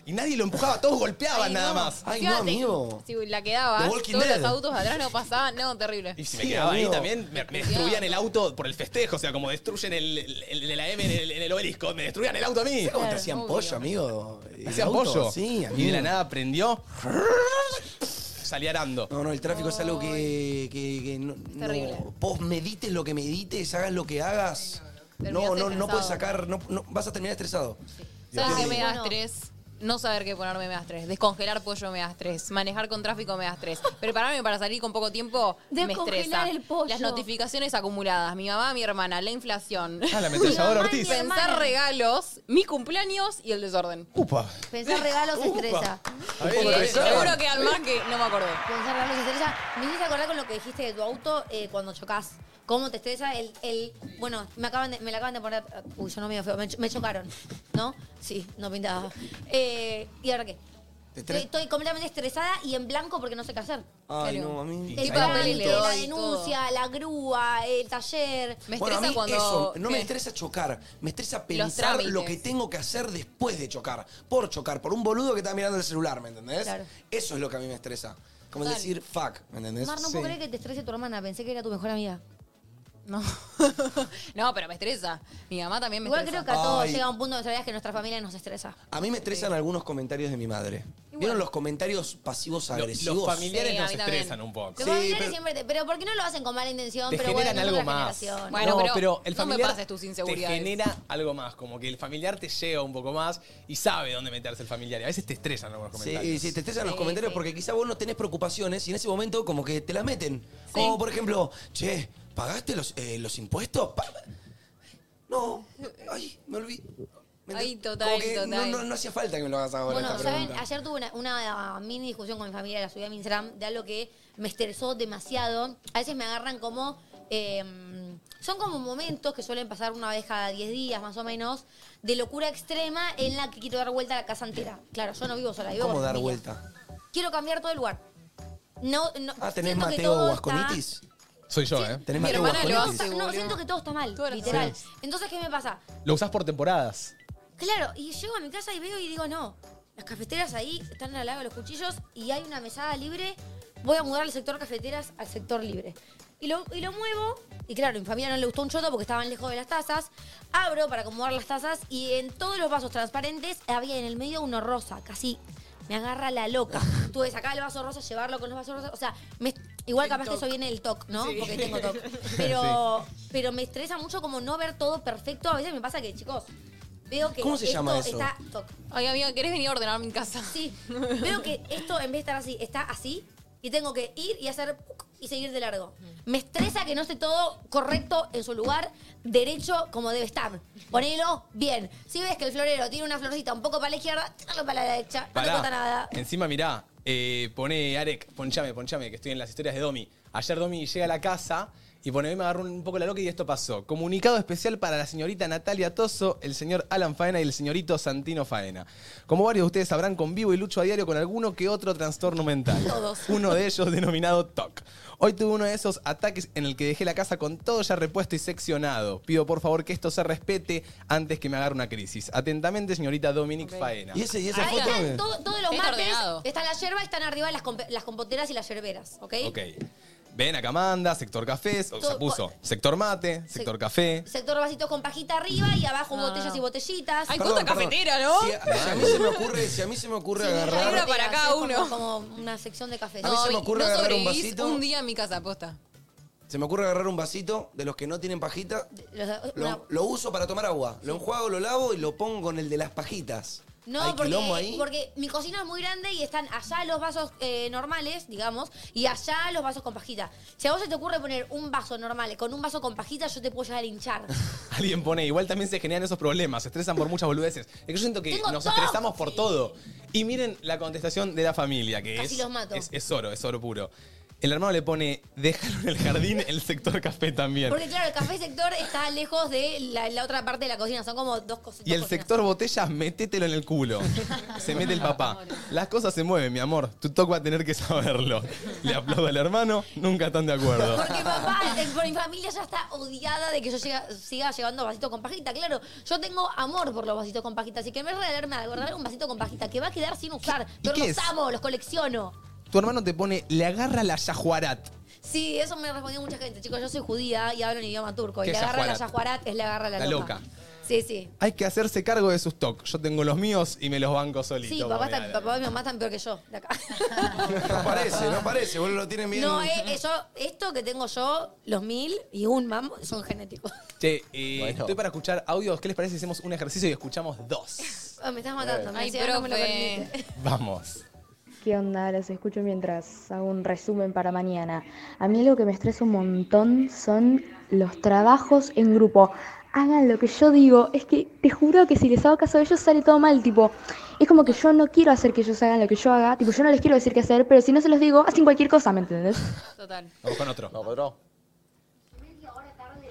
Y nadie lo empujaba, todos golpeaban
Ay,
nada
no.
más.
Fíjate, Si la quedaba,
The
todos
Walking Dead.
los autos atrás no pasaban, no, terrible.
Y si me quedaba ahí también, me, me destruían el auto por el festejo. O sea, como destruyen el, el- el- la M en el, en el obelisco, me destruían el auto a mí.
¿Sabes cómo te hacían pollo, amigo? ¿El
Hacían
auto?
pollo.
Sí,
Y de
amigo.
la nada prendió. Salí arando.
No, no, el tráfico es algo que. que, que no,
terrible.
no. Vos medites lo que medites, hagas lo que hagas. No, no, no
estresado.
puedes sacar. No, no- vas a terminar estresado.
¿Sabes
Dios
qué me
mío.
da estrés? No saber qué ponerme me da estrés. Descongelar pollo me da estrés. Manejar con tráfico me da estrés. Prepararme para salir con poco tiempo me
Descongelar
estresa.
el pollo.
Las notificaciones acumuladas. Mi mamá, mi hermana, la inflación.
Ah, la ametralladora
<laughs> Mi mamá y
Ortiz.
mi hermana. Pensar regalos, mi cumpleaños y el desorden.
Upa.
Pensar regalos
Upa.
estresa.
A ver, Eh, seguro que al más que no me acordé.
Pensar regalos estresa. Me hiciste acordar con lo que dijiste de tu auto eh, cuando chocas. ¿Cómo te estresa el, el- Bueno, me acaban de, me la acaban de poner. Uy, yo no me feo. Me, cho- me chocaron. ¿No? Sí, no pintaba. Eh, ¿Y ahora qué? Estoy, estoy completamente estresada y en blanco porque no sé qué hacer.
Ay,
Claro.
no, a mí.
El trámite, la denuncia, la grúa, el taller.
Me
Bueno, a mí eso, no me estresa chocar, me estresa pensar
trámites.
lo que tengo que hacer después de chocar, por chocar, por un boludo que está mirando el celular, ¿me entendés?
Claro.
Eso es lo que a mí me estresa. Como
Total.
decir, fuck, ¿me entendés?
Mar, no puedo creer que te estrese tu hermana. Pensé que era tu mejor amiga.
No, pero me estresa. Mi mamá también me
Igual
estresa.
creo que a todos
Ay.
llega un punto de nuestra vida que nuestra familia nos estresa.
A mí me estresan algunos comentarios de mi madre. ¿Vieron los comentarios pasivos agresivos?
los familiares Sí, a nos mí también.
estresan
un poco.
Los familiares siempre te- pero ¿por qué no lo hacen con mala intención?
Te
pero
generan
bueno,
algo
es otra
más.
generación.
Bueno, pero
el
no me
familiar
pases tus inseguridades.
Te genera algo más, como que el familiar te llega un poco más y sabe dónde meterse el familiar. Y a veces te estresan algunos
Sí,
comentarios.
sí, te estresan los comentarios porque quizá vos no tenés preocupaciones y en ese momento como que te las meten. Como por ejemplo, che, ¿pagaste los, eh, los impuestos? Pa- No, ay, me olvidé.
Ay,
Como
total,
que
total.
no, no- no hacía falta que me lo hagas ahora.
Bueno,
esta
¿saben?
pregunta.
Ayer tuve una, una mini discusión con mi familia, la subí a mi Instagram, de algo que me estresó demasiado. A veces me agarran como... eh, son como momentos que suelen pasar una vez cada 10 días, más o menos, de locura extrema en la que quiero dar vuelta a la casa entera. Claro, yo no vivo sola, vivo
¿Cómo
con
dar
familia.
vuelta?
Quiero cambiar todo el lugar. No, no,
Ah, ¿tenés
siento que
Mateo
todo
Guasconitis?
Soy yo, ¿eh?
¿Tenés Mateo Guasconitis?
está- No, siento que todo está mal, literal.
Sí.
Entonces, ¿qué me pasa?
Lo usás por temporadas.
Claro, y llego a mi casa y veo y digo, no, las cafeteras ahí están al lado de los cuchillos y hay una mesada libre, voy a mudar el sector cafeteras al sector libre. Y lo, y lo muevo, y claro, a mi familia no le gustó un choto porque estaban lejos de las tazas, abro para acomodar las tazas y en todos los vasos transparentes había en el medio uno rosa, casi me agarra la loca. Tuve que sacar el vaso rosa, llevarlo con los vasos rosas, o sea, me- igual capaz que eso viene del TOC, ¿no?
Sí.
Porque tengo TOC. Pero, pero me estresa mucho como no ver todo perfecto, a veces me pasa que, chicos, Veo que
¿Cómo se
esto
llama eso?
está. toc.
Oye, amiga, ¿querés venir a ordenar mi casa? <laughs>
Sí. Veo que esto, en vez de estar así, está así. Y tengo que ir y hacer puc y seguir de largo. Me estresa que no esté todo correcto en su lugar, derecho como debe estar. Ponelo bien. Si ves que el florero tiene una florcita un poco para la izquierda, tíralo para la derecha. No te
Pará.
cuesta nada.
Encima, mirá, eh, pone Arek, ponchame, ponchame, que estoy en las historias de Domi. Ayer Domi llega a la casa Y bueno, a mí me agarró un poco la loca y esto pasó. Comunicado especial para la señorita Natalia Toso, el señor Alan Faena y el señorito Santino Faena. Como varios de ustedes sabrán, convivo y lucho a diario con alguno que otro trastorno mental.
Todos.
Uno de ellos denominado TOC. Hoy tuve uno de esos ataques en el que dejé la casa con todo ya repuesto y seccionado. Pido por favor que esto se respete antes que me agarre una crisis. Atentamente, señorita Dominic Faena.
¿Y ese- y esa
Ahí
foto?
están todo- todos los
Está
martes
ordenado.
están la yerba, están arriba las, comp- las compoteras y las yerberas, ¿ok?
Ok. Ven acá, manda, sector cafés, o sea,
Todo-
puso sector mate, sector café. <laughs>
Sector vasitos con pajita arriba y abajo botellas y botellitas.
Ah. Hay
Perdón, perdón. Si a, si a mí se me ocurre, si a mí se me ocurre agarrar.
para cada
es como-
<laughs> uno.
Como, una sección de café.
A mí se me ocurre
no
agarrar un
sobrevivís
vasito.
un día en mi casa, posta.
Se me ocurre agarrar un vasito de los que no tienen pajita. Lo, lo uso para tomar agua. Lo enjuago, lo lavo y lo pongo en el de las pajitas.
No,
¿Hay
porque,
quilombo ahí? <laughs>
porque mi cocina es muy grande y están allá los vasos eh, normales, digamos, y allá los vasos con pajita. Si a vos se te ocurre poner un vaso normal con un vaso con pajita, yo te puedo llegar a hinchar.
Alguien pone, igual también se generan esos problemas, se estresan por muchas boludeces. Es que yo siento que nos estresamos por todo. Y miren la contestación de la familia, que
Casi
es,
los mato.
es, es oro, es oro puro. El hermano le pone, déjalo en el jardín, el sector café también.
Porque claro, el café sector está lejos de la, la otra parte de la cocina, son como dos cositas.
Y el sector botellas, métetelo en el culo. <laughs> Se mete el papá. Las cosas se mueven, mi amor. Tu toco va a tener que saberlo. Le aplaudo al hermano, nunca están de acuerdo.
Porque papá, eh, por mi familia ya está odiada de que yo llega- siga llevando vasitos con pajita. Claro, yo tengo amor por los vasitos con pajita, así que en vez de regalarme algo, regalarme un vasito con pajita que va a quedar sin usar. Pero
qué
los
es?
amo, los colecciono.
Tu hermano te pone, le agarra la yajuarat.
Sí, eso me respondió mucha gente. Chicos, yo soy judía y hablo en idioma turco. Y
¿Qué
le
es
agarra la
yajuarat?
yajuarat, es le agarra la,
La loca.
Sí, sí.
Hay que hacerse cargo de sus tocs. Yo tengo los míos y me los banco solito.
Sí, papá,
Ponele.
está- papá y mi mamá están peor que yo. de acá.
No parece, no parece. Vos lo tienen bien.
No, eh, eh, yo, esto que tengo yo, los mil y un mambo, son genéticos. <laughs>
Che, eh, estoy para escuchar audios. ¿Qué les parece si hacemos un ejercicio y escuchamos dos? <laughs>
Ah, me estás matando. me
Ay,
decía, no me lo
profe.
permite.
Vamos.
¿Qué onda? Los escucho mientras hago un resumen para mañana. A mí lo que me estresa un montón son los trabajos en grupo. Hagan lo que yo digo. Es que te juro que si les hago caso a ellos sale todo mal. Tipo, es como que yo no quiero hacer que ellos hagan lo que yo haga. Tipo, yo no les quiero decir qué hacer, pero si no se los digo, hacen cualquier cosa, ¿me entendés?
Total.
Vamos con otro. Vamos otro.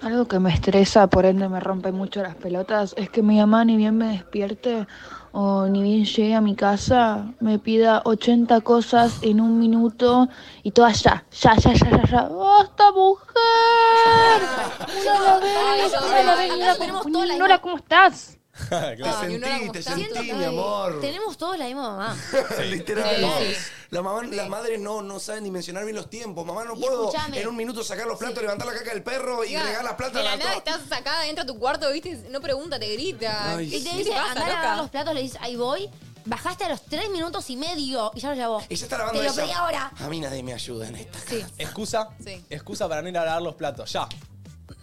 Algo que me estresa, por ende me rompe mucho las pelotas, es que mi mamá ni bien me despierte o ni bien llegue a mi casa, me pida 80 cosas en un minuto y todas ya, ya, ya, ya, ya, ya. ¡Basta, mujer! Una la
Ay,
verga,
yo-
una la
ay,
verga,
acá tenemos
una-
todas las
Nora, ¿cómo estás?
Ah,
Te sentí, te
Siento
sentí,
que
mi amor.
Tenemos todos la misma mamá.
<laughs> Literal.
Sí.
La mamá- Las madres no, no saben ni mencionar bien los tiempos. Mamá, no puedo
escuchame.
en un minuto sacar los platos, levantar la caca del perro y
Diga,
regar las
De
platas.
la
a la-
nada estás acá, entra a tu cuarto, viste, no pregunta, te grita.
Ay,
¿Qué
Y te
qué
dice,
pasa,
andá a
loca?
lavar los platos, le dices, ahí voy. Bajaste a los tres minutos y medio y ya los lavó.
Ella está lavando
Te lo
esa.
pedí ahora.
A mí nadie me ayuda en esta.
Excusa. Excusa para no ir a lavar los platos. Ya.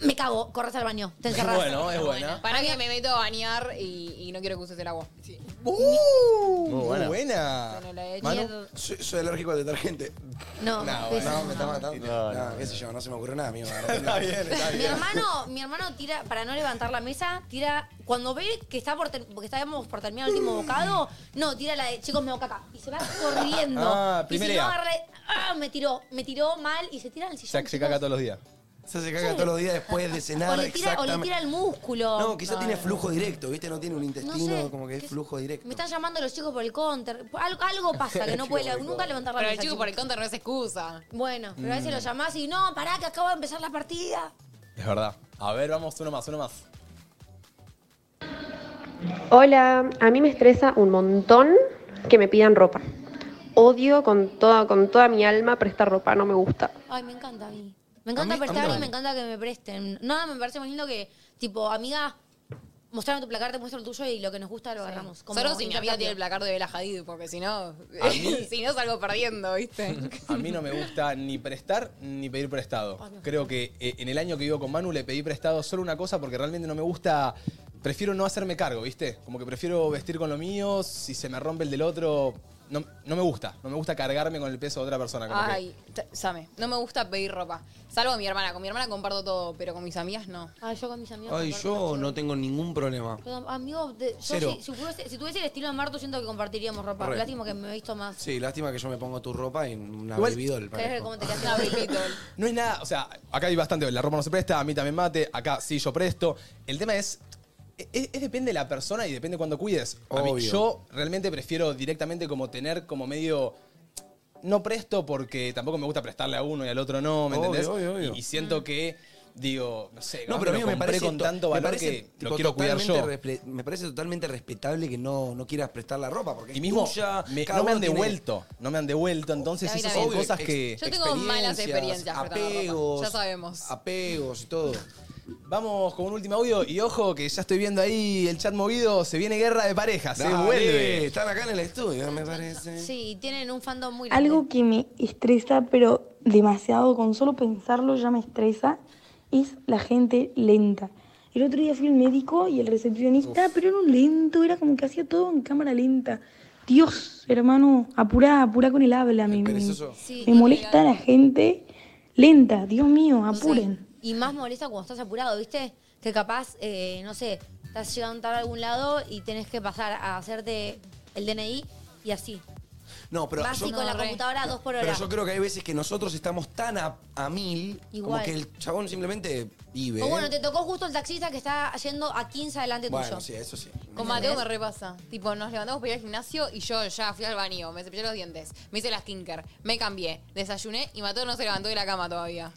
Me cago, corres al baño. Te
Es
encerrás.
bueno, es buena.
Para que me meto a bañar y, y no quiero que uses el agua. Sí.
Uh.
Muy buena.
Bueno, la he
Manu,
hecho.
soy, soy alérgico al detergente.
No, pues,
no,
ves.
no, me está matando. No, qué sé yo, no se me ocurrió nada, amigo.
Está bien, está
<laughs> Mi hermano, mi hermano tira, para no levantar la mesa, tira, cuando ve que está por ter- porque estábamos por terminar el último bocado, no, tira la de chicos me boca acá. Y se va corriendo.
Ah,
y si
primera.
no agarré, ah, me tiró, me tiró mal y se tira en el sillón.
Se, se caga todos los días.
Se hace caga todos los días después de cenar.
o, le tira, o le
exactamente.
tira el músculo.
No, quizá
No,
tiene
no.
flujo directo, ¿viste? No tiene un intestino,
No sé,
como que es flujo directo.
Me están llamando los chicos por el counter. Algo, algo
<laughs>
pasa que no puede la- nunca levantar la
Pero
mesa.
el chico por el counter no es excusa.
Bueno, pero a veces
Mm.
lo llamás y no, pará, que acabo de empezar la partida.
Es verdad. A ver, vamos, uno más, uno más.
Hola, a mí me estresa un montón que me pidan ropa. Odio con toda, con toda mi alma prestar ropa, no me gusta.
Ay, me encanta a mí. Me encanta
A mí- a mí
prestar y
también.
me encanta que me presten. Nada me parece más lindo que, tipo, amiga, mostrame tu placar, te muestro el tuyo y lo que nos gusta lo agarramos. Como
Solo si mi amiga
intercambio.
tiene el placar de Bela Hadid, porque si no,
¿A mí?
<laughs> si no salgo perdiendo, ¿viste?
<laughs> A mí no me gusta ni prestar ni pedir prestado. Creo que eh, en el año que vivo con Manu le pedí prestado solo una cosa porque realmente no me gusta. Prefiero no hacerme cargo, ¿viste? Como que prefiero vestir con lo mío. Si se me rompe el del otro, no, no me gusta. No me gusta cargarme con el peso de otra persona. como que-
Ay, t- Same, no me gusta pedir ropa. Salvo a mi hermana. Con mi hermana comparto todo, pero con mis amigas no.
Ah, yo con mis amigas.
Ay, yo no tengo ningún problema.
Pero, amigo, de- yo
Cero.
si, si fuese- si tuviese el estilo de Marto, siento que compartiríamos ropa.
Re.
Lástima que me he visto más.
Sí, lástima que yo me pongo tu ropa y una
Igual-
bebidol.
¿Crees que cómo te quedas
<laughs>
No es nada, o sea, acá hay bastante, la ropa no se presta, a mí también mate, acá sí yo presto. El tema es, es, es depende de la persona y depende de cuándo cuides. A mí,
Obvio.
yo realmente prefiero directamente como tener como medio... No presto porque tampoco me gusta prestarle a uno y al otro no, ¿me
Obvio,
entendés?
obvio, obvio.
Y, y siento que, digo, no sé,
No, pero a mí
lo
me
compré
parece
con
to-
tanto
me
valor
parece,
que
tipo,
lo quiero cuidar yo.
totalmente respe- Me parece totalmente respetable que no, no quieras prestar la ropa porque
Y mismo,
es tuya,
me-
cada
no me
uno
han
tiene-
devuelto, no me han devuelto, entonces
A mí
esas son
también.
cosas
Ex-
que...
Yo tengo malas experiencias apegos,
apegos,
Ya sabemos.
apegos y todo. Vamos con un último audio y ojo que ya estoy viendo ahí el chat movido, se viene guerra de parejas, se
Dale,
vuelve.
Están acá en el estudio, me parece.
Sí, y tienen un fandom muy grande.
Algo que me estresa, pero demasiado, con solo pensarlo ya me estresa, es la gente lenta. El otro día fui al médico y el recepcionista, pero era un lento, era como que hacía todo en cámara lenta. Dios, hermano, apura, apura con el habla. Me, me-
Sí,
me
y
molesta la gente lenta, Dios mío,
Sí.
apuren.
Y más molesta cuando estás apurado, ¿viste? Que capaz, eh, no sé, estás llegando tarde a algún lado y tenés que pasar a hacerte el DNI y así.
No, pero
Vas y
yo-
con la computadora a dos por hora.
Pero yo creo que hay veces que nosotros estamos tan a, a mil
Igual.
como que el chabón simplemente vive.
O
¿eh?
bueno, te tocó justo el taxista que está yendo a 15 adelante
Bueno,
tuyo.
sí, eso sí.
Con Mateo me repasa. Tipo, nos levantamos para ir al gimnasio y yo ya fui al baño, me cepillé los dientes, me hice la skinker, me cambié, desayuné y Mateo no se levantó de la cama todavía.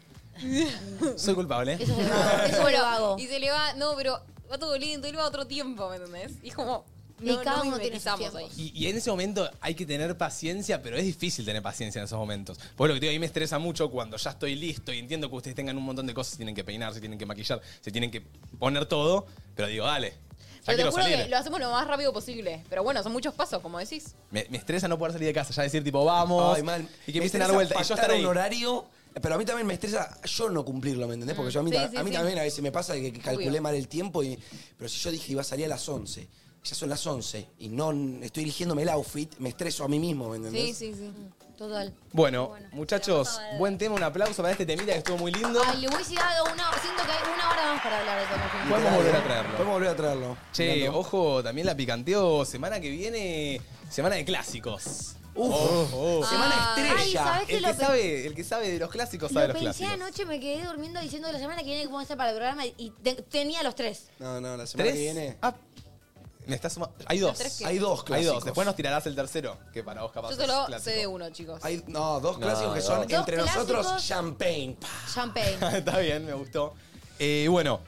Soy culpable.
Eso
Bueno,
lo hago.
Y se le va, no, pero va todo lindo, él va a otro tiempo, ¿me entendés? Y es como,
Y
no,
cada
no
uno tiene sus
mimetizamos ahí.
<laughs> Y, y en ese momento hay que tener paciencia, pero es difícil tener paciencia en esos momentos. Por lo que te digo, a mí me estresa mucho cuando ya estoy listo y entiendo que ustedes tengan un montón de cosas, se tienen que peinar, se tienen que maquillar, se tienen que poner todo, pero digo, dale, ya
Pero te
quiero
juro
salir.
que lo hacemos lo más rápido posible. Pero bueno, son muchos pasos, como decís.
Me, me estresa no poder salir de casa, ya decir tipo, vamos,
Ay, mal.
y que
Me
empiecen a dar
estresa
vuelta. Y yo
pactar
estar ahí.
un horario, pero a mí también me estresa yo no cumplirlo, ¿me entendés? Porque yo a mí,
Sí,
ta-
sí,
a mí
sí.
también a veces me pasa que, que calculé
Obvio.
mal el tiempo, y, pero si yo dije iba a salir a las 11, ya son las 11 y no estoy eligiéndome el outfit, me estreso a mí mismo, ¿me entendés?
Sí, sí, sí. Mm, Total.
Bueno, muchachos, buen tema, un aplauso para este temita que estuvo muy lindo.
Ay, le hubiese dado una. Siento que hay una hora más para hablar de todo.
Podemos volver a traerlo.
Podemos volver a traerlo.
Che, ojo, también la picanteo. Semana que viene, semana de clásicos.
Uf.
Semana Ay, estrella. ¿sabés que
el,
lo
que
pe-
sabe, el que sabe de los clásicos sabe
Lo
los
pensé
clásicos.
anoche, me quedé durmiendo diciendo la semana que viene cómo hacer para el programa y te- tenía los tres.
No, no, la semana
¿Tres?
que viene.
Ah, me está sumando. Hay dos.
¿Tres qué?
Hay dos
Hay
clásicos.
dos. Después nos tirarás el tercero, que para vos capaz
Yo
es
solo
clásico.
sé de uno, chicos.
Hay, no, dos
No,
clásicos que
dos.
son
Dos
entre
clásicos.
nosotros champagne.
Champagne.
<laughs> Está bien, me gustó. Eh, bueno,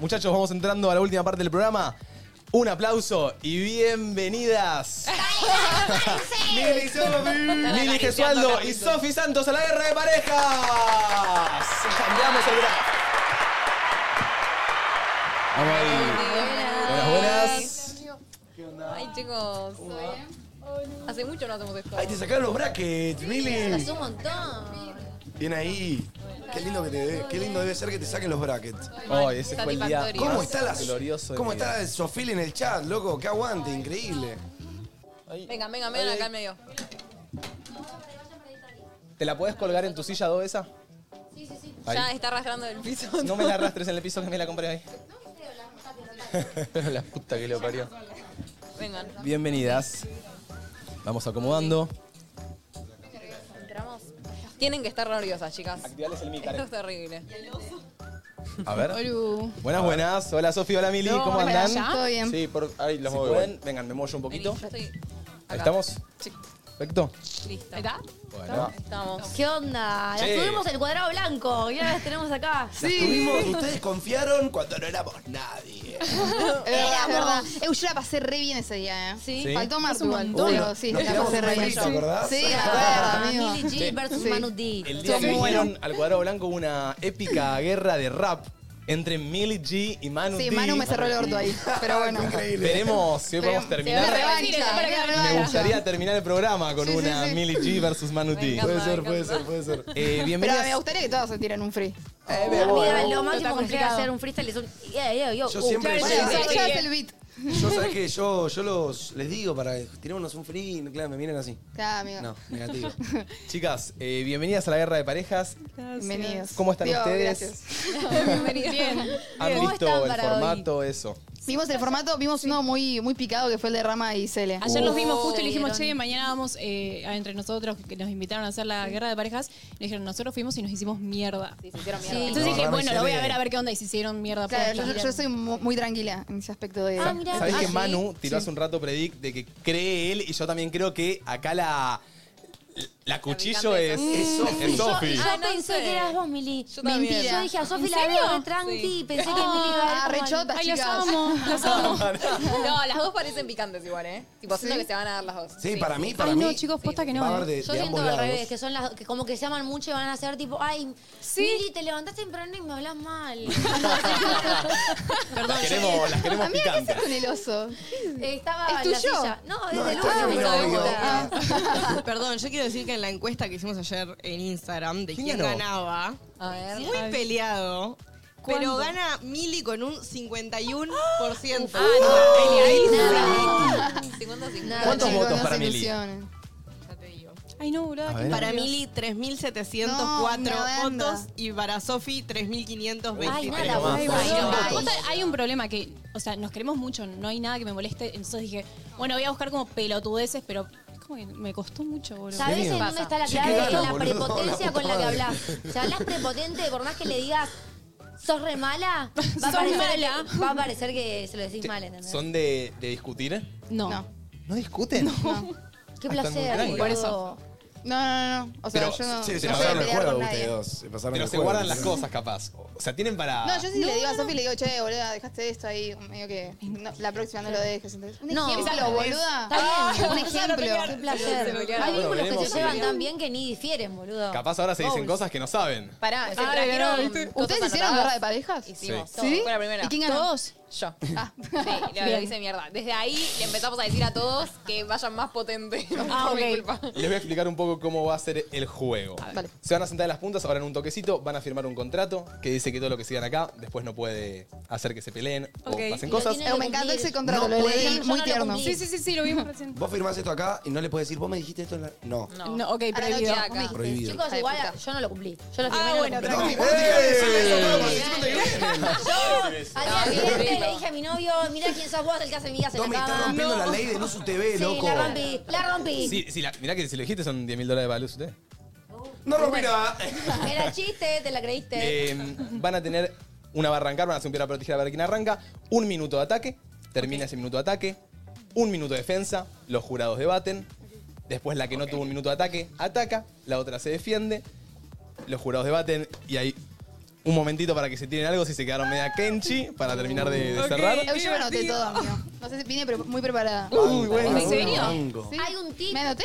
muchachos, vamos entrando a la última parte del programa. Un aplauso y <laughs> bienvenidas. Mili, Mili Gesualdo y Sofi Santos a la guerra de parejas. Cambiamos el brazo. Vamos ahí. Buenas, buenas.
Ay, chicos. eh, Hace mucho no hacemos esto.
Ahí te sacaron los brackets, Mili.
Hace un montón.
Bien ahí. Qué lindo que te debe, qué lindo debe ser que te saquen los brackets.
Ay, ese fue el día
¿Cómo
más
está la
glorioso de
¿Cómo
mi vida.
está el Sofil en el chat, loco? Qué aguante, increíble.
Venga, venga, vengan acá en medio.
¿Te la podés colgar en tu silla do esa?
Sí, sí, sí.
Ahí.
Ya está arrastrando el piso.
No me la arrastres en el piso que me la compré ahí. <laughs> la puta que lo parió.
Vengan.
Bienvenidas. Vamos acomodando.
Entramos. Tienen que estar nerviosas, chicas.
Activales el mic,
Esto
Karen.
es terrible.
A ver.
Olu.
Buenas, buenas. Hola Sofi, hola Mili,
No,
¿cómo
¿para
andan?
allá? Todo bien.
Sí, por ahí los
Si
muevo
pueden,
igual. Vengan, me muevo yo un poquito.
acá.
Ahí estamos.
Sí.
Perfecto.
Listo. ¿Está?
Bueno.
Estamos.
¿Qué onda? La
Sí.
tuvimos el cuadrado blanco y ahora las tenemos acá.
Las <laughs> tuvimos, ustedes confiaron cuando no éramos nadie.
<laughs> Era verdad. Eu, yo la pasé re bien ese día, ¿eh?
Sí.
Faltó más
Pasó un
igual,
montón.
pero sí,
Nos
la
tiramos
pasé
un
re bien.
palito, ¿acordás?
Sí,
Sí.
la verdad, amigo.
Mili G versus
Sí.
Manu D.
El día que
Estuvo muy bueno.
vinieron al cuadrado blanco hubo una
<laughs>
épica guerra de rap entre Millie G y Manu
Sí,
T.
Manu me cerró el orto ahí, pero bueno.
Veremos si hoy podemos
La
terminar.
revancha. la
Me
revancha.
gustaría terminar el programa con
Sí, sí,
una
sí.
Millie G versus Manu T.
encanta, Puede ser, me
puede ser, puede ser. Eh,
Pero me
bienvenidas.
gustaría que todos se tiren un
Eh,
free.
Amiga, lo máximo que
complicado.
llega a hacer un freestyle es un. yeah, yeah, yo.
Yo
Uh,
siempre
claro,
llego-
ya- ya- ya-
el beat.
Yo, ¿sabés que Yo, yo los, les digo para que tirémonos un free y, claro, me miran así.
Claro, amigo.
No, negativo.
Chicas, eh, bienvenidas a la guerra de parejas.
Bienvenidos.
¿Cómo están
Digo,
ustedes?
Gracias. Bienvenidos. Bien.
¿Han visto el formato, eso?
Vimos el formato, vimos uno muy, muy picado que fue el de Rama y Cele.
Ayer los vimos justo y le dijimos, che, mañana vamos eh, a entre nosotros, que nos invitaron a hacer la guerra de parejas. Y le dijeron, nosotros fuimos y nos hicimos mierda.
mierda.
Sí. Entonces
No,
dije,
Rama y
bueno, lo voy a
Cele-
ver a ver qué onda. Y se hicieron mierda. pues,
Claro,
posta.
yo, yo soy mu- muy tranquila en ese aspecto de.
¿Sabés que Manu tiró hace un rato predict de que cree él y yo también creo que acá la. La cuchillo es. es Sofi.
Yo pensé que eras vos, Mili. Yo
también.
Yo dije a Sofi
¿En
la veo
serio?
re tranqui
Sí.
pensé que
Ah,
Mili iba a ver como al-
rechotas, Ay, los chicas. amo,
<laughs>
los amo. <laughs> No, las dos parecen picantes igual, ¿eh? Tipo, siento
¿Sí?
que se van a dar las dos.
Sí, para mí, para
Ay,
mí.
no, chicos, posta que no,
va a
eh.
haber de-
Yo
de
siento
ambos
al
lados.
revés, que son las que como que se aman mucho y van a ser tipo, ay, Mili, te levantaste temprano y me hablas mal.
las queremos, las queremos
Amiga,
picantes.
con el
oso?
Estaba
¿Es
en
tuyo?
la silla. No, es de
es
Lucho,
tuyo,
pero
pero
me
digo-
gusta.
Ah. <laughs> Perdón, yo quiero decir que en la encuesta que hicimos ayer en Instagram de
¿Quién
quién,
ganó?
ganaba, muy
Ay.
peleado.
¿Cuándo?
Pero gana Mili con un 51%.
Ah,
no,
peleadísima.
¿Cuántos
chicos,
votos
no
para
se
Mili?
ilusionen.
Ay, no, boludo.
A ver.
Para
Dios.
Mili, 3.704
No, no,
votos y para Sofi, 3.523.
Ay, nada, Ay, boludo. Posta, Hay un problema que, o sea, nos queremos mucho, no hay nada que me moleste. Entonces dije, bueno, voy a buscar como pelotudeces, pero es como que me costó mucho, boludo.
¿Sabes en dónde está la clave?
de
en la prepotencia con la que hablas. Si hablas prepotente, por más que le digas, sos re mala, va a,
Sos
parecer
mala.
Que, va a parecer que se lo decís mal, ¿entendés?
¿Son de, de discutir?
No.
¿No discuten? Ah,
Qué
están muy
placer.
tranquilas.
boludo.
Por
eso. No, no, no. O sea,
Pero
yo no.
se- se
no
pasaron
voy a
el
pelear
juego
con nadie.
ustedes
dos. Pasaron
Pero
el
se
juego,
guardan las
entonces.
cosas, capaz. O sea, tienen para.
No, yo sí le digo a Sofi, le digo, che, boluda, dejaste esto ahí, medio que no, la próxima no lo dejes. ¿entendés? Un
No,
ejemplo, boluda.
Ah.
Ah.
Está bien,
un
<laughs>
Qué
ejemplo.
placer. Hay
Bueno,
vínculos que
veremos
se llevan
si-
tan bien que ni difieren, boludo.
Capaz ahora se dicen cosas que no saben.
Pará, se
Ah,
trajeron
no, ¿viste?
cosas
¿Ustedes hicieron
anotadas.
guerra de parejas?
Hicimos.
Sí.
todo,
¿Sí?
Fue la primera.
¿Y quién ganó?
¿Todos?
Yo.
Ah.
<laughs>
Sí, lo, lo
Bien.
hice mierda. Desde ahí le empezamos a decir a todos que vayan más potente. <laughs>
Ah,
Por mi
ok.
culpa.
Les voy a explicar un poco cómo va a ser el juego. Se van a sentar en las puntas, ahora en un toquecito, van a firmar un contrato que dice que todo lo que sigan acá después no puede hacer que se peleen o pasen cosas.
Eh, me encanta ese contrato,
No
lo
pueden-
leí,
Yo
muy
no lo
tierno.
cumplí. Sí,
sí, sí, lo vimos recién.
Vos firmás esto acá y no le puedes decir, vos me dijiste esto en la. No.
No.
No, ok,
Ah, no,
prohibido.
chicos, me dijiste,
Prohibido.
Chicos, igual yo no lo cumplí. Yo lo
Ah,
firmé. y no lo cumplí.
Vos te quedás diciendo eso, no, porque si no te
<laughs>
Yo al día siguiente le dije a mi novio, mira quién sos vos, el que hace migas en
No, me
la
está
cama.
rompiendo la ley de Luz TV,
Sí,
loco.
la rompí, la rompí.
Sí, sí, la- mirá que si lo dijiste son 10 mil dólares de valor usted.
No rompí nada.
<laughs> Era chiste, te la creíste.
Eh, van a tener una va a arrancar, van a hacer un piedra protegida a ver quién arranca. Un minuto de ataque, termina ese minuto de ataque. Un minuto de defensa, los jurados debaten. Después la que no tuvo un minuto de ataque, ataca. La otra se defiende. Los jurados debaten y hay un momentito para que se tiren algo si se quedaron media kenchi para terminar de, de cerrar.
Eh, Yo me anoté todo, amigo. No sé si vine pre- muy preparada.
Uy, bueno,
¿En serio?
banco.
Sí.
Hay un tip.
¿Me anoté?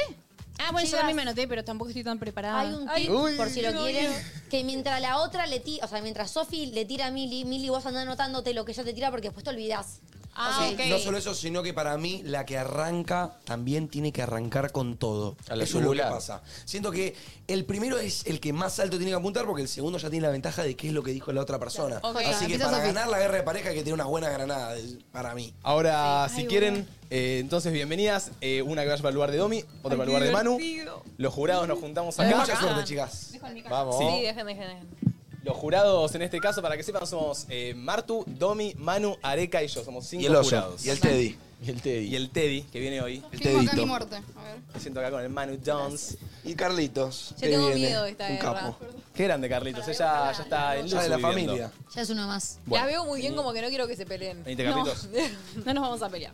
Ah, bueno, yo
Chicas.
también me anoté, pero tampoco estoy tan preparada.
Hay un tip, por si lo quieren, que mientras la otra le tira, o sea, mientras Sofi le tira a Mili, Mili vos andás anotándote lo que ella te tira porque después te olvidás. Ah,
Sí, No solo eso, sino que para mí la que arranca también tiene que arrancar con todo.
la
eso es lo que
yugular.
pasa. Siento que el primero es el que más alto tiene que apuntar porque el segundo ya tiene la ventaja de qué es lo que dijo la otra persona.
Ok.
Así que
Empieza
para
Sofi.
ganar la guerra de pareja hay que tiene unas buenas granadas eh, para mí.
Ahora,
Sí.
si
Ay,
quieren, eh, entonces bienvenidas. Eh, una que vaya para el lugar de Domi, otra para el lugar de Manu. Los jurados nos juntamos acá.
Mucha suerte, chicas.
Vamos.
Sí, dejen, dejen, dejen.
Los jurados en este caso, para que sepan, somos eh, Martu, Domi, Manu, Areca y yo. Somos cinco
Y el oso,
jurados.
y el Teddy.
Y el Teddy. Y el Teddy, que viene hoy. El
Tengo acá mi muerte. A ver.
Me siento acá con el Manu Jones.
Y Carlitos.
Yo que tengo viene, miedo de esta un guerra. capo.
Qué grande Carlitos, ella ya está en luz.
Ya de la
viviendo.
familia.
Ya es uno más.
Bueno.
Las veo muy bien como que no quiero que se peleen.
Venite,
no.
Carlitos.
no <laughs> nos vamos a pelear.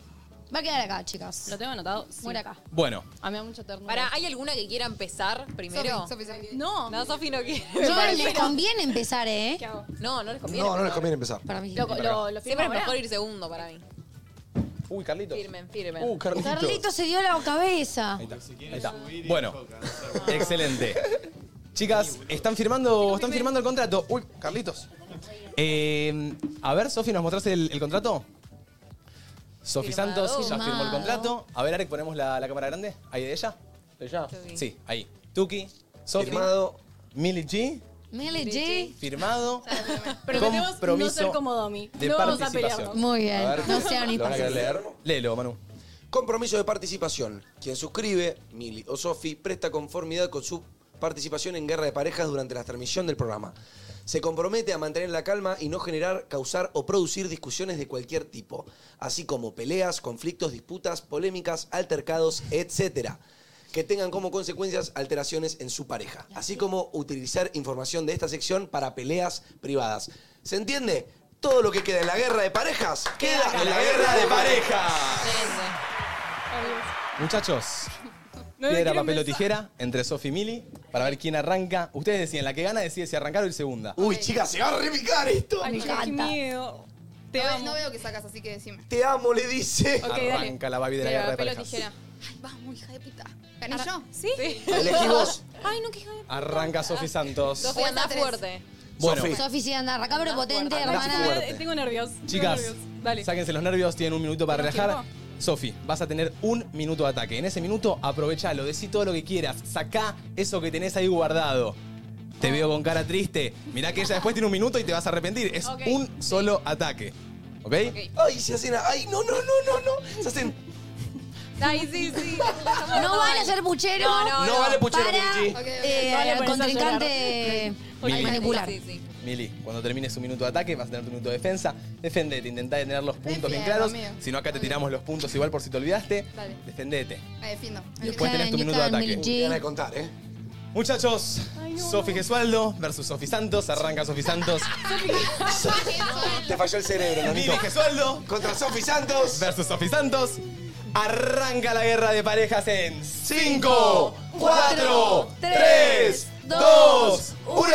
Va a quedar acá, chicas.
Lo tengo anotado. Sí.
Muere acá.
Bueno,
A mí me da mucho ternura.
Para, ¿hay alguna que quiera empezar primero?
Sofi,
No. No, Sofi no quiere.
Yo
Me
les
parece.
conviene
<laughs>
empezar, ¿eh?
No, no les conviene.
No, no les conviene empezar.
Para mí.
Lo, lo,
Para acá.
lo Siempre es mejor ir segundo para mí.
Uy, Carlitos.
Firmen, firmen.
Uh, Carlitos.
Carlito se dio la cabeza.
Ahí está. Ahí está. Bueno, excelente. Chicas, están firmando, están firmando el contrato. Uy, Carlitos. Eh, a ver, Sofi, ¿nos mostrás el, el contrato? Sofi
Firmado.
Santos ya firmó el
Firmado.
contrato. A ver, Arek, ponemos la, la cámara grande. ¿Ahí de ella? ¿De ella? Sí, ahí. Tuki, Sofi. Mili G.
Mele J.
Firmado.
Prometemos
compromiso
no ser como Domi.
De
No vamos a
participación.
pelearnos. Muy bien.
A ver,
No sean
¿lo van a querer
impacientes.
leer?
Léelo, Manu.
Compromiso de participación. Quien suscribe, Mili o Sofi, presta conformidad con su participación en guerra de parejas durante la transmisión del programa. Se compromete a mantener la calma y no generar, causar o producir discusiones de cualquier tipo, así como peleas, conflictos, disputas, polémicas, altercados, etc., que tengan como consecuencias alteraciones en su pareja, así como utilizar información de esta sección para peleas privadas. ¿Se entiende? Todo lo que queda en la guerra de parejas queda en la guerra de parejas.
Muchachos,
No me
piedra,
quiero
papel o
empezar.
tijera entre Sofi y Mili para ver quién arranca. Ustedes deciden, la que gana decide si arrancar o ir segunda.
Uy, chicas, se va a repicar esto.
Me
Qué
encanta.
miedo. Te no, Veo, no veo que sacas, así que decime.
Te amo, le dice.
Ok, dale.
arranca la baby de la
Pero
guerra de
papel o
parejas.
tijera. Ay, vamos, hija de puta. ¿Gané yo?
¿Sí?
Elegí vos.
<laughs>
Ay, no, que hija de puta.
Arranca Sofi Santos.
Sofi, anda
fuerte.
Bueno,
Sofi, sí, anda, arranca, pero potente,
fuerte. Anda
hermana.
fuerte.
Tengo nervios.
Chicas,
tengo nervios. Dale.
sáquense los nervios, tienen un minuto para
¿Tenemos
relajar. Sofi, vas a tener un minuto de ataque. En ese minuto, aprovechalo, decí todo lo que quieras, sacá eso que tenés ahí guardado. Te veo con cara triste. Mirá que ella después tiene un minuto y te vas a arrepentir. Es
Ok.
un solo ataque. ¿Ok?
Ay, se hacen. Ay, no, no, no, no, no. Se hacen.
Ay, sí,
<laughs>
sí.
No vale ser puchero.
No,
No
no,
no. vale puchero,
Para,
Michi. Ok, ok.
eh,
No le pones a
contrincante <laughs>
Mili.
manipular.
Mili, cuando termines tu minuto de ataque, vas a tener tu minuto de defensa. Defendete, intentá tener los puntos bien
Defiendo,
claros.
amigo.
Si no, acá te tiramos los puntos igual por si te olvidaste.
Dale.
Defendete.
Me defiendo.
Y después tenés tu minuto de ataque. contar, ¿eh? Muchachos, Sofi Gesualdo versus Sofi Santos. Arranca Sofi Santos.
Te falló el cerebro, Nanito.
Mili Gesualdo
contra Sofi Santos.
Versus Sofi Santos. Arranca la guerra de parejas en 5, 4, 3, 2, 1.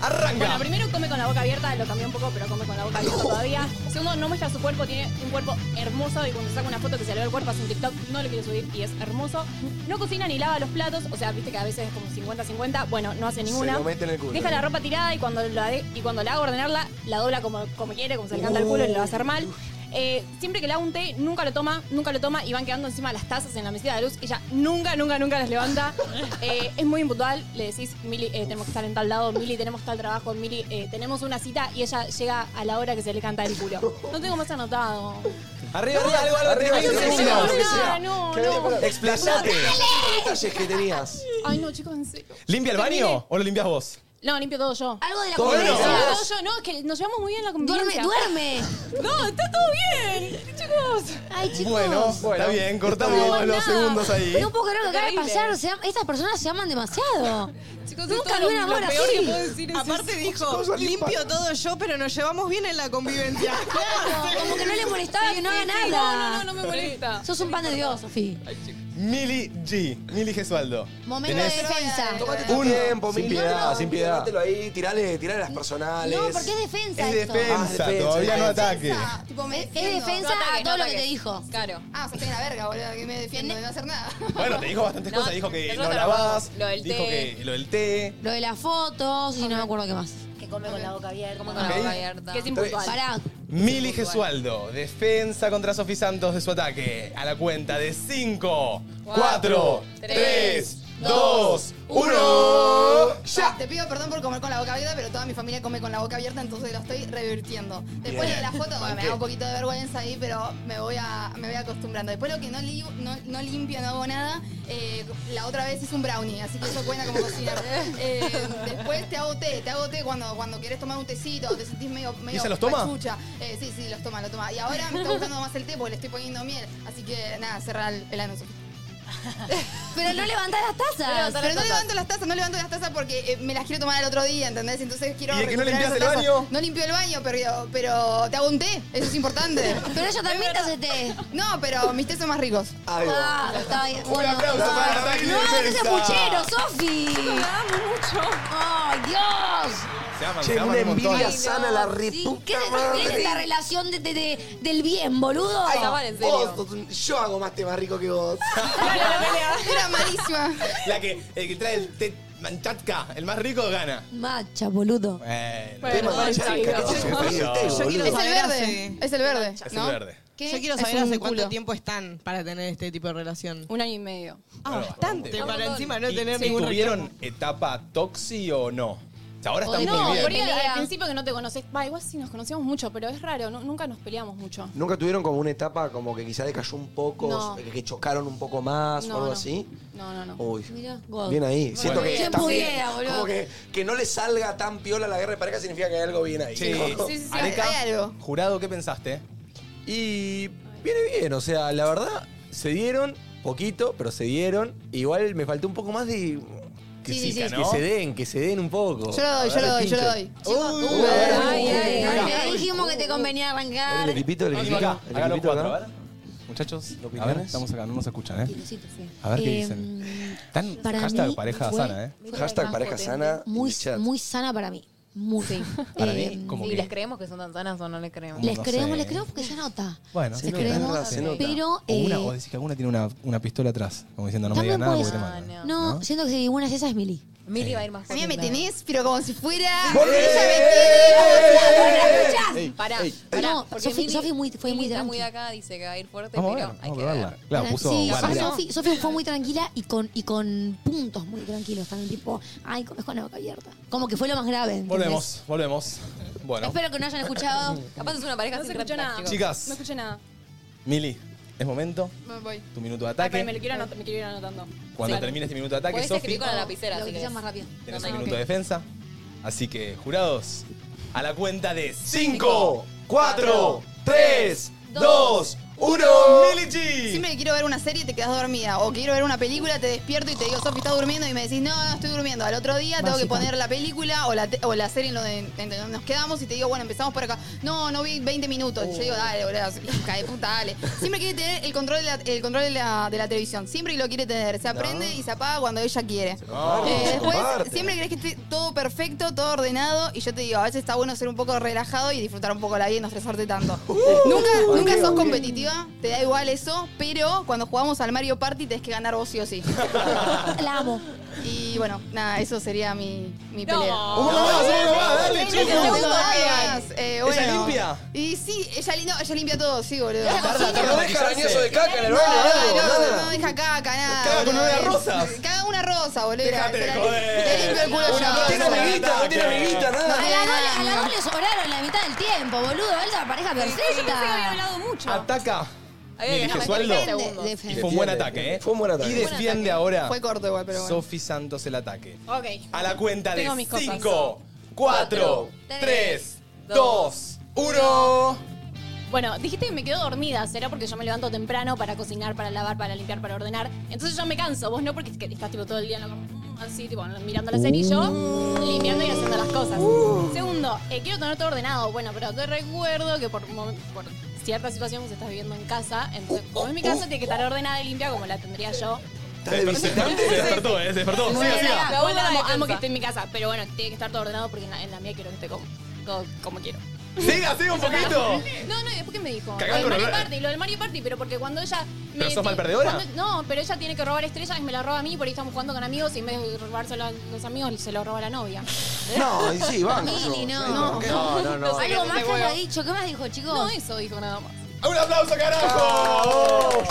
Arranca.
Bueno, primero come con la boca abierta, lo cambié un poco, pero come con la boca abierta todavía. Segundo, no muestra su cuerpo, tiene un cuerpo hermoso y cuando saca una foto que se le ve el cuerpo hace un TikTok, no lo quiere subir y es hermoso. No cocina ni lava los platos, o sea, viste que a veces es como 50-50, bueno, no hace ninguna.
Se lo mete en el culo.
Deja la ropa tirada y cuando la, de- y cuando la haga ordenarla, la dobla como, como quiere, como se le canta el culo y lo va a hacer mal. Eh, siempre que le haga un té, nunca lo toma, nunca lo toma y van quedando encima las tazas en la mesita de luz. Ella nunca, nunca, nunca las levanta. Eh, es muy impuntual. Le decís, Mili, eh, tenemos que estar en tal lado, Mili, tenemos tal trabajo, Mili, eh, tenemos una cita y ella llega a la hora que se le canta el culo. No tengo más anotado.
Arriba, arriba, algo, algo.
Arriba,
tenés
arriba,
que
arriba,
decir.
arriba,
no,
Que-
no.
Explayate.
detalles que tenías.
Ay, no, chicos, en serio.
¿Limpia el baño o lo limpias vos?
No, limpio todo yo.
Algo de la
Todo
convivencia.
no.
Limpio todo yo, no, es que nos llevamos muy bien en la convivencia.
Duerme,
duerme. No, está todo bien, chicos.
Ay, chicos.
Bueno, está bien, cortamos los
No, nada.
segundos ahí.
No puedo creer lo que acaba de
Increíble.
pasar. se am- estas personas se aman demasiado.
Chicos,
Nunca
esto
vi
es
un
lo-
amor
lo
así.
peor que puedo decir.
Aparte dijo,
cosas
limpio todo yo, pero nos llevamos bien en la convivencia.
<laughs>
<laughs>
Claro, como que no le molestaba que no haga
sí,
nada.
sí, no, no, no me molesta.
Sos un pan de Dios, Sofi.
Mili G, Mili Gesualdo.
Momento
Tenés
de defensa.
Tómate tu tiempo,
Sin
Mili.
piedad, sin piedad.
Tómatelo ahí, tirale, tirale las personales.
No, porque es defensa
Es
esto.
defensa,
defensa, Ah, todavía no ataque.
Tipo, me
Es
defiendo.
defensa
No ataques,
a todo
no
lo que te
ataques.
dijo.
Claro.
Ah, o sea, estoy en la verga, boludo, que me defiendo de no hacer nada.
<laughs> Bueno, te dijo bastantes
No,
cosas. Dijo que
nosotros
no
trabajamos.
lavás,
Lo del
dijo
té.
que lo del té.
Lo de las fotos y no me acuerdo qué más.
Que come con la boca abierta. Come con
Ok.
la boca abierta.
Que es impuntual.
Pará.
Mili Gesualdo, defensa contra Sofi Santos de su ataque. A la cuenta de 5, 4, 3, 2, 1.
Ya. Te pido perdón por comer con la boca abierta, pero toda mi familia come con la boca abierta, entonces lo estoy revirtiendo. Después
Bien.
de la foto me
Banqué.
da un poquito de vergüenza ahí, pero me voy a, me voy acostumbrando. Después lo que no, li- no, no limpio, no hago nada, eh, la otra vez hice un brownie, así que eso cuenta
<laughs>
como cocinar. Eh, después te hago té, te hago té cuando, cuando quieres tomar un tecito, te sentís medio, medio
se los toma?
pachucha. Eh, sí, sí, los toma, los toma. Y ahora me está gustando más el té porque le estoy poniendo miel. Así que nada, cerrar el, el ano. Sofi.
Pero no levantás las tazas.
Pero,
Pero
no
no
levanto las tazas, no levanto las tazas porque eh, me las quiero tomar al otro día, ¿entendés? Entonces quiero.
¿Y de que no limpias
recuperar esas
el
tazas.
baño?
No limpio el baño, pero, pero te hago un té, eso es importante.
<laughs> Pero ella también te hace té.
No, pero mis tés son más ricos.
Ahí
Ah, está bien.
Un
Bueno.
aplauso para la
Ay,
reina
No,
de
no seas
defensa.
puchero, Sofi.
mucho.
¡Ay, Dios!
Se aman,
Che,
se aman
una
un montón.
envidia
Ay, no,
sana la
Sí, ¿Qué
reputa
es
madre.
esta relación de- de- de- del bien, boludo?
Ay, vos sos- yo hago más té más rico que vos.
Era malísima.
La que, el que trae el té manchatka, el más rico, gana.
Macha, boludo.
Bueno,
Bueno,
Té manchatka,
bueno,
¿qué
sí,
te llevas?
Es el verde. Es el verde.
Es el
¿no?
verde.
¿Qué?
Yo quiero
Es
saber
un
hace cuánto
culo.
tiempo están para tener este tipo de relación.
Un año y medio.
Ah, bastante. Para encima no
¿Y
tener
si
ningún
¿Tuvieron etapa toxi o no? O sea, ahora están
no,
muy bien.
porque al principio que no te conoces. Va, igual sí nos conocíamos mucho, pero es raro, no- nunca nos peleamos mucho.
¿Nunca tuvieron como una etapa como que quizá decayó un poco,
No.
que- que chocaron un poco más
No,
o algo
no.
así?
No, no, no.
Uy.
Mira,
Bien ahí. Siento que
¿Quién
está bien.
pudiera, boludo?
Como que, que no le salga tan piola la guerra de pareja significa que hay algo bien ahí. <laughs>
Sí. Sí, sí, sí, Areca. hay algo. Jurado, ¿qué pensaste?
Y viene bien, o sea, la verdad, se dieron poquito, pero se dieron. Igual me faltó un poco más de... Que,
Sí, sí, sí.
que se den, que se den un poco.
Yo lo
A
doy, yo
ver,
lo doy, yo
pinche.
lo doy.
Uy, ay, ay, ay, Te dijimos que te convenía arrancar.
equipito,
el equipito. Acá, acá los cuatro, a ver. Muchachos, a ver,
opiniones?
estamos acá, no nos escuchan, ¿eh? A
A
ver qué
Eh,
dicen. Tan
para
hashtag
mí
pareja
fue-
sana, ¿eh?
Hashtag pareja sana.
Muy,
y chat.
muy sana para mí. Muy
<laughs> Para
Eh,
mí, como
¿Y
que...
les creemos que son tan sanas o no les creemos?
Les creemos,
sé.
les creemos porque se nota.
Bueno,
se creemos, pero...
o, una,
eh,
o decís que alguna tiene una, una pistola atrás, como diciendo, no me digas
También
nada
puede
porque te
ser.
mando.
No, siento que si una es esa es Mili.
Mili va a ir más
A mí me tenés, pero como si fuera.
¡Volvé!
Ella me tiene. como si-
Ey, Pará,
ey,
pará.
No,
porque
Sofi-
Mili-
Sofi muy- fue
Mili
muy
está
tranqui.
muy acá, dice que va a ir fuerte,
Vamos a
pero
ver, vamos a probarla. Claro, puso
sí,
vara.
Sofi- Sofi, Sofi fue muy tranquila y con, y con puntos muy tranquilos también, tipo, ay, comes con la boca abierta. Como que fue lo más grave. ¿entendés?
Volvemos, volvemos. Bueno,
Espero que no hayan
<laughs>
escuchado.
Capaz es una pareja
No se escuchó nada.
chicos. Chicas.
No escuché nada.
Mili, es momento,
Me voy.
tu minuto de
Ay, pero me,
ataque.
lo quiero anot- me quiero ir anotando.
Cuando
Sí.
termine este minuto de ataque,
Podés
Sofi,
escribir con la lapicera,
Lo
así
que
que
sea
es.
más rápido.
tenés
Ok.
un minuto de defensa. Así que, jurados, a la cuenta de 5, 4, 3, 2, 1, Mili G.
Siempre que quiero ver una serie te quedas dormida. O quiero ver una película, te despierto y te digo, Sofi, ¿estás durmiendo? Y me decís, no, no estoy durmiendo. Al otro día tengo que
Básica.
poner la película o la, te- o la serie en, lo de- en donde nos quedamos y te digo, bueno, empezamos por acá. No, no vi 20 minutos. Y yo digo, dale, boludo, cae puta, dale. Siempre quiere tener el control, de la, el control de, la, de la televisión. Siempre lo quiere tener. Se aprende y se apaga cuando ella quiere.
comparte,
Eh,
se
después,
comparte.
siempre crees que esté todo perfecto, todo ordenado. Y yo te digo, a veces está bueno ser un poco relajado y disfrutar un poco la vida y no estresarte tanto. Nunca, nunca sos competitiva, te da igual eso, pero cuando jugamos al Mario Party tenés que ganar vos sí o sí.
La amo.
Y bueno, nada, eso sería mi, mi pelea.
Uno más, uno más, dale,
No,
chicos.
tengo
Segundo,
más. Eh,
¿Ella
bueno.
limpia?
Y sí, ella, li- no, ella limpia todo, sí, boludo.
Tarda,
tarda, No deja arañazo de caca en el
No,
baño,
no,
algo,
no,
nada.
no deja caca, nada.
Caga con
boludo.
olor a rosas.
Caga una rosa, boludo.
Dejate
Te
de
la-
joder.
Te limpio el culo
Una
yo.
no tiene amiguita, no tiene amiguita,
A la
nada.
dos- a la dos le sobraron la mitad del tiempo, boludo. Él es la pareja
Sí, sí,
perfecta.
yo pensé que había hablado
mucho.
Ataca.
Había
Mili
ganado
Gesualdo.
veinte segundos.
Y
Defiende.
fue un buen ataque, ¿eh?
Fue un buen ataque.
Y
Buen ataque.
defiende ahora.
Fue corto igual, pero bueno.
Sofi Santos el ataque.
Ok.
A la cuenta de
Tengo mis cosas.
5, 4, 3, 2, 1.
Bueno, dijiste que me quedo dormida, será porque yo me levanto temprano para cocinar, para lavar, para limpiar, para ordenar. Entonces yo me canso, vos no porque es que estás tipo todo el día en la cama, mm, así, tipo mirando la serie y yo limpiando y haciendo las cosas. Segundo, eh, quiero tener todo ordenado. Bueno, pero te recuerdo que por, mom- por cierta situación vos estás viviendo en casa, entonces como es mi casa tiene que estar ordenada y limpia como la tendría yo.
Se despertó, ¿eh? Se despertó.
Bueno,
Siga, siga.
la abuela,
Buena
amo, amo
defensa.
que esté en mi casa, pero bueno, tiene que estar todo ordenado porque en la, en la mía quiero que esté como, todo como quiero.
Siga, siga un poquito.
No, no, ¿y después qué me dijo?
Cagando
lo del Mario
la-
Party, lo del Mario Party, pero porque cuando ella. me-
¿Pero sos mal perdedora?
cuando- no, pero ella tiene que robar estrellas y me la roba a mí, por ahí estamos jugando con amigos y en vez de robárselo a los amigos, se lo roba a la novia. <laughs>
No, y sí, banco.
Mili,
yo.
no.
No, no, no. no.
Algo más que
huevo.
haya dicho. ¿Qué más dijo, chicos?
No, eso dijo nada más.
¡Un aplauso, carajo!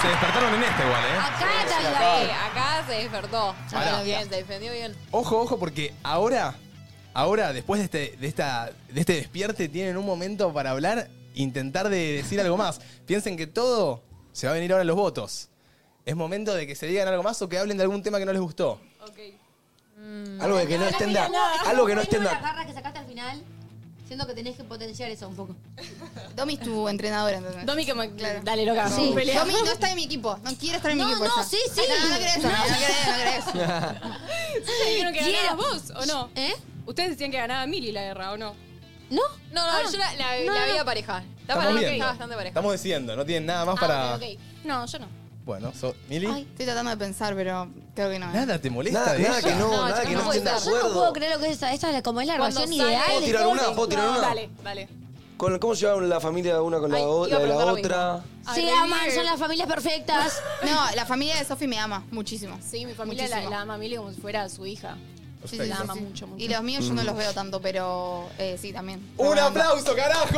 Se despertaron en este igual, ¿eh?
Acá,
está bien.
acá se despertó.
Pará.
Bien, se defendió bien.
Ojo, ojo, porque ahora, ahora, después de este, de esta, de este despierte, tienen un momento para hablar, e intentar de decir algo más. Piensen que todo se va a venir ahora en los votos. Es momento de que se digan algo más o que hablen de algún tema que no les gustó.
Mm.
Algo de que no estén de Algo que no estén de
La garra que sacaste al final, siento que tenés que potenciar eso un
<laughs>
poco.
Domi es tu entrenadora, entonces.
Domi que me. Dale, loca.
Sí.
pelea.
Domi no está en mi equipo. No quiere estar en mi
No,
equipo.
no,
ella.
sí, sí.
No, no querés, no,
No.
no querés, no querés.
¿Ustedes dijeron que
Quiero-
ganabas vos o no?
¿Eh?
Ustedes decían que ganaba Mili la guerra, ¿o no?
¿No?
No, no,
Ah,
yo la, la,
no,
la
no.
veía pareja. Está
Estamos
para mí que
viendo.
está bastante pareja.
Estamos decidiendo, no tienen nada más
Ah,
Ah,
para.
No, yo no.
Bueno, so- Mili.
Estoy tratando de pensar, pero creo que no.
Nada te molesta
Nada,
de
nada
ella?
que no, No, nada yo que no no estén de puedo.
Pues, Yo no
acuerdo.
puedo creer lo que es esta. Esta es la- como es la
Cuando
relación
sale-
ideal.
¿Puedo
de
tirar
todo.
una? ¿Puedo tirar una?
dale.
Con- ¿Cómo se lleva la familia una con la, o-
iba a
la de la
preguntar lo
otra?
Se aman, son las familias
<laughs>
perfectas.
No, la familia de Sofi me ama muchísimo.
Sí, mi familia la,
Muchísimo.
la ama a Mili como si fuera su hija.
Sí, sí,
la
sí,
ama
sí.
mucho, mucho.
Y los míos yo no
Mm.
los veo tanto, pero eh, sí, también.
¡Un aplauso, carajo!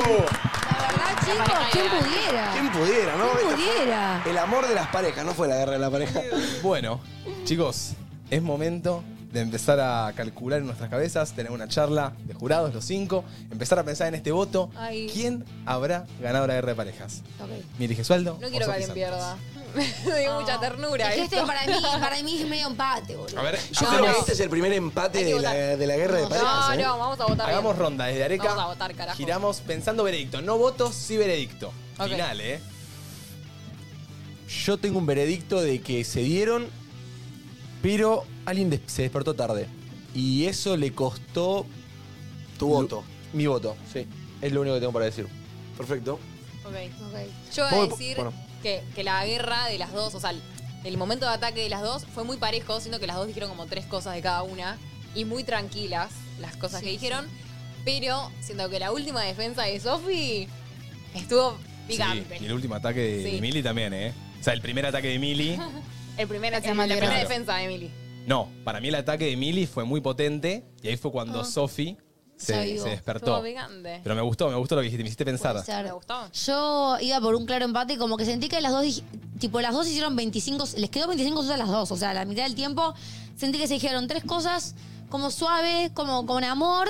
verdad, chicos, pues, ¿quién pudiera?
¿Quién pudiera, no?
¿Quién
Esta fue
pudiera?
El amor de las parejas, no fue la guerra de la
<laughs>
pareja.
Bueno, chicos, es momento de empezar a calcular en nuestras cabezas, tener una charla de jurados, los cinco, empezar a pensar en este voto.
<laughs>
Ay.
¿Quién habrá ganado la guerra de parejas?
Ok.
¿Miri Gesualdo?
No quiero que
o Sofi
alguien
Santos?
pierda. <laughs> Me dio mucha ternura.
Es que
esto.
esto para mí, para mí es medio empate, boludo.
A ver,
Yo creo que este es el primer empate de la, de la guerra de parejas.
No,
¿eh?
no, vamos a votar.
Hagamos
bien.
ronda desde Areca.
Vamos a votar, carajo.
Giramos pensando veredicto. No votos, sí veredicto.
Ok.
Final, ¿eh?
Yo tengo un veredicto de que se dieron, pero alguien des- se despertó tarde. Y eso le costó. Tu voto. Mi voto, sí. Es lo único que tengo para decir.
Perfecto.
Ok. Yo voy a
Voy po-
decir
bueno.
que, que la guerra de las dos, o sea, el momento de ataque de las dos fue muy parejo, siendo que las dos dijeron como tres cosas de cada una y muy tranquilas las cosas
Sí,
que
sí.
dijeron, pero siendo que la última defensa de Sofi estuvo picante.
Sí, y el último ataque de,
Sí.
de Mili también, ¿eh? O sea, el primer ataque de Mili.
El primer,
Gracias,
el- la
Malvero.
primera
Claro.
defensa de Emily.
No, para mí el ataque de Mili fue muy potente y ahí fue cuando
Ah.
Sofi
Ya
se,
vivo.
se
Estuvo Pues
despertó.
picante.
Pero me gustó, me gustó lo que dijiste, me hiciste pensar.
Puede ser. Yo iba por un claro empate y como que sentí que las dos, dij- tipo, las dos hicieron 25, les quedó 25 cosas a las dos, o sea, la mitad del tiempo sentí que se dijeron tres cosas como suave, como con amor,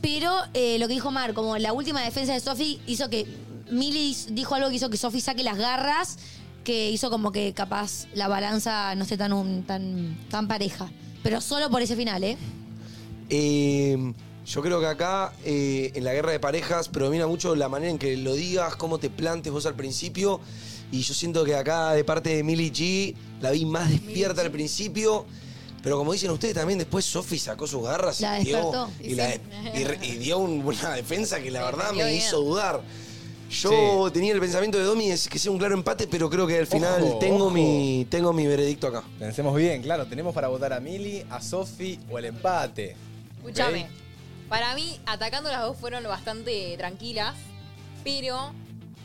pero eh, lo que dijo Mar, como la última defensa de Sofi hizo que Milly dijo algo que hizo que Sofi saque las garras, que hizo como que capaz la balanza no esté tan un- tan tan pareja, pero solo por ese final, ¿eh?
Eh, yo creo que acá, eh, en la guerra de parejas, predomina mucho la manera en que lo digas, cómo te plantes vos al principio. Y yo siento que acá, de parte de Millie G, la vi más despierta al principio. Pero como dicen ustedes también, después Sofi sacó sus garras
La
y, dio,
despertó.
y
Y
la-
sí.
y re- y dio un- una defensa que la verdad me
defendió bien.
hizo dudar. Yo tenía el pensamiento de Domi es que sea un claro empate, pero creo que al final
Ojo,
tengo,
ojo.
Mi, tengo mi veredicto acá.
Pensemos bien, claro, tenemos para votar a Mili, a Sofi o el empate.
Escúchame. Para mí, atacando las dos fueron bastante tranquilas, pero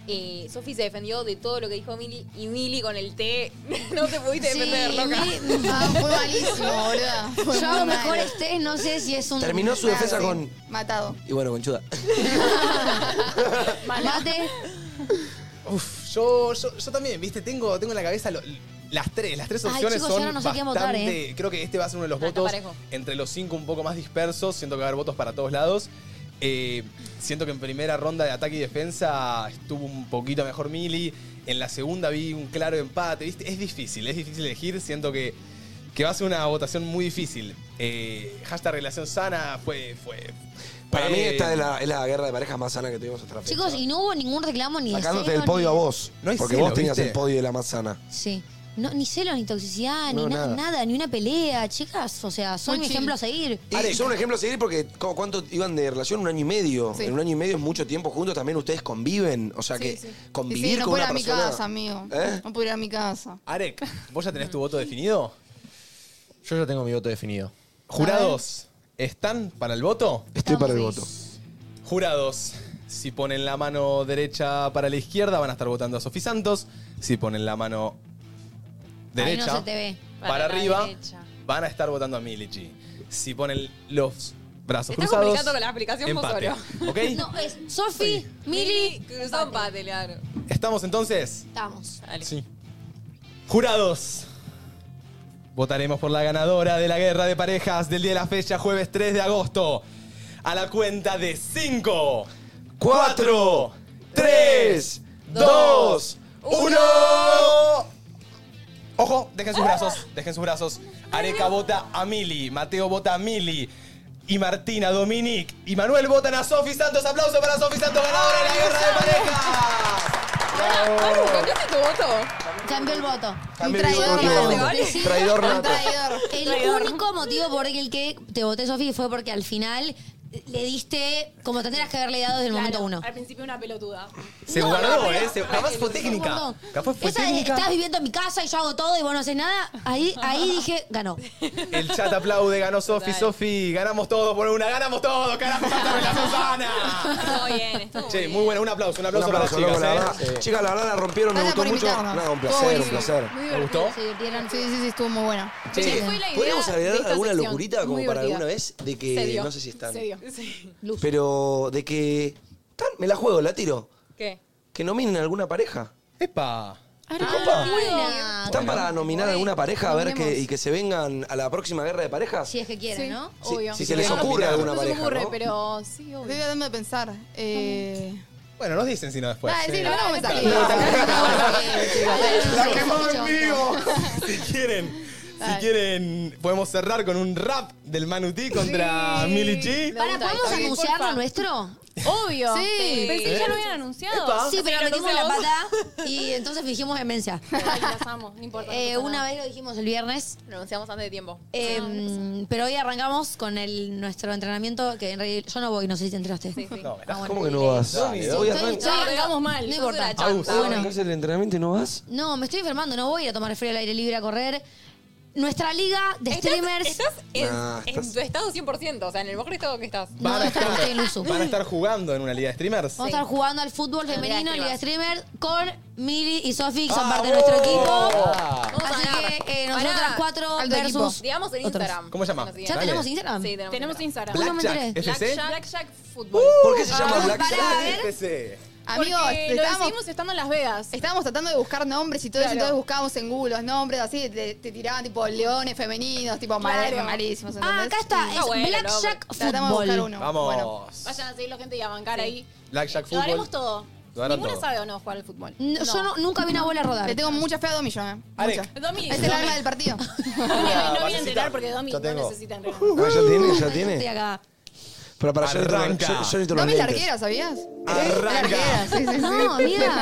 eh, Sofi se defendió de todo lo que dijo Mili y Mili con el té <laughs> no te pudiste
Sí,
defender, loca.
Mili-
fue
<laughs>
malísimo, boluda. Fue
Yo
muy
hago
mal.
mejores test, no sé si es un
Terminó su defensa
Ah, sí.
con.
Matado.
Y bueno, conchuda.
Mate.
Uf, yo, yo, yo también, viste, tengo, tengo en la cabeza lo- las tres, las tres
Ay,
opciones
chicos,
son
ahora no sé
bastante,
quién votar, ¿eh?
creo que este va a ser uno de los
Ah, está
votos
parejo.
entre los cinco un poco más dispersos, siento que va a haber votos para todos lados. Eh, siento que en primera ronda de ataque y defensa estuvo un poquito mejor Mili, en la segunda vi un claro empate, viste, es difícil, es difícil elegir, siento que, que va a ser una votación muy difícil. Eh, hashtag relación sana fue... fue
Para
fue-
mí esta es la, es la guerra de parejas más sana que tuvimos hasta la fecha.
Chicos, y no hubo ningún reclamo ni de
Sacándote
celo,
del podio
ni-
a vos.
No hay
porque
celo,
vos tenías
¿viste?
el podio de la más sana.
Sí. No, ni celos, ni toxicidad,
No,
ni na-
nada.
nada. ni una pelea, chicas. O sea, son
Muy
mi
chill.
ejemplo a seguir.
Y son un ejemplo a seguir porque ¿cu- ¿cuánto iban de relación? Un año y medio.
Sí.
En un año y medio es mucho tiempo juntos. También ustedes conviven. O sea que
Y
convivir
sí, no
con
puedo ir
una
a mi
persona...
casa, amigo.
¿Eh?
No puedo ir a mi casa.
Arek, ¿vos ya tenés tu voto definido?
Yo ya tengo mi voto definido.
Jurados, ¿están para el voto?
Estoy para el voto.
Jurados, si ponen la mano derecha para la izquierda van a estar votando a Sofi Santos. Si ponen la mano derecha
Ahí no se te ve.
para,
Para la
arriba
derecha.
van a estar votando a Milici. Si ponen los brazos
Está
cruzados,
complicando con la aplicación
empate.
Mozoro.
¿Ok?
<laughs> No, es Sofi,
Mili cruzó empate, claro.
¿Estamos entonces?
Estamos.
Sí. Jurados. Votaremos por la ganadora de la guerra de parejas del día de la fecha, jueves 3 de agosto. A la cuenta de 5, 4, 3, 2, 1. Ojo, dejen sus brazos, dejen sus brazos. Areca vota a Mili, Mateo vota a Mili. Y Martina, Dominic y Manuel votan a Sofi Santos. Aplauso para Sofi Santos, ganadora de la guerra de parejas.
Manu, ¿cambiaste tu voto?
Cambió el voto.
Cambió el voto.
Sí.
Traidor nato.
El
Traidor.
único motivo por el que te voté, Sofi, fue porque al final le diste como tendrías que haberle dado desde el
Claro,
momento uno.
Al principio una pelotuda.
Se
No,
guardó,
no,
¿eh?
pero-
Se- capaz fue técnica.
guardó.
Capaz fue
Esa de,
técnica.
estás viviendo en mi casa y yo hago todo y vos no haces nada. Ahí, ahí dije, ganó.
El chat aplaude, ganó Sofi,
Total.
Sofi. Ganamos todos por una, ganamos todos, carajo, sácame la Susana.
Estuvo bien, estuvo
Che, muy bueno, un aplauso, un aplauso,
Un aplauso,
para las
loco, la
chicas.
verdad.
¿eh?
Chicas, la verdad la rompieron, me
Gracias
gustó
por
mucho.
invitarnos.
No, Ah, un
Estuvo
placer, un
buenísimo.
placer.
Muy divertido. ¿Te
Sí, sí, sí, estuvo muy buena.
Che, ¿Podríamos agregar alguna locurita como para alguna vez? De que, no sé si están,
Serio.
pero de que... tan, me la juego, la tiro.
¿Qué?
Que nominen a alguna pareja.
¡Epa!
¿Están para nominar a alguna pareja a ver que, y que se vengan a la próxima guerra de parejas?
Si es que quieren, ¿no?
Si- Si, se les ocurre a alguna
No se me
pareja.
ocurre,
¿no?
pero sí, obvio. Estoy tratando de pensar. Eh...
Bueno, nos dicen si no después.
Ah, sí,
¿eh?
lo vamos a
Dale.
<laughs>
salir.
La quemamos en vivo. Si quieren, si quieren, podemos cerrar con un rap del Manutí contra Milly G.
Para, ¿podemos
Dale,
anunciar lo
porfa.
nuestro?
Obvio.
Sí.
Pensé que ya lo habían anunciado.
Sí, pero
lo
metimos
hice
la
vos.
pata y entonces fingimos demencia.
Ay, las amo, no importa.
Eh, una vez lo dijimos el viernes.
Lo anunciamos antes de tiempo.
Eh,
Ah,
pero hoy arrancamos con el, nuestro entrenamiento, que en realidad yo no voy, no sé si te enteraste. Ah, No,
¿Cómo que no vas?
Dale,
Hoy
Estoy-
arranca-
estoy- arrancamos mal. No importa.
Ah, ¿usted
Bueno.
arrancás el entrenamiento y no vas?
No, me estoy enfermando, no voy a ir a tomar frío al aire libre a correr. Nuestra liga de streamers.
Estás en,
Nah,
en
estás-
tu estado 100%, o sea, en el mejor estado que estás.
Van a,
estoy en
estar,
Luzu.
van a estar jugando en una liga de streamers.
Vamos a estar jugando al fútbol
Liga
femenino, liga de
de
streamers, con Mili y Sofi,
Ah,
que son parte de nuestro equipo. Así que eh, nosotras
Pará,
cuatro
alto
versus.
equipo. Digamos en
otros.
Instagram.
¿Cómo se llama?
¿Ya tenemos Instagram?
Sí, tenemos,
Tenemos Instagram.
Uy, no me
Blackjack,
enteré.
FC.
Blackjack Fútbol.
¿Por qué se llama
Ah,
Blackjack
pará, a ver.
FC?
Amigos,
Porque lo
estábamos-
decidimos estando en Las Vegas.
Estábamos tratando de buscar nombres y todo eso,
Claro.
entonces buscábamos en Google los nombres, así te, te tiraban tipo leones femeninos, tipo mal-
Claro.
malísimos.
Ah,
¿entendés?
acá está,
Y-
es Ah, bueno, Blackjack no,
Tratamos de buscar
Fútbol.
uno.
Vamos.
Bueno.
Vayan a seguirlo, gente, y a bancar ahí.
Blackjack
Lo haremos
Fútbol.
todo.
Lo harán
Ninguna
todo.
sabe o no jugar al fútbol.
No, yo no- nunca vi una bola rodar.
Le tengo mucha fe a Domi yo, ¿eh?
Alec.
Mucha.
Domi,
Es el
Domi.
alma del
<laughs>
partido.
No voy
vas a
a entrenar porque Domi
Ya
no
tengo.
necesita entrenar.
Ah, ya tiene, ya
Estoy
tiene.
acá.
Pero para yo necesito-
Arranca.
yo- yo necesito los
Domi es
lentes.
larguera, ¿sabías?
Arranca.
Sí, sí, sí.
No, amiga.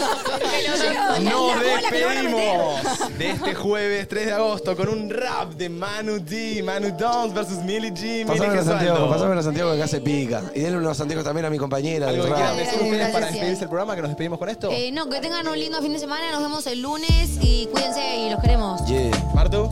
<laughs>
Nos despedimos de este jueves 3 de agosto con un rap de Manu D, Manu Dons versus Millie G. Mili
Pásamelo a Santiago,
Gesualdo.
pásamelo a Santiago que acá se pica. Y denle unos Santiago también a mi compañera.
Algo
del
que
rap.
quieran decir ustedes para
Gracias.
despedirse el programa, que nos despedimos con esto.
Eh, no, que tengan un lindo fin de semana. Nos vemos el lunes y cuídense y los queremos.
Martu.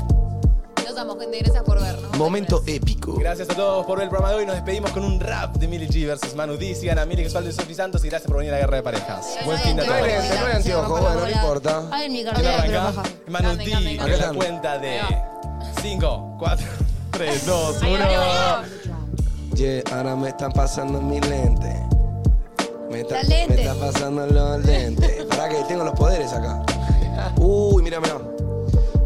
Los amo, gente. Gracias por vernos.
Momento épico.
Gracias a todos por ver el programa de hoy. Nos despedimos con un rap de Millie G versus Manu D. Sigan a Millie Gesualdo y Sofi Santos y gracias por venir a la guerra de parejas. Buen fin de
No hay
semana.
lentes, no hay anteojos, bueno, no importa.
Ay, mi
Acá
cartera, pero
arranca
baja.
Manu
Cambien,
D.
cambien,
Que la
cambien.
cuenta de 5, <laughs> 4, 3, 2, 1.
Yeah, ahora me están pasando mis lentes. Me, está-
Las lentes.
me están pasando los lentes. Pará que tengo los poderes acá. Uy, mira, mira.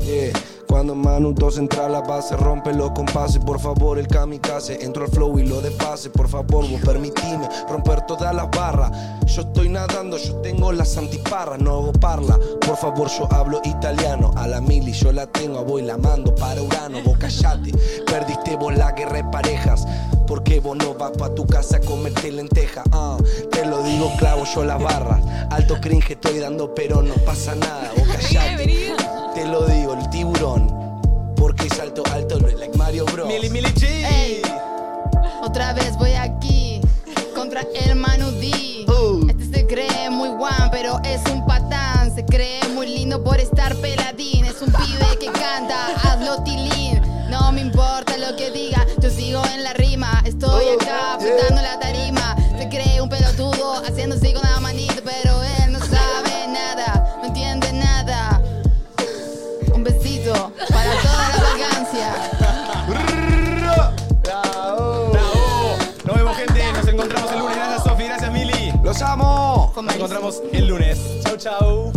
Yeah. Cuando Manu 2 entra a la base, rompe los compases, por favor el kamikaze, entro al flow y lo despase, por favor vos permitime romper todas las barras, yo estoy nadando, yo tengo las antiparras, no hago parla, por favor yo hablo italiano, a la mili yo la tengo, a voy la mando para Urano, vos callate, perdiste vos la guerra de parejas, porque vos no vas pa' tu casa a comerte lenteja, ah, te lo digo clavo yo las barras, alto cringe estoy dando pero no pasa nada, vos callate. Te lo digo, el tiburón. Porque salto alto, like Mario Bros.
Mili, Mili G.
Otra vez voy aquí contra el Manu D.
Uh.
Este se cree muy guan, pero es un patán. Se cree muy lindo por estar peladín. Es un pibe que canta, hazlo tilín. No me importa lo que diga, yo sigo en la rima. Estoy
Oh,
acá apretando la tarima. Se cree un pelotudo haciendo así con la manito, pero él no sabe nada, no entiende nada. Un besito para toda la vagancia.
Bravo. Bravo. Nos vemos, gente. Nos encontramos el lunes. Gracias, Sofi. Gracias, Mili.
¡Los amo!
Nos encontramos el lunes. Chau, chau.